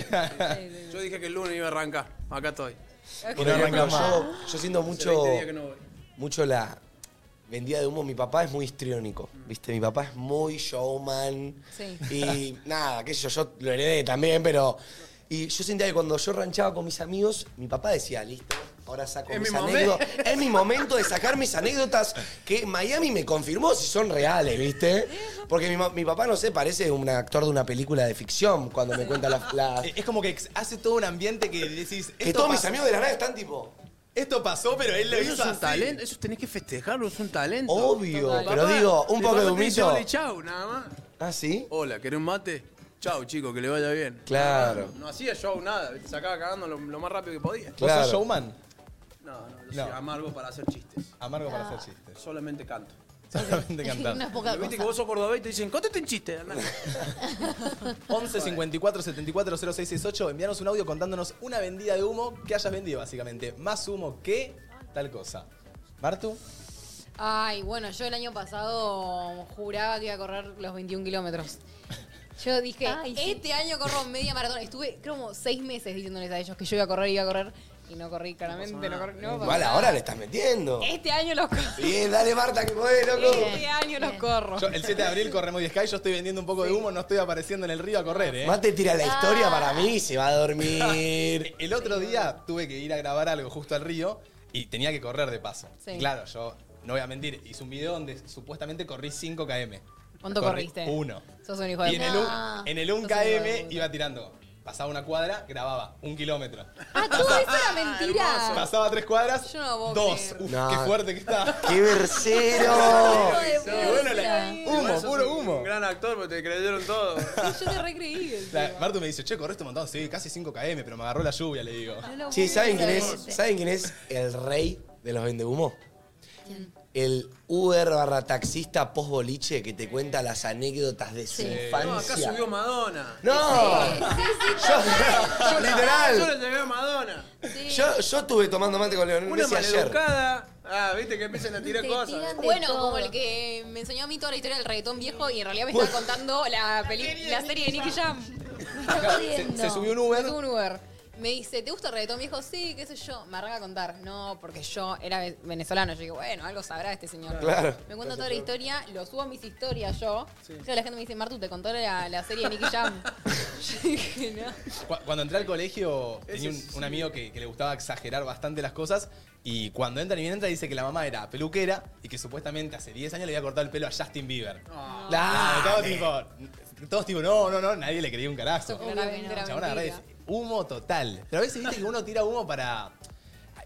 Yo dije que el lunes iba a arrancar. Acá estoy. Por ejemplo, yo, yo siento Hace mucho, 20 días que no voy. mucho la vendida de humo. Mi papá es muy histriónico, ¿viste? Mi papá es muy showman. Sí. Y nada, qué sé yo, yo lo heredé también, pero... Y yo sentía que cuando yo ranchaba con mis amigos, mi papá decía, listo, ahora saco Es mis mi momento". anécdotas. Es mi momento de sacar mis anécdotas que Miami me confirmó si son reales, ¿viste? Porque mi, ma- mi papá, no sé, parece un actor de una película de ficción cuando me cuenta la... la- Eh, Es como que ex- hace todo un ambiente que decís. Que "Esto todos mis pasó". amigos de la nada están tipo... Esto pasó, pero él lo Eso hizo es un así. talento, eso tenés que festejarlo, es un talento. Obvio, pero digo, un mi poco de papá te dice, humito. "Ole, chau, nada más. ¿Ah, sí? Hola, ¿querés un mate? Chau, chico, que le vaya bien. Claro. No hacía show nada, te sacaba cagando lo, lo más rápido que podía. ¿Vos sos showman? No, no, yo No. soy amargo para hacer chistes. Amargo para hacer chistes. Solamente canto. Solamente cantar. No es poca Viste cosa. que vos sos cordobés y te dicen, cóntate un chiste, andá". 11 54 74 0668. Envianos un audio contándonos una vendida de humo que hayas vendido, básicamente. Más humo que tal cosa. ¿Martu? Ay, bueno, yo el año pasado juraba que iba a correr los 21 kilómetros. Yo dije, Ay, sí. este año corro media maratón. Estuve como seis meses diciéndoles a ellos que yo iba a correr, iba a correr. Y no corrí, claramente. No corrí, no pasó Igual nada. ahora le estás metiendo. Este año los corro. Bien, dale Marta, que podés, loco. Este año los corro. Yo, el 7 de abril corremos 10K y yo estoy vendiendo un poco de humo, no estoy apareciendo en el río a correr, ¿eh? Mate tira la historia Ah. para mí, se va a dormir. Eh, El otro día tuve que ir a grabar algo justo al río y tenía que correr de paso. Sí. Y Claro, yo no voy a mentir, hice un video donde supuestamente corrí 5 km. ¿Cuánto Corrí corriste? Uno. Sos un hijo de Y en el, puta. un- en el Sos un hijo de 1KM puta. iba tirando. Pasaba una cuadra, grababa un kilómetro. Ah, todo eso era mentira. Pasaba tres cuadras, Yo no puedo dos. Uf, No. qué fuerte que está. ¡Qué versero! Y bueno, la- Igual humo, sos puro un- humo. Un gran actor, pero te creyeron todo. Yo te recreí. La- Martu me dice, che, corriste un montón. Sí, casi 5 km, pero me agarró la lluvia, le digo. Sí, ¿saben quién es? ¿Saben quién es el rey de los vendehumo? El Uber barra taxista post boliche que te cuenta las anécdotas de su Eh, No, acá infancia. subió Madonna. ¡No! Yo la- Yo la Literal. llevé a Madonna. Yo, yo estuve tomando mate con Leonel Una Messi ayer. maleducada. Ah, viste que empiezan a tirar cosas. Bueno, como el que me enseñó a mí toda la historia del reggaetón viejo y en realidad me estaba contando la, peli- la serie de Nicky Jam. Se, se subió un Uber. Me subo un Uber. Me dice, ¿te gusta el reggaetón viejo? Sí, qué sé yo. Me arranca a contar. No, porque yo era ve- venezolano. Yo digo, bueno, algo sabrá este señor. Claro. Me cuenta toda la historia, lo subo a mis historias yo. Entonces la gente me dice, Martu, te contó la, la serie de Nicky Jam. yo dije, no. Cu- Cuando entré al colegio, tenía un, Ese sí. un amigo que, que le gustaba exagerar bastante las cosas. Y cuando entra y bien entra, dice que la mamá era peluquera y que supuestamente hace 10 años le había cortado el pelo a Justin Bieber. Ah, Claro, todo tipo, todos tipo, no, no, no, nadie le creía un carajo. Obvio que no. era Chabona, mentira. re- humo total. Pero a veces viste que uno tira humo para.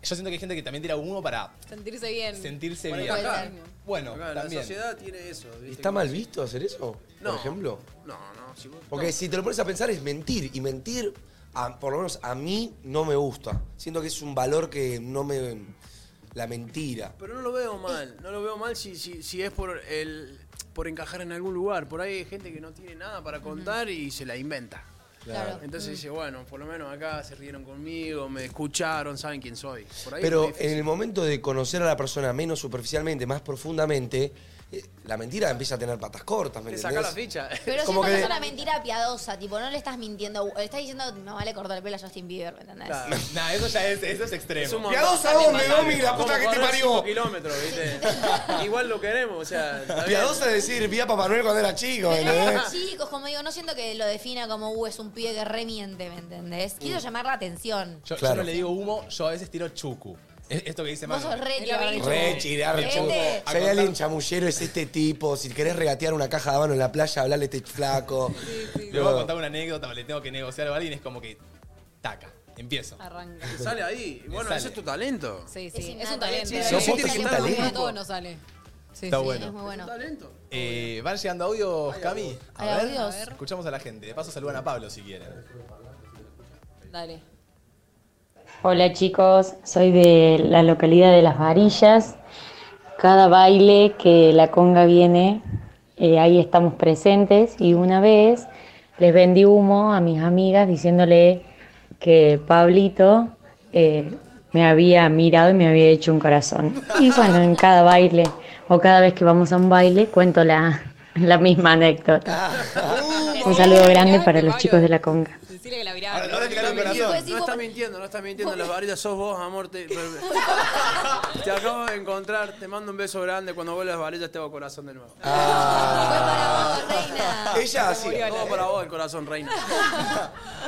Yo siento que hay gente que también tira humo para Sentirse bien. sentirse Para bien. encajar. Bueno, Acá la también. sociedad tiene eso. ¿viste? ¿Está mal visto hacer eso? No. Por ejemplo. No, no. Si vos, Porque no. si te lo pones a pensar es mentir. Y mentir, a- por lo menos a mí, no me gusta. Siento que es un valor que no me... La mentira. Pero no lo veo mal. No lo veo mal si, si, si es por el por encajar en algún lugar. Por ahí hay gente que no tiene nada para contar y se la inventa. Claro. Entonces dice, bueno, por lo menos acá se rieron conmigo, me escucharon, saben quién soy. Por ahí Pero es más en el momento de conocer a la persona menos superficialmente, más profundamente, eh, la mentira empieza a tener patas cortas, ¿me difícil. Te saca la entendés? ficha. Pero si Como esta que- es una mentira piadosa, tipo, no le estás mintiendo, le estás diciendo, mi mamá le cortó el pelo a Justin Bieber, ¿me entendés? Nah, eso ya es, eso es extremo. Es un montón. Piadosa, ¿dónde, Como Domi? La puta que te correr parió. cinco kilómetros, ¿viste? Igual lo queremos, o sea. está bien. Piadosa es decir, vi a Papá Noel cuando era chico, ¿me Pero entendés? eran Eh. chicos, como digo, no siento que lo defina como, uh, es un pibe que remiente, ¿me entendés? Quiero llamar la atención. Mm. Yo, yo Claro. no le digo humo, yo a veces tiro chucu. Es- Esto que dice Vos Manu. sos re tío, Barbie. Re chirar, Este- chupo. A Si hay contar- alguien chamullero es este tipo. Si querés regatear una caja de habano en la playa, hablale a este flaco. Le voy a contar una anécdota, le tengo que negociar a alguien, es como que taca, empiezo. Arranca. Sale ahí. Y Bueno, Sale. ese es tu talento. Sí, sí. Es un talento. Sí, sí, Sí, sí, sí, tiene que estar talento. loco. A todos nos sale. Sí, Está sí, bueno. Es muy bueno. Eh, van llegando audios, Cami. Hay audios. Escuchamos a la gente. De paso saludan a Pablo si quieren. Dale. Hola chicos, soy de la localidad de Las Varillas. Cada baile que la conga viene, eh, ahí estamos presentes y una vez les vendí humo a mis amigas diciéndole que Pablito eh, me había mirado y me había hecho un corazón. Y bueno, en cada baile o cada vez que vamos a un baile cuento la, la misma anécdota. Un saludo grande para los chicos de la conga. Decirle que la virá. Ahora, no le picaron el corazón. No está mintiendo, no está mintiendo. Las varitas sos vos, amor. Te, te acabo de encontrar. Te mando un beso grande. Cuando vuelvas las varillas te hago corazón de nuevo. Ella así. Todo para vos el corazón, reina.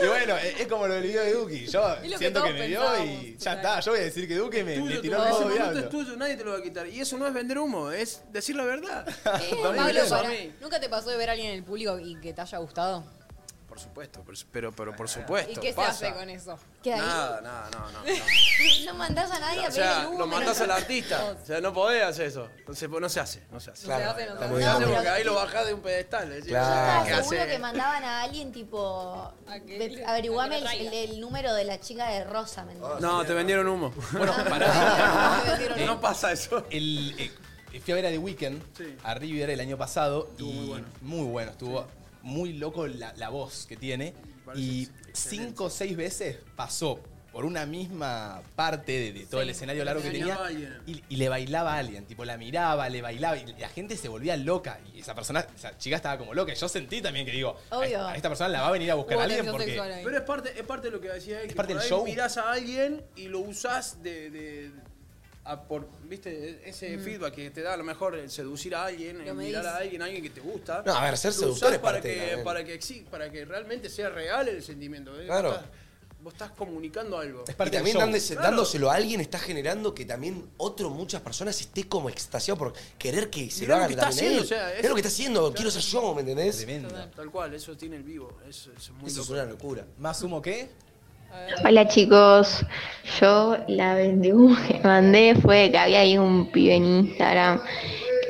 Y bueno, es es como lo del video de Duki. Yo Es lo que siento que, todos me vio y ya está. Yo voy a decir que Duki me, me Tuyo, tiró tuyo, el ese todo momento es diablo. tuyo, nadie te lo va a quitar. Y eso no es vender humo, es decir la verdad. Eh, Pablo, Eso a pará, mí. ¿nunca te pasó de ver a alguien en el público y que te haya gustado? Por supuesto, por su- pero, pero por supuesto. ¿Y qué pasa. se hace con eso? Nada, nada, no, no. no. no mandás a nadie a O pedir sea, el humo. lo matás al menos- artista. O sea, no podés hacer eso. Entonces, pues, no se hace, no se hace. Claro, se hace, no hace se hace. No, pero- porque ahí lo bajás de un pedestal. decís, "Ah, Claro. ¿qué Estaba seguro hace? que mandaban a alguien tipo de- averiguame el, el- el número de la chica de Rosa, ¿me entendés? No, te vendieron humo. Bueno, pará. no pasa eso. El, eh, fui a ver a The Weeknd a River el año pasado. y muy bueno. estuvo muy loco la, la voz que tiene. Y cinco o seis veces pasó por una misma parte de, de todo el escenario largo que tenía. Y, y le bailaba a alguien, tipo la miraba, le bailaba y la gente se volvía loca. Y esa persona, esa chica estaba como loca. y Yo sentí también que digo, a, Obvio. a esta persona la va a venir a buscar a alguien porque. Pero es parte, es parte de lo que decía él. que parte por del ahí show. Mirás a alguien y lo usás de. de- a por, ¿Viste? e, Ese feedback que te da a lo mejor el seducir a alguien, el me mirar dice. a alguien, a alguien que te gusta. No, a ver, ser Lo seductor usás es para parte de la que, venta. para, que exi- para que realmente sea real el sentimiento. ¿eh? Claro. Vos estás, vos estás comunicando algo. Y también dándose- Claro. dándoselo a alguien está generando que también otro, muchas personas esté como extasiado por querer que se Mirá lo lo hagan que está también haciendo, a él. o sea, Mirá eso- lo que está haciendo, quiero ser yo, ¿me entendés? Tal cual, eso tiene el vivo. Eso, eso es muy Eso es loco. una locura. ¿Más humo qué? Hola chicos, yo la vendehum que mandé fue que había ahí un pibe en Instagram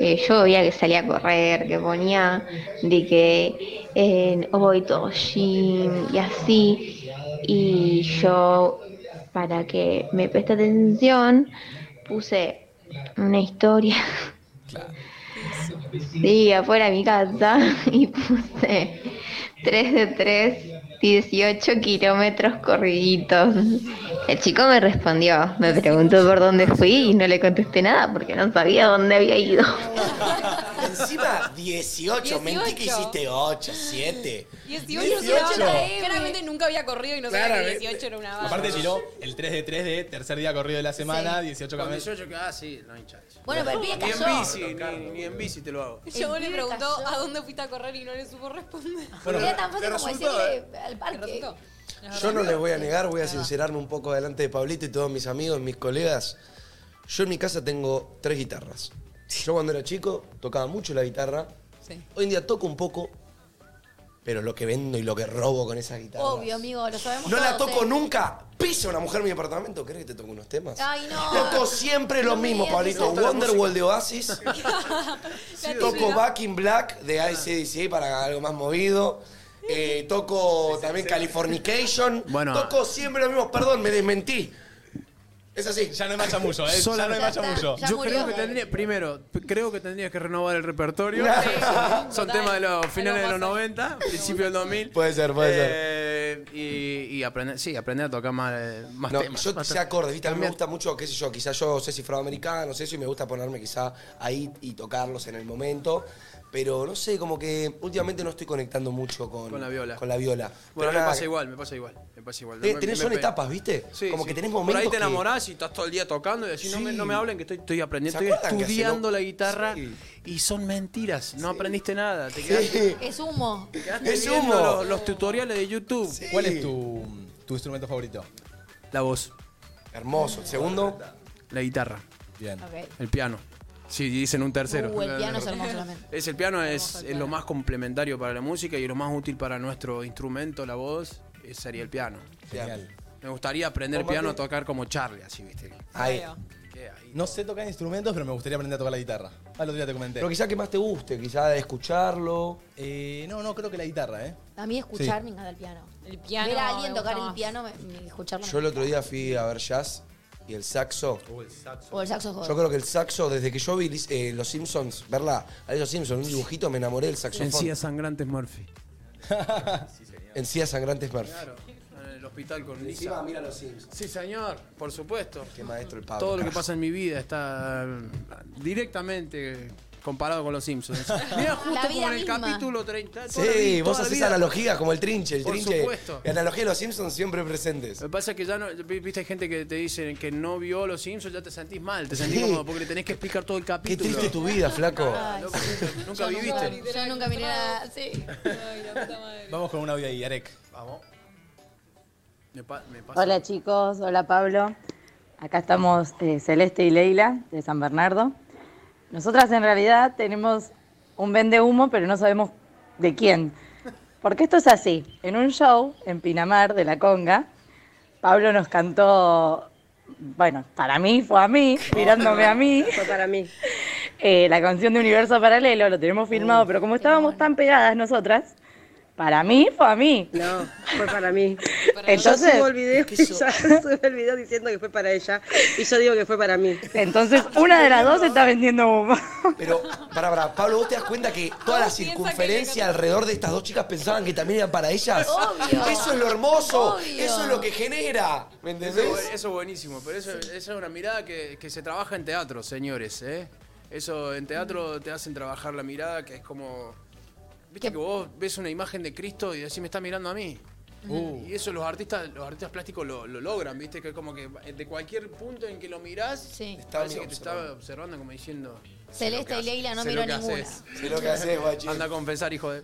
que yo veía que salía a correr, que ponía de que eh, voy todo gym y así y yo para que me preste atención puse una historia Sí, afuera de mi casa y puse 3 de 3, 18 kilómetros corriditos. El chico me respondió, me preguntó por dónde fui y no le contesté nada porque no sabía dónde había ido. Encima, 18, mentí que 18. hiciste 8, 7. 18, 18. Claramente nunca había corrido y no sabía que Claramente. 18 era una banda. Aparte tiró el 3 de 3 de tercer día corrido de la semana, 18 Con camiones. 18 que, ah, sí, no hay chance. Bueno, pero el pibe Ni cayó. en bici, ni, ni en bici te lo hago. Y Yo El le pibe preguntó cayó. a dónde fuiste a correr y no le supo responder. Bueno, Era tan fácil le como resultó, decirle al parque. Yo no les voy a negar, voy a sincerarme un poco delante de Pablito y todos mis amigos, mis colegas. Yo en mi casa tengo tres guitarras. Yo cuando era chico tocaba mucho la guitarra. Sí. Hoy en día toco un poco, pero lo que vendo y lo que robo con esa guitarra. Obvio, amigo, lo sabemos No la todos, toco ¿eh? nunca. Pisa una mujer en mi apartamento. ¿Crees que te toco unos temas? Ay, no. Toco siempre No lo me mismo, digas Pablito. eso. Wonderwall de Oasis. La Toco típica. Back in Black de ACDC para algo más movido. Eh, toco también Californication. Bueno. toco siempre lo mismo. Perdón, me desmentí. Es así. Ya no hay más chamullo, ¿eh? Solo- ya no hay más chamullo. Yo creo que tendría, primero, p- creo que tendrías que renovar el repertorio. Son temas de los finales de los 90, principios del 2000. Puede ser, puede Eh, y, y aprender, sí, aprender a tocar más, eh, más No, temas. yo más sé temas. acordes, ¿viste? A mí me Cambiar- gusta mucho, qué sé yo, quizás yo sé cifrado americano, sé eso, y me gusta ponerme quizá ahí y tocarlos en el momento. Pero no sé, como que últimamente no estoy conectando mucho con, Con la viola. Con la viola. Bueno, Pero me nada, pasa igual, me pasa igual. Me pasa igual. te- Me- tenés me son pe- etapas, ¿viste? Sí, como sí. que tenés momentos Por ahí te que- enamorás y estás todo el día tocando y decís, no, me, no me hablen que estoy, estoy aprendiendo, ¿Se estoy acuerdan que hace estudiando no- la guitarra y son mentiras, no aprendiste nada. Te Sí. quedaste, Es humo. quedaste viendo Los, los tutoriales de YouTube. ¿Cuál es tu, tu instrumento favorito? La voz. Hermoso. Segundo. La guitarra. Bien. Ok. El piano. Sí, dicen un tercero. Uh, el piano es hermoso también. Es el piano es, es lo más complementario para la música y lo más útil para nuestro instrumento, la voz, eh, sería el piano. Genial. Me gustaría aprender Tomate. piano a tocar como Charlie, así, ¿viste? Ahí. No sé tocar instrumentos, pero me gustaría aprender a tocar la guitarra. Al otro día te comenté. Pero quizá que más te guste, quizá de escucharlo. Eh, no, no, creo que la guitarra, ¿eh? A mí escuchar me encanta el piano. El piano Ver a alguien me tocar gusta el más. piano, me, me- escucharlo. Yo el otro día fui a ver jazz y Uh, el saxo. O Oh, el saxo Yo creo que el saxo, desde que yo vi eh, Los Simpsons, verla, a esos Simpsons, un dibujito, me enamoré del saxofón. Encías sangrantes Murphy. Encías sangrantes Murphy. Claro, en el hospital con Lisa. Encima mira los Ah, Simpsons. Sí, señor, por supuesto. Qué maestro el Pablo. Todo lo que carajo. pasa en mi vida está mm, directamente comparado con los Simpsons. Mira, La justo vida como en el misma. capítulo 30. toda la Sí, vida- vos toda la haces vida- analogías como el trinche, el Por trinche. supuesto. La analogía de los Simpsons siempre presentes. Lo que pasa es que ya no, viste hay gente que te dice que no vio los Simpsons, ya te sentís mal, te sentís como porque le tenés que explicar todo el Qué capítulo. triste tu vida, flaco. Ah, loco, nunca- nunca viviste. Yo nunca miré nada. Sí. Vamos con un audio ahí, Arek. Vamos. Me pa- me pasa. Hola chicos, hola Pablo. Acá estamos eh, Celeste y Leila de San Bernardo. Nosotras en realidad tenemos un vende humo, pero no sabemos de quién. Porque esto es así. En un show en Pinamar de la Conga, Pablo nos cantó, bueno, para mí fue a mí, mirándome a mí. Fue para mí. la canción de Universo Paralelo, lo tenemos filmado, pero como estábamos tan pegadas nosotras, para mí fue a mí. No, fue para mí. Entonces, Yo subo el video, ella sube el video diciendo que fue para ella y yo digo que fue para mí. Entonces, una de las dos está vendiendo humo. Pero, para, para, Pablo, ¿vos te das cuenta que toda la circunferencia alrededor de estas dos chicas pensaban que también eran para ellas? Obvio. Eso es lo hermoso, Obvio. eso es lo que genera. ¿Me Eso, entendés? eso es buenísimo, pero eso, esa es una mirada que, que se trabaja en teatro, señores. ¿eh? Eso en teatro te hacen trabajar la mirada, que es como. Viste Mm. que vos ves una imagen de Cristo y decís, me está mirando a mí. Uh. Y eso los artistas, los artistas plásticos lo, lo logran, viste, que es como que de cualquier punto en que lo mirás, parece que te está observando como diciendo. "Sé lo Celeste que y haces, Leila no sé miró lo que ninguna. haces". Sé lo que haces, guachín. Anda a confesar, hijo de.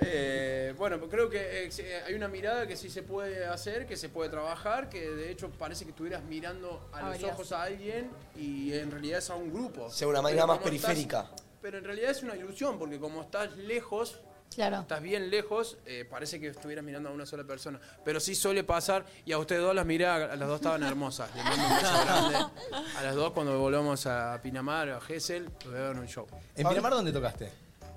Eh, bueno, pues creo que eh, sí, eh, hay una mirada que sí se puede hacer, que se puede trabajar, que de hecho parece que estuvieras mirando a los Abrías. ojos a alguien y en realidad es a un grupo. Sea una manera Pero más como estás- periférica. pero en realidad es una ilusión, porque como estás lejos, Claro. estás bien lejos, eh, parece que estuvieras mirando a una sola persona. Pero sí suele pasar, y a ustedes dos las miré, a a las dos estaban hermosas. Les mando un beso grande. A las dos cuando volvamos a Pinamar, a Gessel, lo veo en un show. ¿En Pinamar dónde tocaste?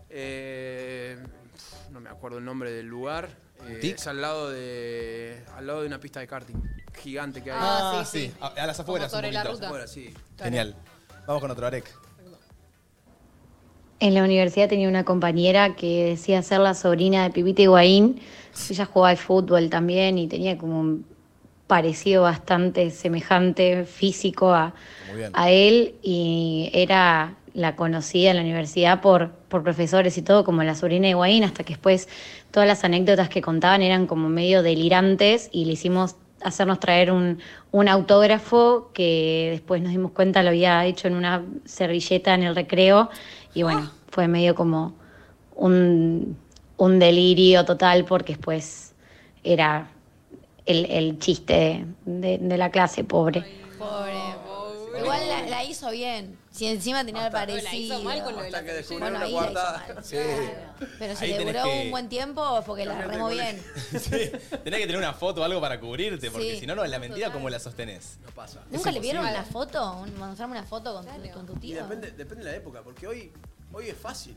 Eh, pf, no me acuerdo el nombre del lugar. Eh, ¿Tic? es al lado de al lado de una pista de karting gigante que hay. Ah, sí, sí. A, a las afueras. Como un sobre la poquito. ruta. Afuera, sí. Genial. Vamos con otro, Arek. En la universidad tenía una compañera que decía ser la sobrina de Pipita Higuaín. Ella jugaba al fútbol también y tenía como un parecido bastante semejante físico a, Muy bien. a él y era la conocida en la universidad por, por profesores y todo como la sobrina de Higuaín, hasta que después todas las anécdotas que contaban eran como medio delirantes y le hicimos hacernos traer un, un autógrafo que después nos dimos cuenta lo había hecho en una servilleta en el recreo y bueno, fue medio como un, un delirio total porque después era el, el chiste de, de- de la clase pobre. Pobre. Igual la, la hizo bien. Si encima tenía el la parecido. hizo mal con lo de la Hasta que Sí. descubrieron Bueno, la ahí la hizo cuarta. Sí. Pero si Ahí le tenés duró que- un buen tiempo, porque la Cambiate remo con- bien. Sí, tenés que tener una foto o algo para cubrirte, porque Sí. si no, no, la mentira, ¿cómo la sostenés? No pasa. ¿Nunca le vieron una foto? Un- Mostrarme una foto con, con tu Y tío. depende, depende de la época, porque hoy, hoy es fácil.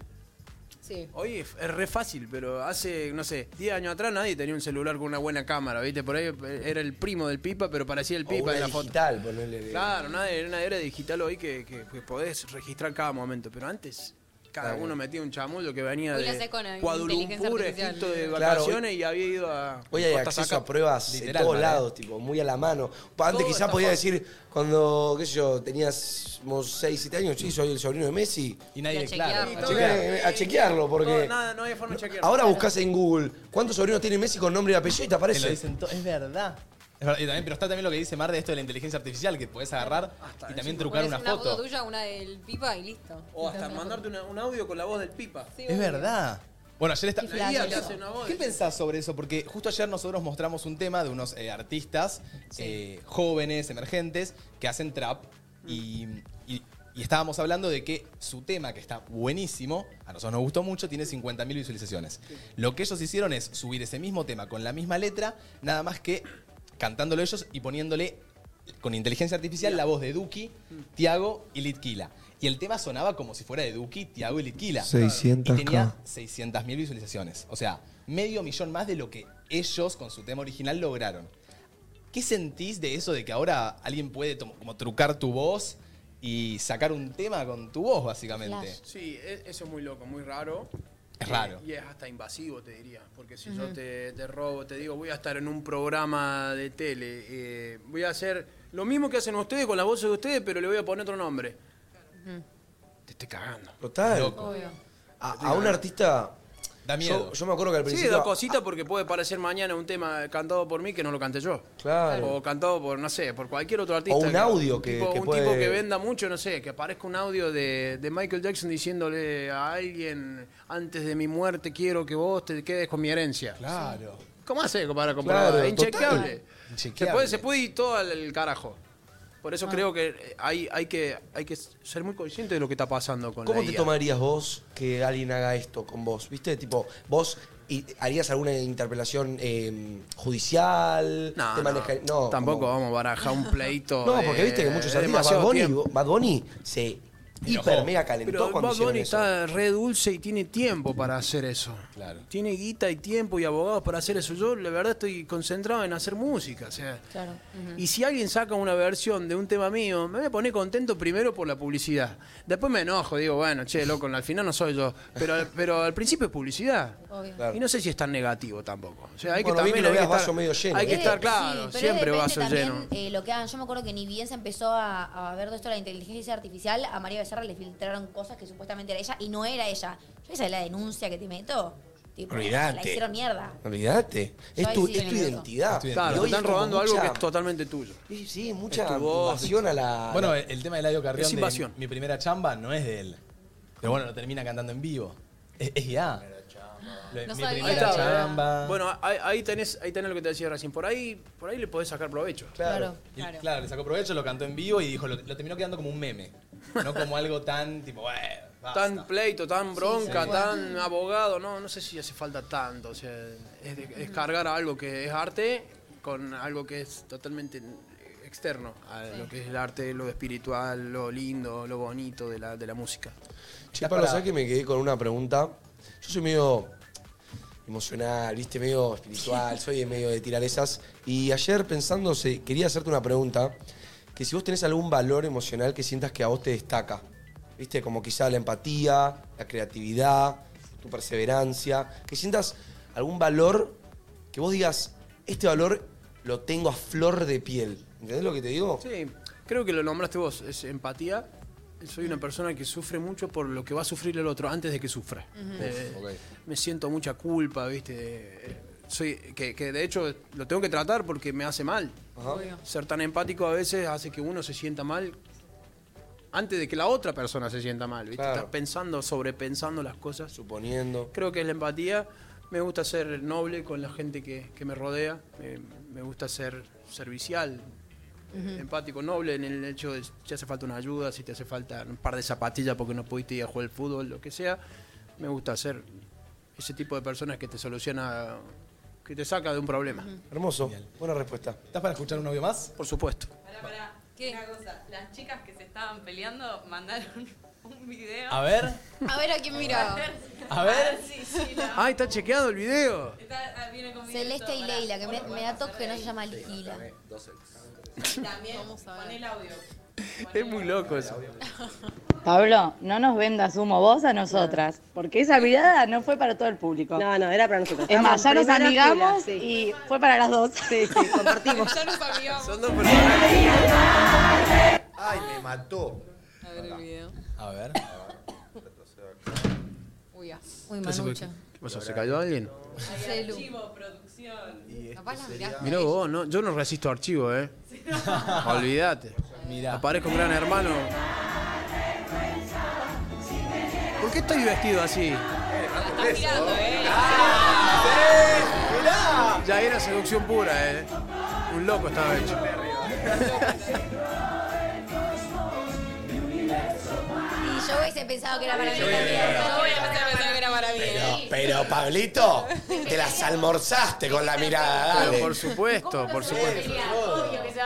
Sí. Hoy es, es re fácil, pero hace, no sé, 10 años atrás nadie tenía un celular con una buena cámara, ¿viste? Por ahí eh, era el primo del Pipa, pero parecía el O Pipa una en la foto. digital, ponele. de- Claro, nadie, era una era digital hoy que, que- que podés registrar cada momento, pero antes cada uno metía un chamullo que venía Hoy lo de hace con el- Cuadrumpur, inteligencia artificial. Egipto de Claro, vacaciones hoy- y había ido a. Hoy hay Costa acceso a Saca. pruebas Literal, en todos ¿vale? lados, tipo, muy a la mano. Pa- Antes Todo quizás está podía fácil. decir, cuando, qué sé yo, tenías 6, 7 años, sí, soy el sobrino de Messi. Y nadie, Y a claro, A, chequearlo. chequear- eh, a chequearlo, porque No, nada, no había forma de chequearlo. ahora buscas en Google cuántos sobrinos tiene Messi con nombre y apellido y te Te lo aparece. dicen to- es verdad. Es verdad, y también, pero está también lo que dice Mar de esto de la inteligencia artificial, que podés agarrar y también trucar Pones una una foto foto. tuya, una del pipa y listo. ah. O hasta mandarte una- un audio con la voz del pipa. Es verdad. Bueno, ayer está. La Flash, guía te eso. hace una voz. ¿Qué pensás sobre eso? Porque justo ayer nosotros mostramos un tema de unos eh, artistas eh, jóvenes, emergentes, que hacen trap. Y, y- y estábamos hablando de que su tema, que está buenísimo, a nosotros nos gustó mucho, tiene 50.000 visualizaciones. Lo que ellos hicieron es subir ese mismo tema con la misma letra, nada más que cantándolo ellos y poniéndole con inteligencia artificial la voz de Duki, Mm. Tiago y Litquila. Y el tema sonaba como si fuera de Duki, Tiago y Litquila. 600K. Y tenía 600.000 visualizaciones. O sea, medio millón más de lo que ellos con su tema original lograron. ¿Qué sentís de eso de que ahora alguien puede tom- como trucar tu voz y sacar un tema con tu voz, básicamente? Sí, e- eso es muy loco, muy raro. Es raro. Eh, Y es hasta invasivo, te diría. Porque si Ujú. yo te, te robo, te digo, voy a estar en un programa de tele, eh, voy a hacer lo mismo que hacen ustedes con la voz de ustedes, pero le voy a poner otro nombre. Te estoy cagando. Total. Loco. A, a un artista. Da miedo. Yo, yo me acuerdo que al Sí, principio. da cosita porque puede parecer mañana un tema cantado por mí que no lo cante yo. Claro. O cantado por, no sé, por cualquier otro artista. O un audio que- tipo, que Un puede- tipo que venda mucho, no sé, que aparezca un audio de, de Michael Jackson diciéndole a alguien, antes de mi muerte quiero que vos te quedes con mi herencia. Claro. ¿Cómo hace para comprobar? Claro, Inchequeable. total. Se Inchequeable. puede, se puede ir todo al al carajo. Por eso Ah. creo que eh, hay, hay que hay que ser muy consciente de lo que está pasando con ¿Cómo la te IA. tomarías vos que alguien haga esto con vos? ¿Viste? Tipo, vos i- harías alguna interpelación eh, judicial. No, no. ¿Te maneja- no, tampoco como- vamos a barajar un pleito. No, porque de- viste que muchos de artistas. Bad demasiado Bunny, tiempo. Bad Bunny se hiper mega calentó Pero cuando Bad hicieron Bunny eso. está re dulce y tiene tiempo para hacer eso. Claro. Tiene guita y tiempo y abogados para hacer eso. Yo, la verdad, estoy concentrado en hacer música. O sea, Claro. y si alguien saca una versión de un tema mío, me voy a poner contento primero por la publicidad. Después me enojo, digo, bueno, che, loco, al final no soy yo. Pero, pero al principio es publicidad. Obvio. Y no sé si es tan negativo tampoco. O sea, hay Bueno, que bien que también lo hay veas que estar- vaso medio lleno. Hay que Eh, estar sí, claro, pero siempre depende vaso también, lleno. eh, lo que hagan. Yo me acuerdo que ni bien se empezó a, a ver todo esto de la inteligencia artificial, a María Becerra le filtraron cosas que supuestamente era ella y no era ella. Yo esa es la denuncia que te meto. Tipo, Olvídate. La hicieron mierda. Olvídate. Yo Es ahí tu, sí me es tu meto. Ah, identidad. Claro, Y te están hoy es como robando algo mucha- que es totalmente tuyo. Sí, sí, mucha Es tu voz, invasión a la. Bueno, la- el, el tema de Eladio Carrión Es de invasión. mi primera chamba no es de él. Pero bueno, lo termina cantando en vivo. Es, es ya. Lo- No mi sabía. primera Ahí está. chamba. Bueno, ahí, ahí tenés, ahí tenés lo que te decía recién. Por ahí, por ahí le podés sacar provecho. Claro. Y, claro. le sacó provecho, lo cantó en vivo y dijo, lo, lo terminó quedando como un meme. No como algo tan tipo, "Eh, basta". Tan pleito, tan bronca, sí. tan abogado, no, no sé si hace falta tanto. O sea, es, de- es cargar algo que es arte con algo que es totalmente externo a lo que es el arte, lo espiritual, lo lindo, lo bonito de la, de la música. Che, Pablo, ¿sabes que me quedé con una pregunta? Yo soy medio emocional, viste, medio espiritual, soy de medio de tirar esas. Y ayer pensando, se- quería hacerte una pregunta, que si vos tenés algún valor emocional que sientas que a vos te destaca, viste, como quizá la empatía, la creatividad, tu perseverancia, que sientas algún valor que vos digas, este valor lo tengo a flor de piel. ¿Entendés lo que te digo? Sí, creo que lo nombraste vos, es empatía. Soy una persona que sufre mucho por lo que va a sufrir el otro antes de que sufra. Uf, Eh, ok. Me siento mucha culpa, ¿viste? Eh, Soy, que, que de hecho lo tengo que tratar porque me hace mal. Obvio. Ser tan empático a veces hace que uno se sienta mal antes de que la otra persona se sienta mal, ¿viste? Claro. Estás pensando, sobrepensando las cosas. Suponiendo. Creo que es la empatía. Me gusta ser noble con la gente que, que me rodea. Eh, me gusta ser servicial, empático, noble en el hecho de si hace falta una ayuda, si te hace falta un par de zapatillas porque no pudiste ir a jugar al fútbol, lo que sea. Me gusta ser ese tipo de personas que te soluciona, que te saca de un problema. Hermoso, buena respuesta. ¿Estás para escuchar un audio más? Por supuesto. Pará, pará. Una cosa, las chicas que se estaban peleando mandaron un video. A ver. A ver a quién miraba. A ver. Sí, sí, la- Ah, está chequeado el video. está- ah, viene conmigo Celeste esto, y pará. Leila, que me, Bueno, me da toque que no se llama Liquila. También pon el audio. Es muy loco eso. Pablo, no nos vendas humo vos a nosotras, porque esa mirada no fue para todo el público. No, no, era para nosotros. Es más, ya nos Primera fila, amigamos sí. y fue para las dos. Sí, sí, compartimos. ya nos amigamos. Son dos personajes. Ay, me mató. A ver el video. A ver. Uy, ah. Uy, Entonces, Manucha. ¿Qué pasó? ¿Se cayó alguien? Celu. Capaz la mirás. Mirá vos, no, yo no resisto archivo, ¿eh? Olvídate. Aparezco un gran hermano. ¿Por qué estoy vestido así? Estás tirando, eh. Ah, Ya era seducción pura, ¿eh? Un loco estaba hecho. Y yo hubiese pensado que era para mí Yo también. hubiese- Yo voy a empezar a pensar que era para mí. Pero, pero, Pablito, te las almorzaste con la mirada, Pero dale. por supuesto, por supuesto.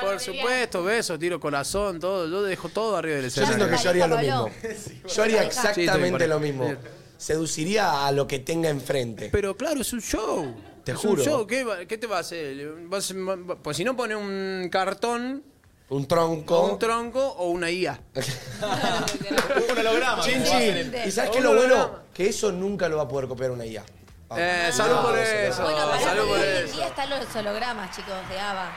Por supuesto, beso, tiro corazón, todo. Yo dejo todo arriba del Yo escenario. siento que yo haría lo mismo. Yo haría exactamente lo mismo. Seduciría a lo que tenga enfrente. Pero claro, es un show. Te Es juro. un show, ¿qué, va- qué te va a hacer? Vas- va- pues si no pone un cartón, Un tronco. un tronco o una IA. un holograma. Chin, como hacen chin. en- ¿Y sabes qué es lo bueno? Que eso nunca lo va a poder copiar una IA. Eh, salud por eso, Bueno, para salud por hoy en eso. día están los hologramas, chicos, de ABBA.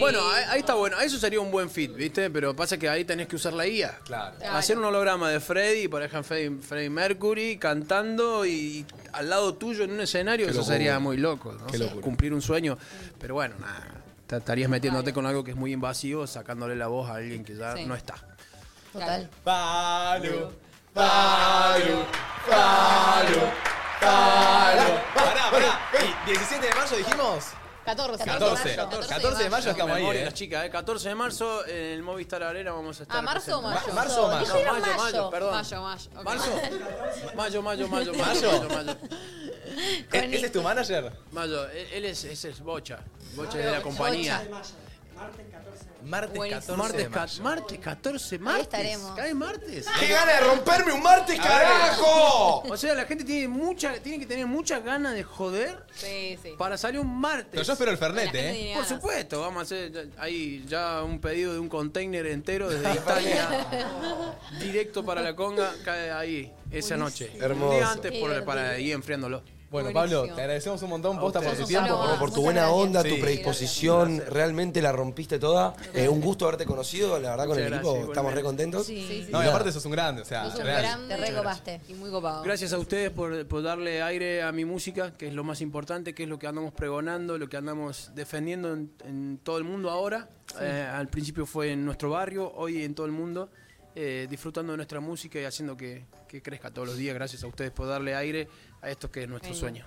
Bueno, ahí, ahí está bueno. Eso sería un buen fit, ¿viste? Pero pasa que ahí tenés que usar la IA. Claro. Hacer un holograma de Freddy, por ejemplo, Freddy, Freddy Mercury, cantando y al lado tuyo en un escenario, Qué eso locura. sería muy loco, ¿no? Qué locura. Cumplir un sueño. Pero bueno, nada. te Estarías metiéndote con algo que es muy invasivo, sacándole la voz a alguien que ya Sí. no está. Total. Palu, palu, palu, palu. Pará, pará. ¿Y 17 de mayo dijimos? 14. 14. 14 de mayo estamos ahí. Memoria, ¿eh? las chicas, ¿eh? 14 de marzo en el Movistar Arena vamos a estar. Ah, ¿marzo o mayo? representando. Marzo o mayo. Dijeron mayo, mayo. mayo, perdón. Mayo, mayo. ok. ¿Marzo? Mayo, mayo, mayo, mayo, mayo, ¿Mayo? mayo. ¿E- ¿Ese es tu manager? Mayo, él él es, ese es Bocha, Bocha de la compañía. Martes 14 Martes, de mayo. ca- martes 14, martes. estaremos. Cae martes. ¡Qué gana de romperme un martes, A ver. carajo! O sea, la gente tiene mucha, tiene que tener muchas ganas de joder Sí, sí. para salir un martes. Pero yo espero el Fernet, gente ¿eh? tiene Por ganas. supuesto, vamos a hacer ya- ahí ya un pedido de un container entero desde Italia directo para la conga, cae ahí esa noche. Hermoso. Un día antes por, Divertido. para ir enfriándolo. Bueno, Pablo, te agradecemos un montón posta por tu tiempo. Pablo, por tu buena onda, tu predisposición, realmente la rompiste toda. Eh, un gusto haberte conocido, la verdad, con Muchas el gracias, equipo estamos igualmente. re contentos. Sí, No, y aparte sos un grande, o sea, Sos un real. grande. Te recopaste. Y muy copado. Gracias a ustedes por, por darle aire a mi música, que es lo más importante, que es lo que andamos pregonando, lo que andamos defendiendo en, en todo el mundo ahora. Eh, al principio fue en nuestro barrio, hoy en todo el mundo, eh, disfrutando de nuestra música y haciendo que, que crezca todos los días. Gracias a ustedes por darle aire a esto que es nuestro sueño.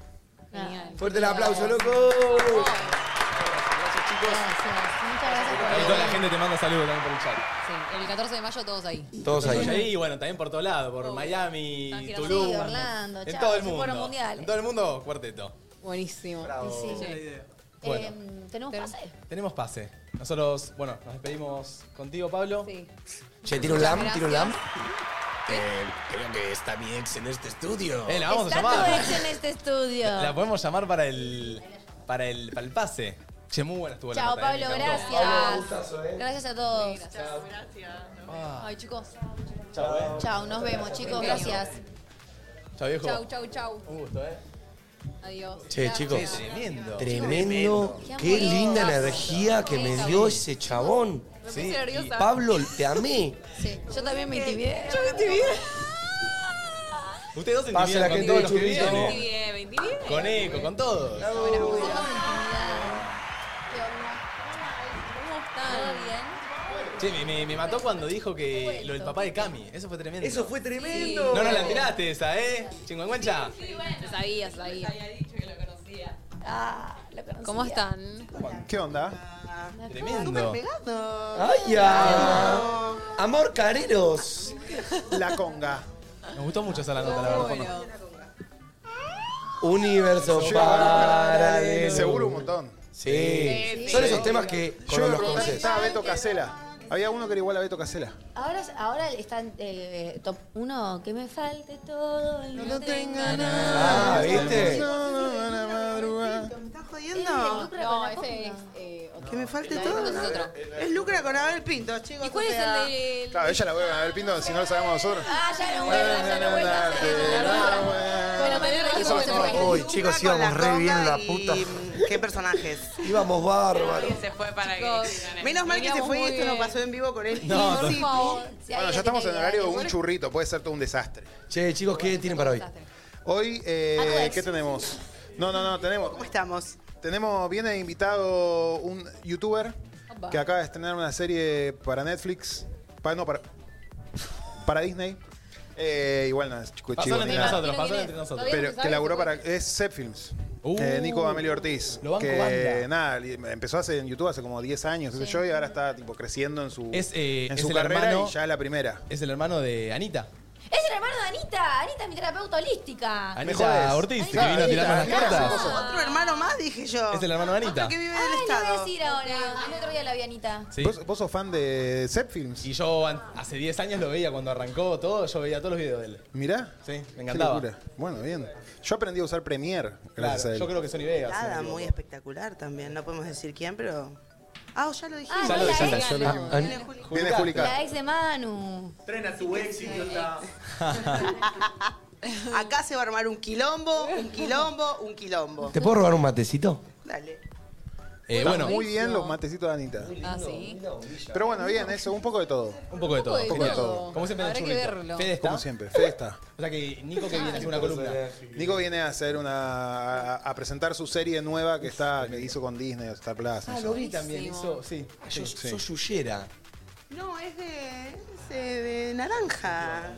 Fuerte el aplauso, loco. Muchas gracias por Y toda la gente te manda saludos también por el chat. Sí, el 14 de mayo todos ahí. Todos ahí. Y bueno, también por todos lados, por Miami, Están girando. Tulum. Sí, Orlando, en chao, todo el se fueron mundo. mundiales. En todo el mundo, cuarteto. Buenísimo. Bravo. Sí, sí. Bueno. Em, ¿Tenemos pase? Tenemos pase. Nosotros, bueno, nos despedimos contigo, Pablo. Sí. Che, tira un lamp, tira un lamp. Eh, creo que está mi ex en este estudio. Eh, la vamos Está a llamar. tu ex en este estudio. La podemos llamar para el. para el, para el pase. Che, muy buena estuvo Chao, la nota, eh, Pablo, me encantó. gracias. eh. Gracias a todos. Chao, gracias. Ay, chicos. Chao, eh. Chao, nos vemos, chicos. Gracias. Chao, viejo. Chau, chau, chau. Un gusto, eh. Adiós. Che, chicos. Tremendo. Tremendo. Qué Qué amor. linda energía que me dio ese chabón. Me puse nerviosa. Pablo, te amé. Sí. Yo también me intimidé. Yo me Ustedes dos se Pase intimidan la con gente todos de los que Chubito. vienen. intimidé. Me intimidé. Con eco, con todos. ¿Cómo están? ¿Todo bien? Che, me, me- me mató cuando dijo que lo del papá de Cami. Eso fue tremendo. Eso fue tremendo. No nos la tiraste esa, ¿eh? Chinguanguancha. Lo sabía, sabía. había dicho que lo conocía. Ah, lo conocía. ¿Cómo están? ¿Qué onda? Tremendo. ¡Ay, ya! Amor Careros. La conga. Me gustó mucho esa la nota, la verdad. Juanma. Universo paralelo. Seguro un montón. Sí. Son esos temas que Yo con me preguntaba los si conoces. estaba Beto Casela. Había uno que era igual a Beto Casela. Ahora, ahora están eh, top 1, que me falte todo y no, tenga Ah, ¿viste? No, no, no, no, madrugada. No, ese es eh, otro. Que me falte No, todo. ese es ¿no? otro. Es Lucra con Abel Pinto, chicos. ¿Y cuál o es sea- el Claro, ella la vuelve a ver Pinto si no lo sabemos nosotros. Ah, ya no ya no vuelve a Uy, chicos, íbamos re bien la puta. mm, ¿Qué personajes? Íbamos bárbaro. se fue para Menos mal que se Veníamos fue muy esto no bien. pasó en vivo con él. No, Sí, por sí. Bueno, ya estamos en horario de un churrito, puede ser todo un desastre. Che, chicos, ¿qué tienen para hoy? Hoy, eh, ¿qué tenemos? No, no, no, tenemos. ¿Cómo estamos? Tenemos, viene invitado un youtuber que acaba de estrenar una serie para Netflix. Para, no, para, para Disney. Eh, igual nada, chico, Pasó chivo, entre ni nada. nosotros, pasó entre nosotros. Pero Todavía que no se laburó sabe para. Es Set Films. Uh, Eh, Nico Amelio Ortiz. lo banco que banda. nada, li- empezó hace, en YouTube hace como 10 años, qué sé yo, y ahora está tipo creciendo en su, Es, eh, en es su el carrera hermano- y ya es la primera. Es el hermano de Anita. Es el hermano de Anita. Anita es mi terapeuta holística. Anita Ortiz, que vino a tirarnos las cartas. Otro hermano más, dije yo. Es el hermano de Anita. Ay, Ah, lo voy a decir ahora. El otro día la vi a Anita. ¿Vos, vos sos fan de Set Films? Y yo an- hace 10 años lo veía cuando arrancó todo, yo veía todos los videos de él. Mirá. Sí, me Qué encantaba. locura. Bueno, bien. Yo aprendí a usar Premiere gracias Claro, a él. yo creo que Sony Vegas. si no me Nada, equivoco. muy espectacular también. No podemos decir quién, pero. Ah, ya lo dijimos. Ya lo dijimos, ex, ya lo la- dijimos. An- Viene Julica. La ex de Manu. Tren a tu ex, idiota. Acá se va a armar un quilombo, un quilombo, un quilombo. ¿Te puedo robar un matecito? Dale. Eh, Están bueno. muy bien los matecitos de Anita. Ah, sí. Pero bueno, bien, eso, un poco de todo. Un poco de todo. Un poco de genial. todo. Como siempre en el Habrá que churrito. verlo. Fede está. Como siempre, Fede está. O sea que Nico que viene a hacer una columna. Nico viene a hacer una a, a presentar su serie nueva que está que hizo con Disney, Star Plus. Ah, lo vi también, hizo, sí. Yo soy yuyera. No, es de. es de, de naranja.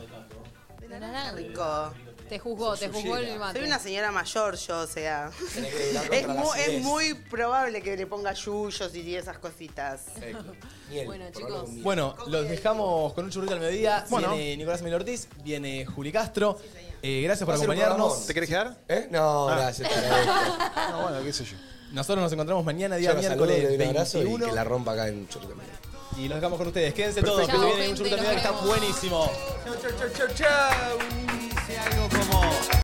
De naranja rico. Te juzgó, te juzgó el mate. Soy una señora mayor yo, o sea. acidez. es, mu- es muy probable que le ponga yuyos y esas cositas. Bueno, chicos. Bueno, los dejamos con un churrito al mediodía. Bueno. Viene Nicolás Melo Ortiz, viene Juli Castro. Eh, gracias Va por a ser un acompañarnos. programón. ¿Te querés quedar? Ah. ¿Eh? No, gracias, No, bueno, qué sé yo. Nosotros nos encontramos mañana, día Yo la saludo, le miércoles doy un abrazo 21. y que la rompa acá en Chorro Y los dejamos con ustedes. Quédense todos, Perfecto. que se Chao, viene un gente, churrito al nos mediodía que está vemos. buenísimo. Chau, chau, chau, chau.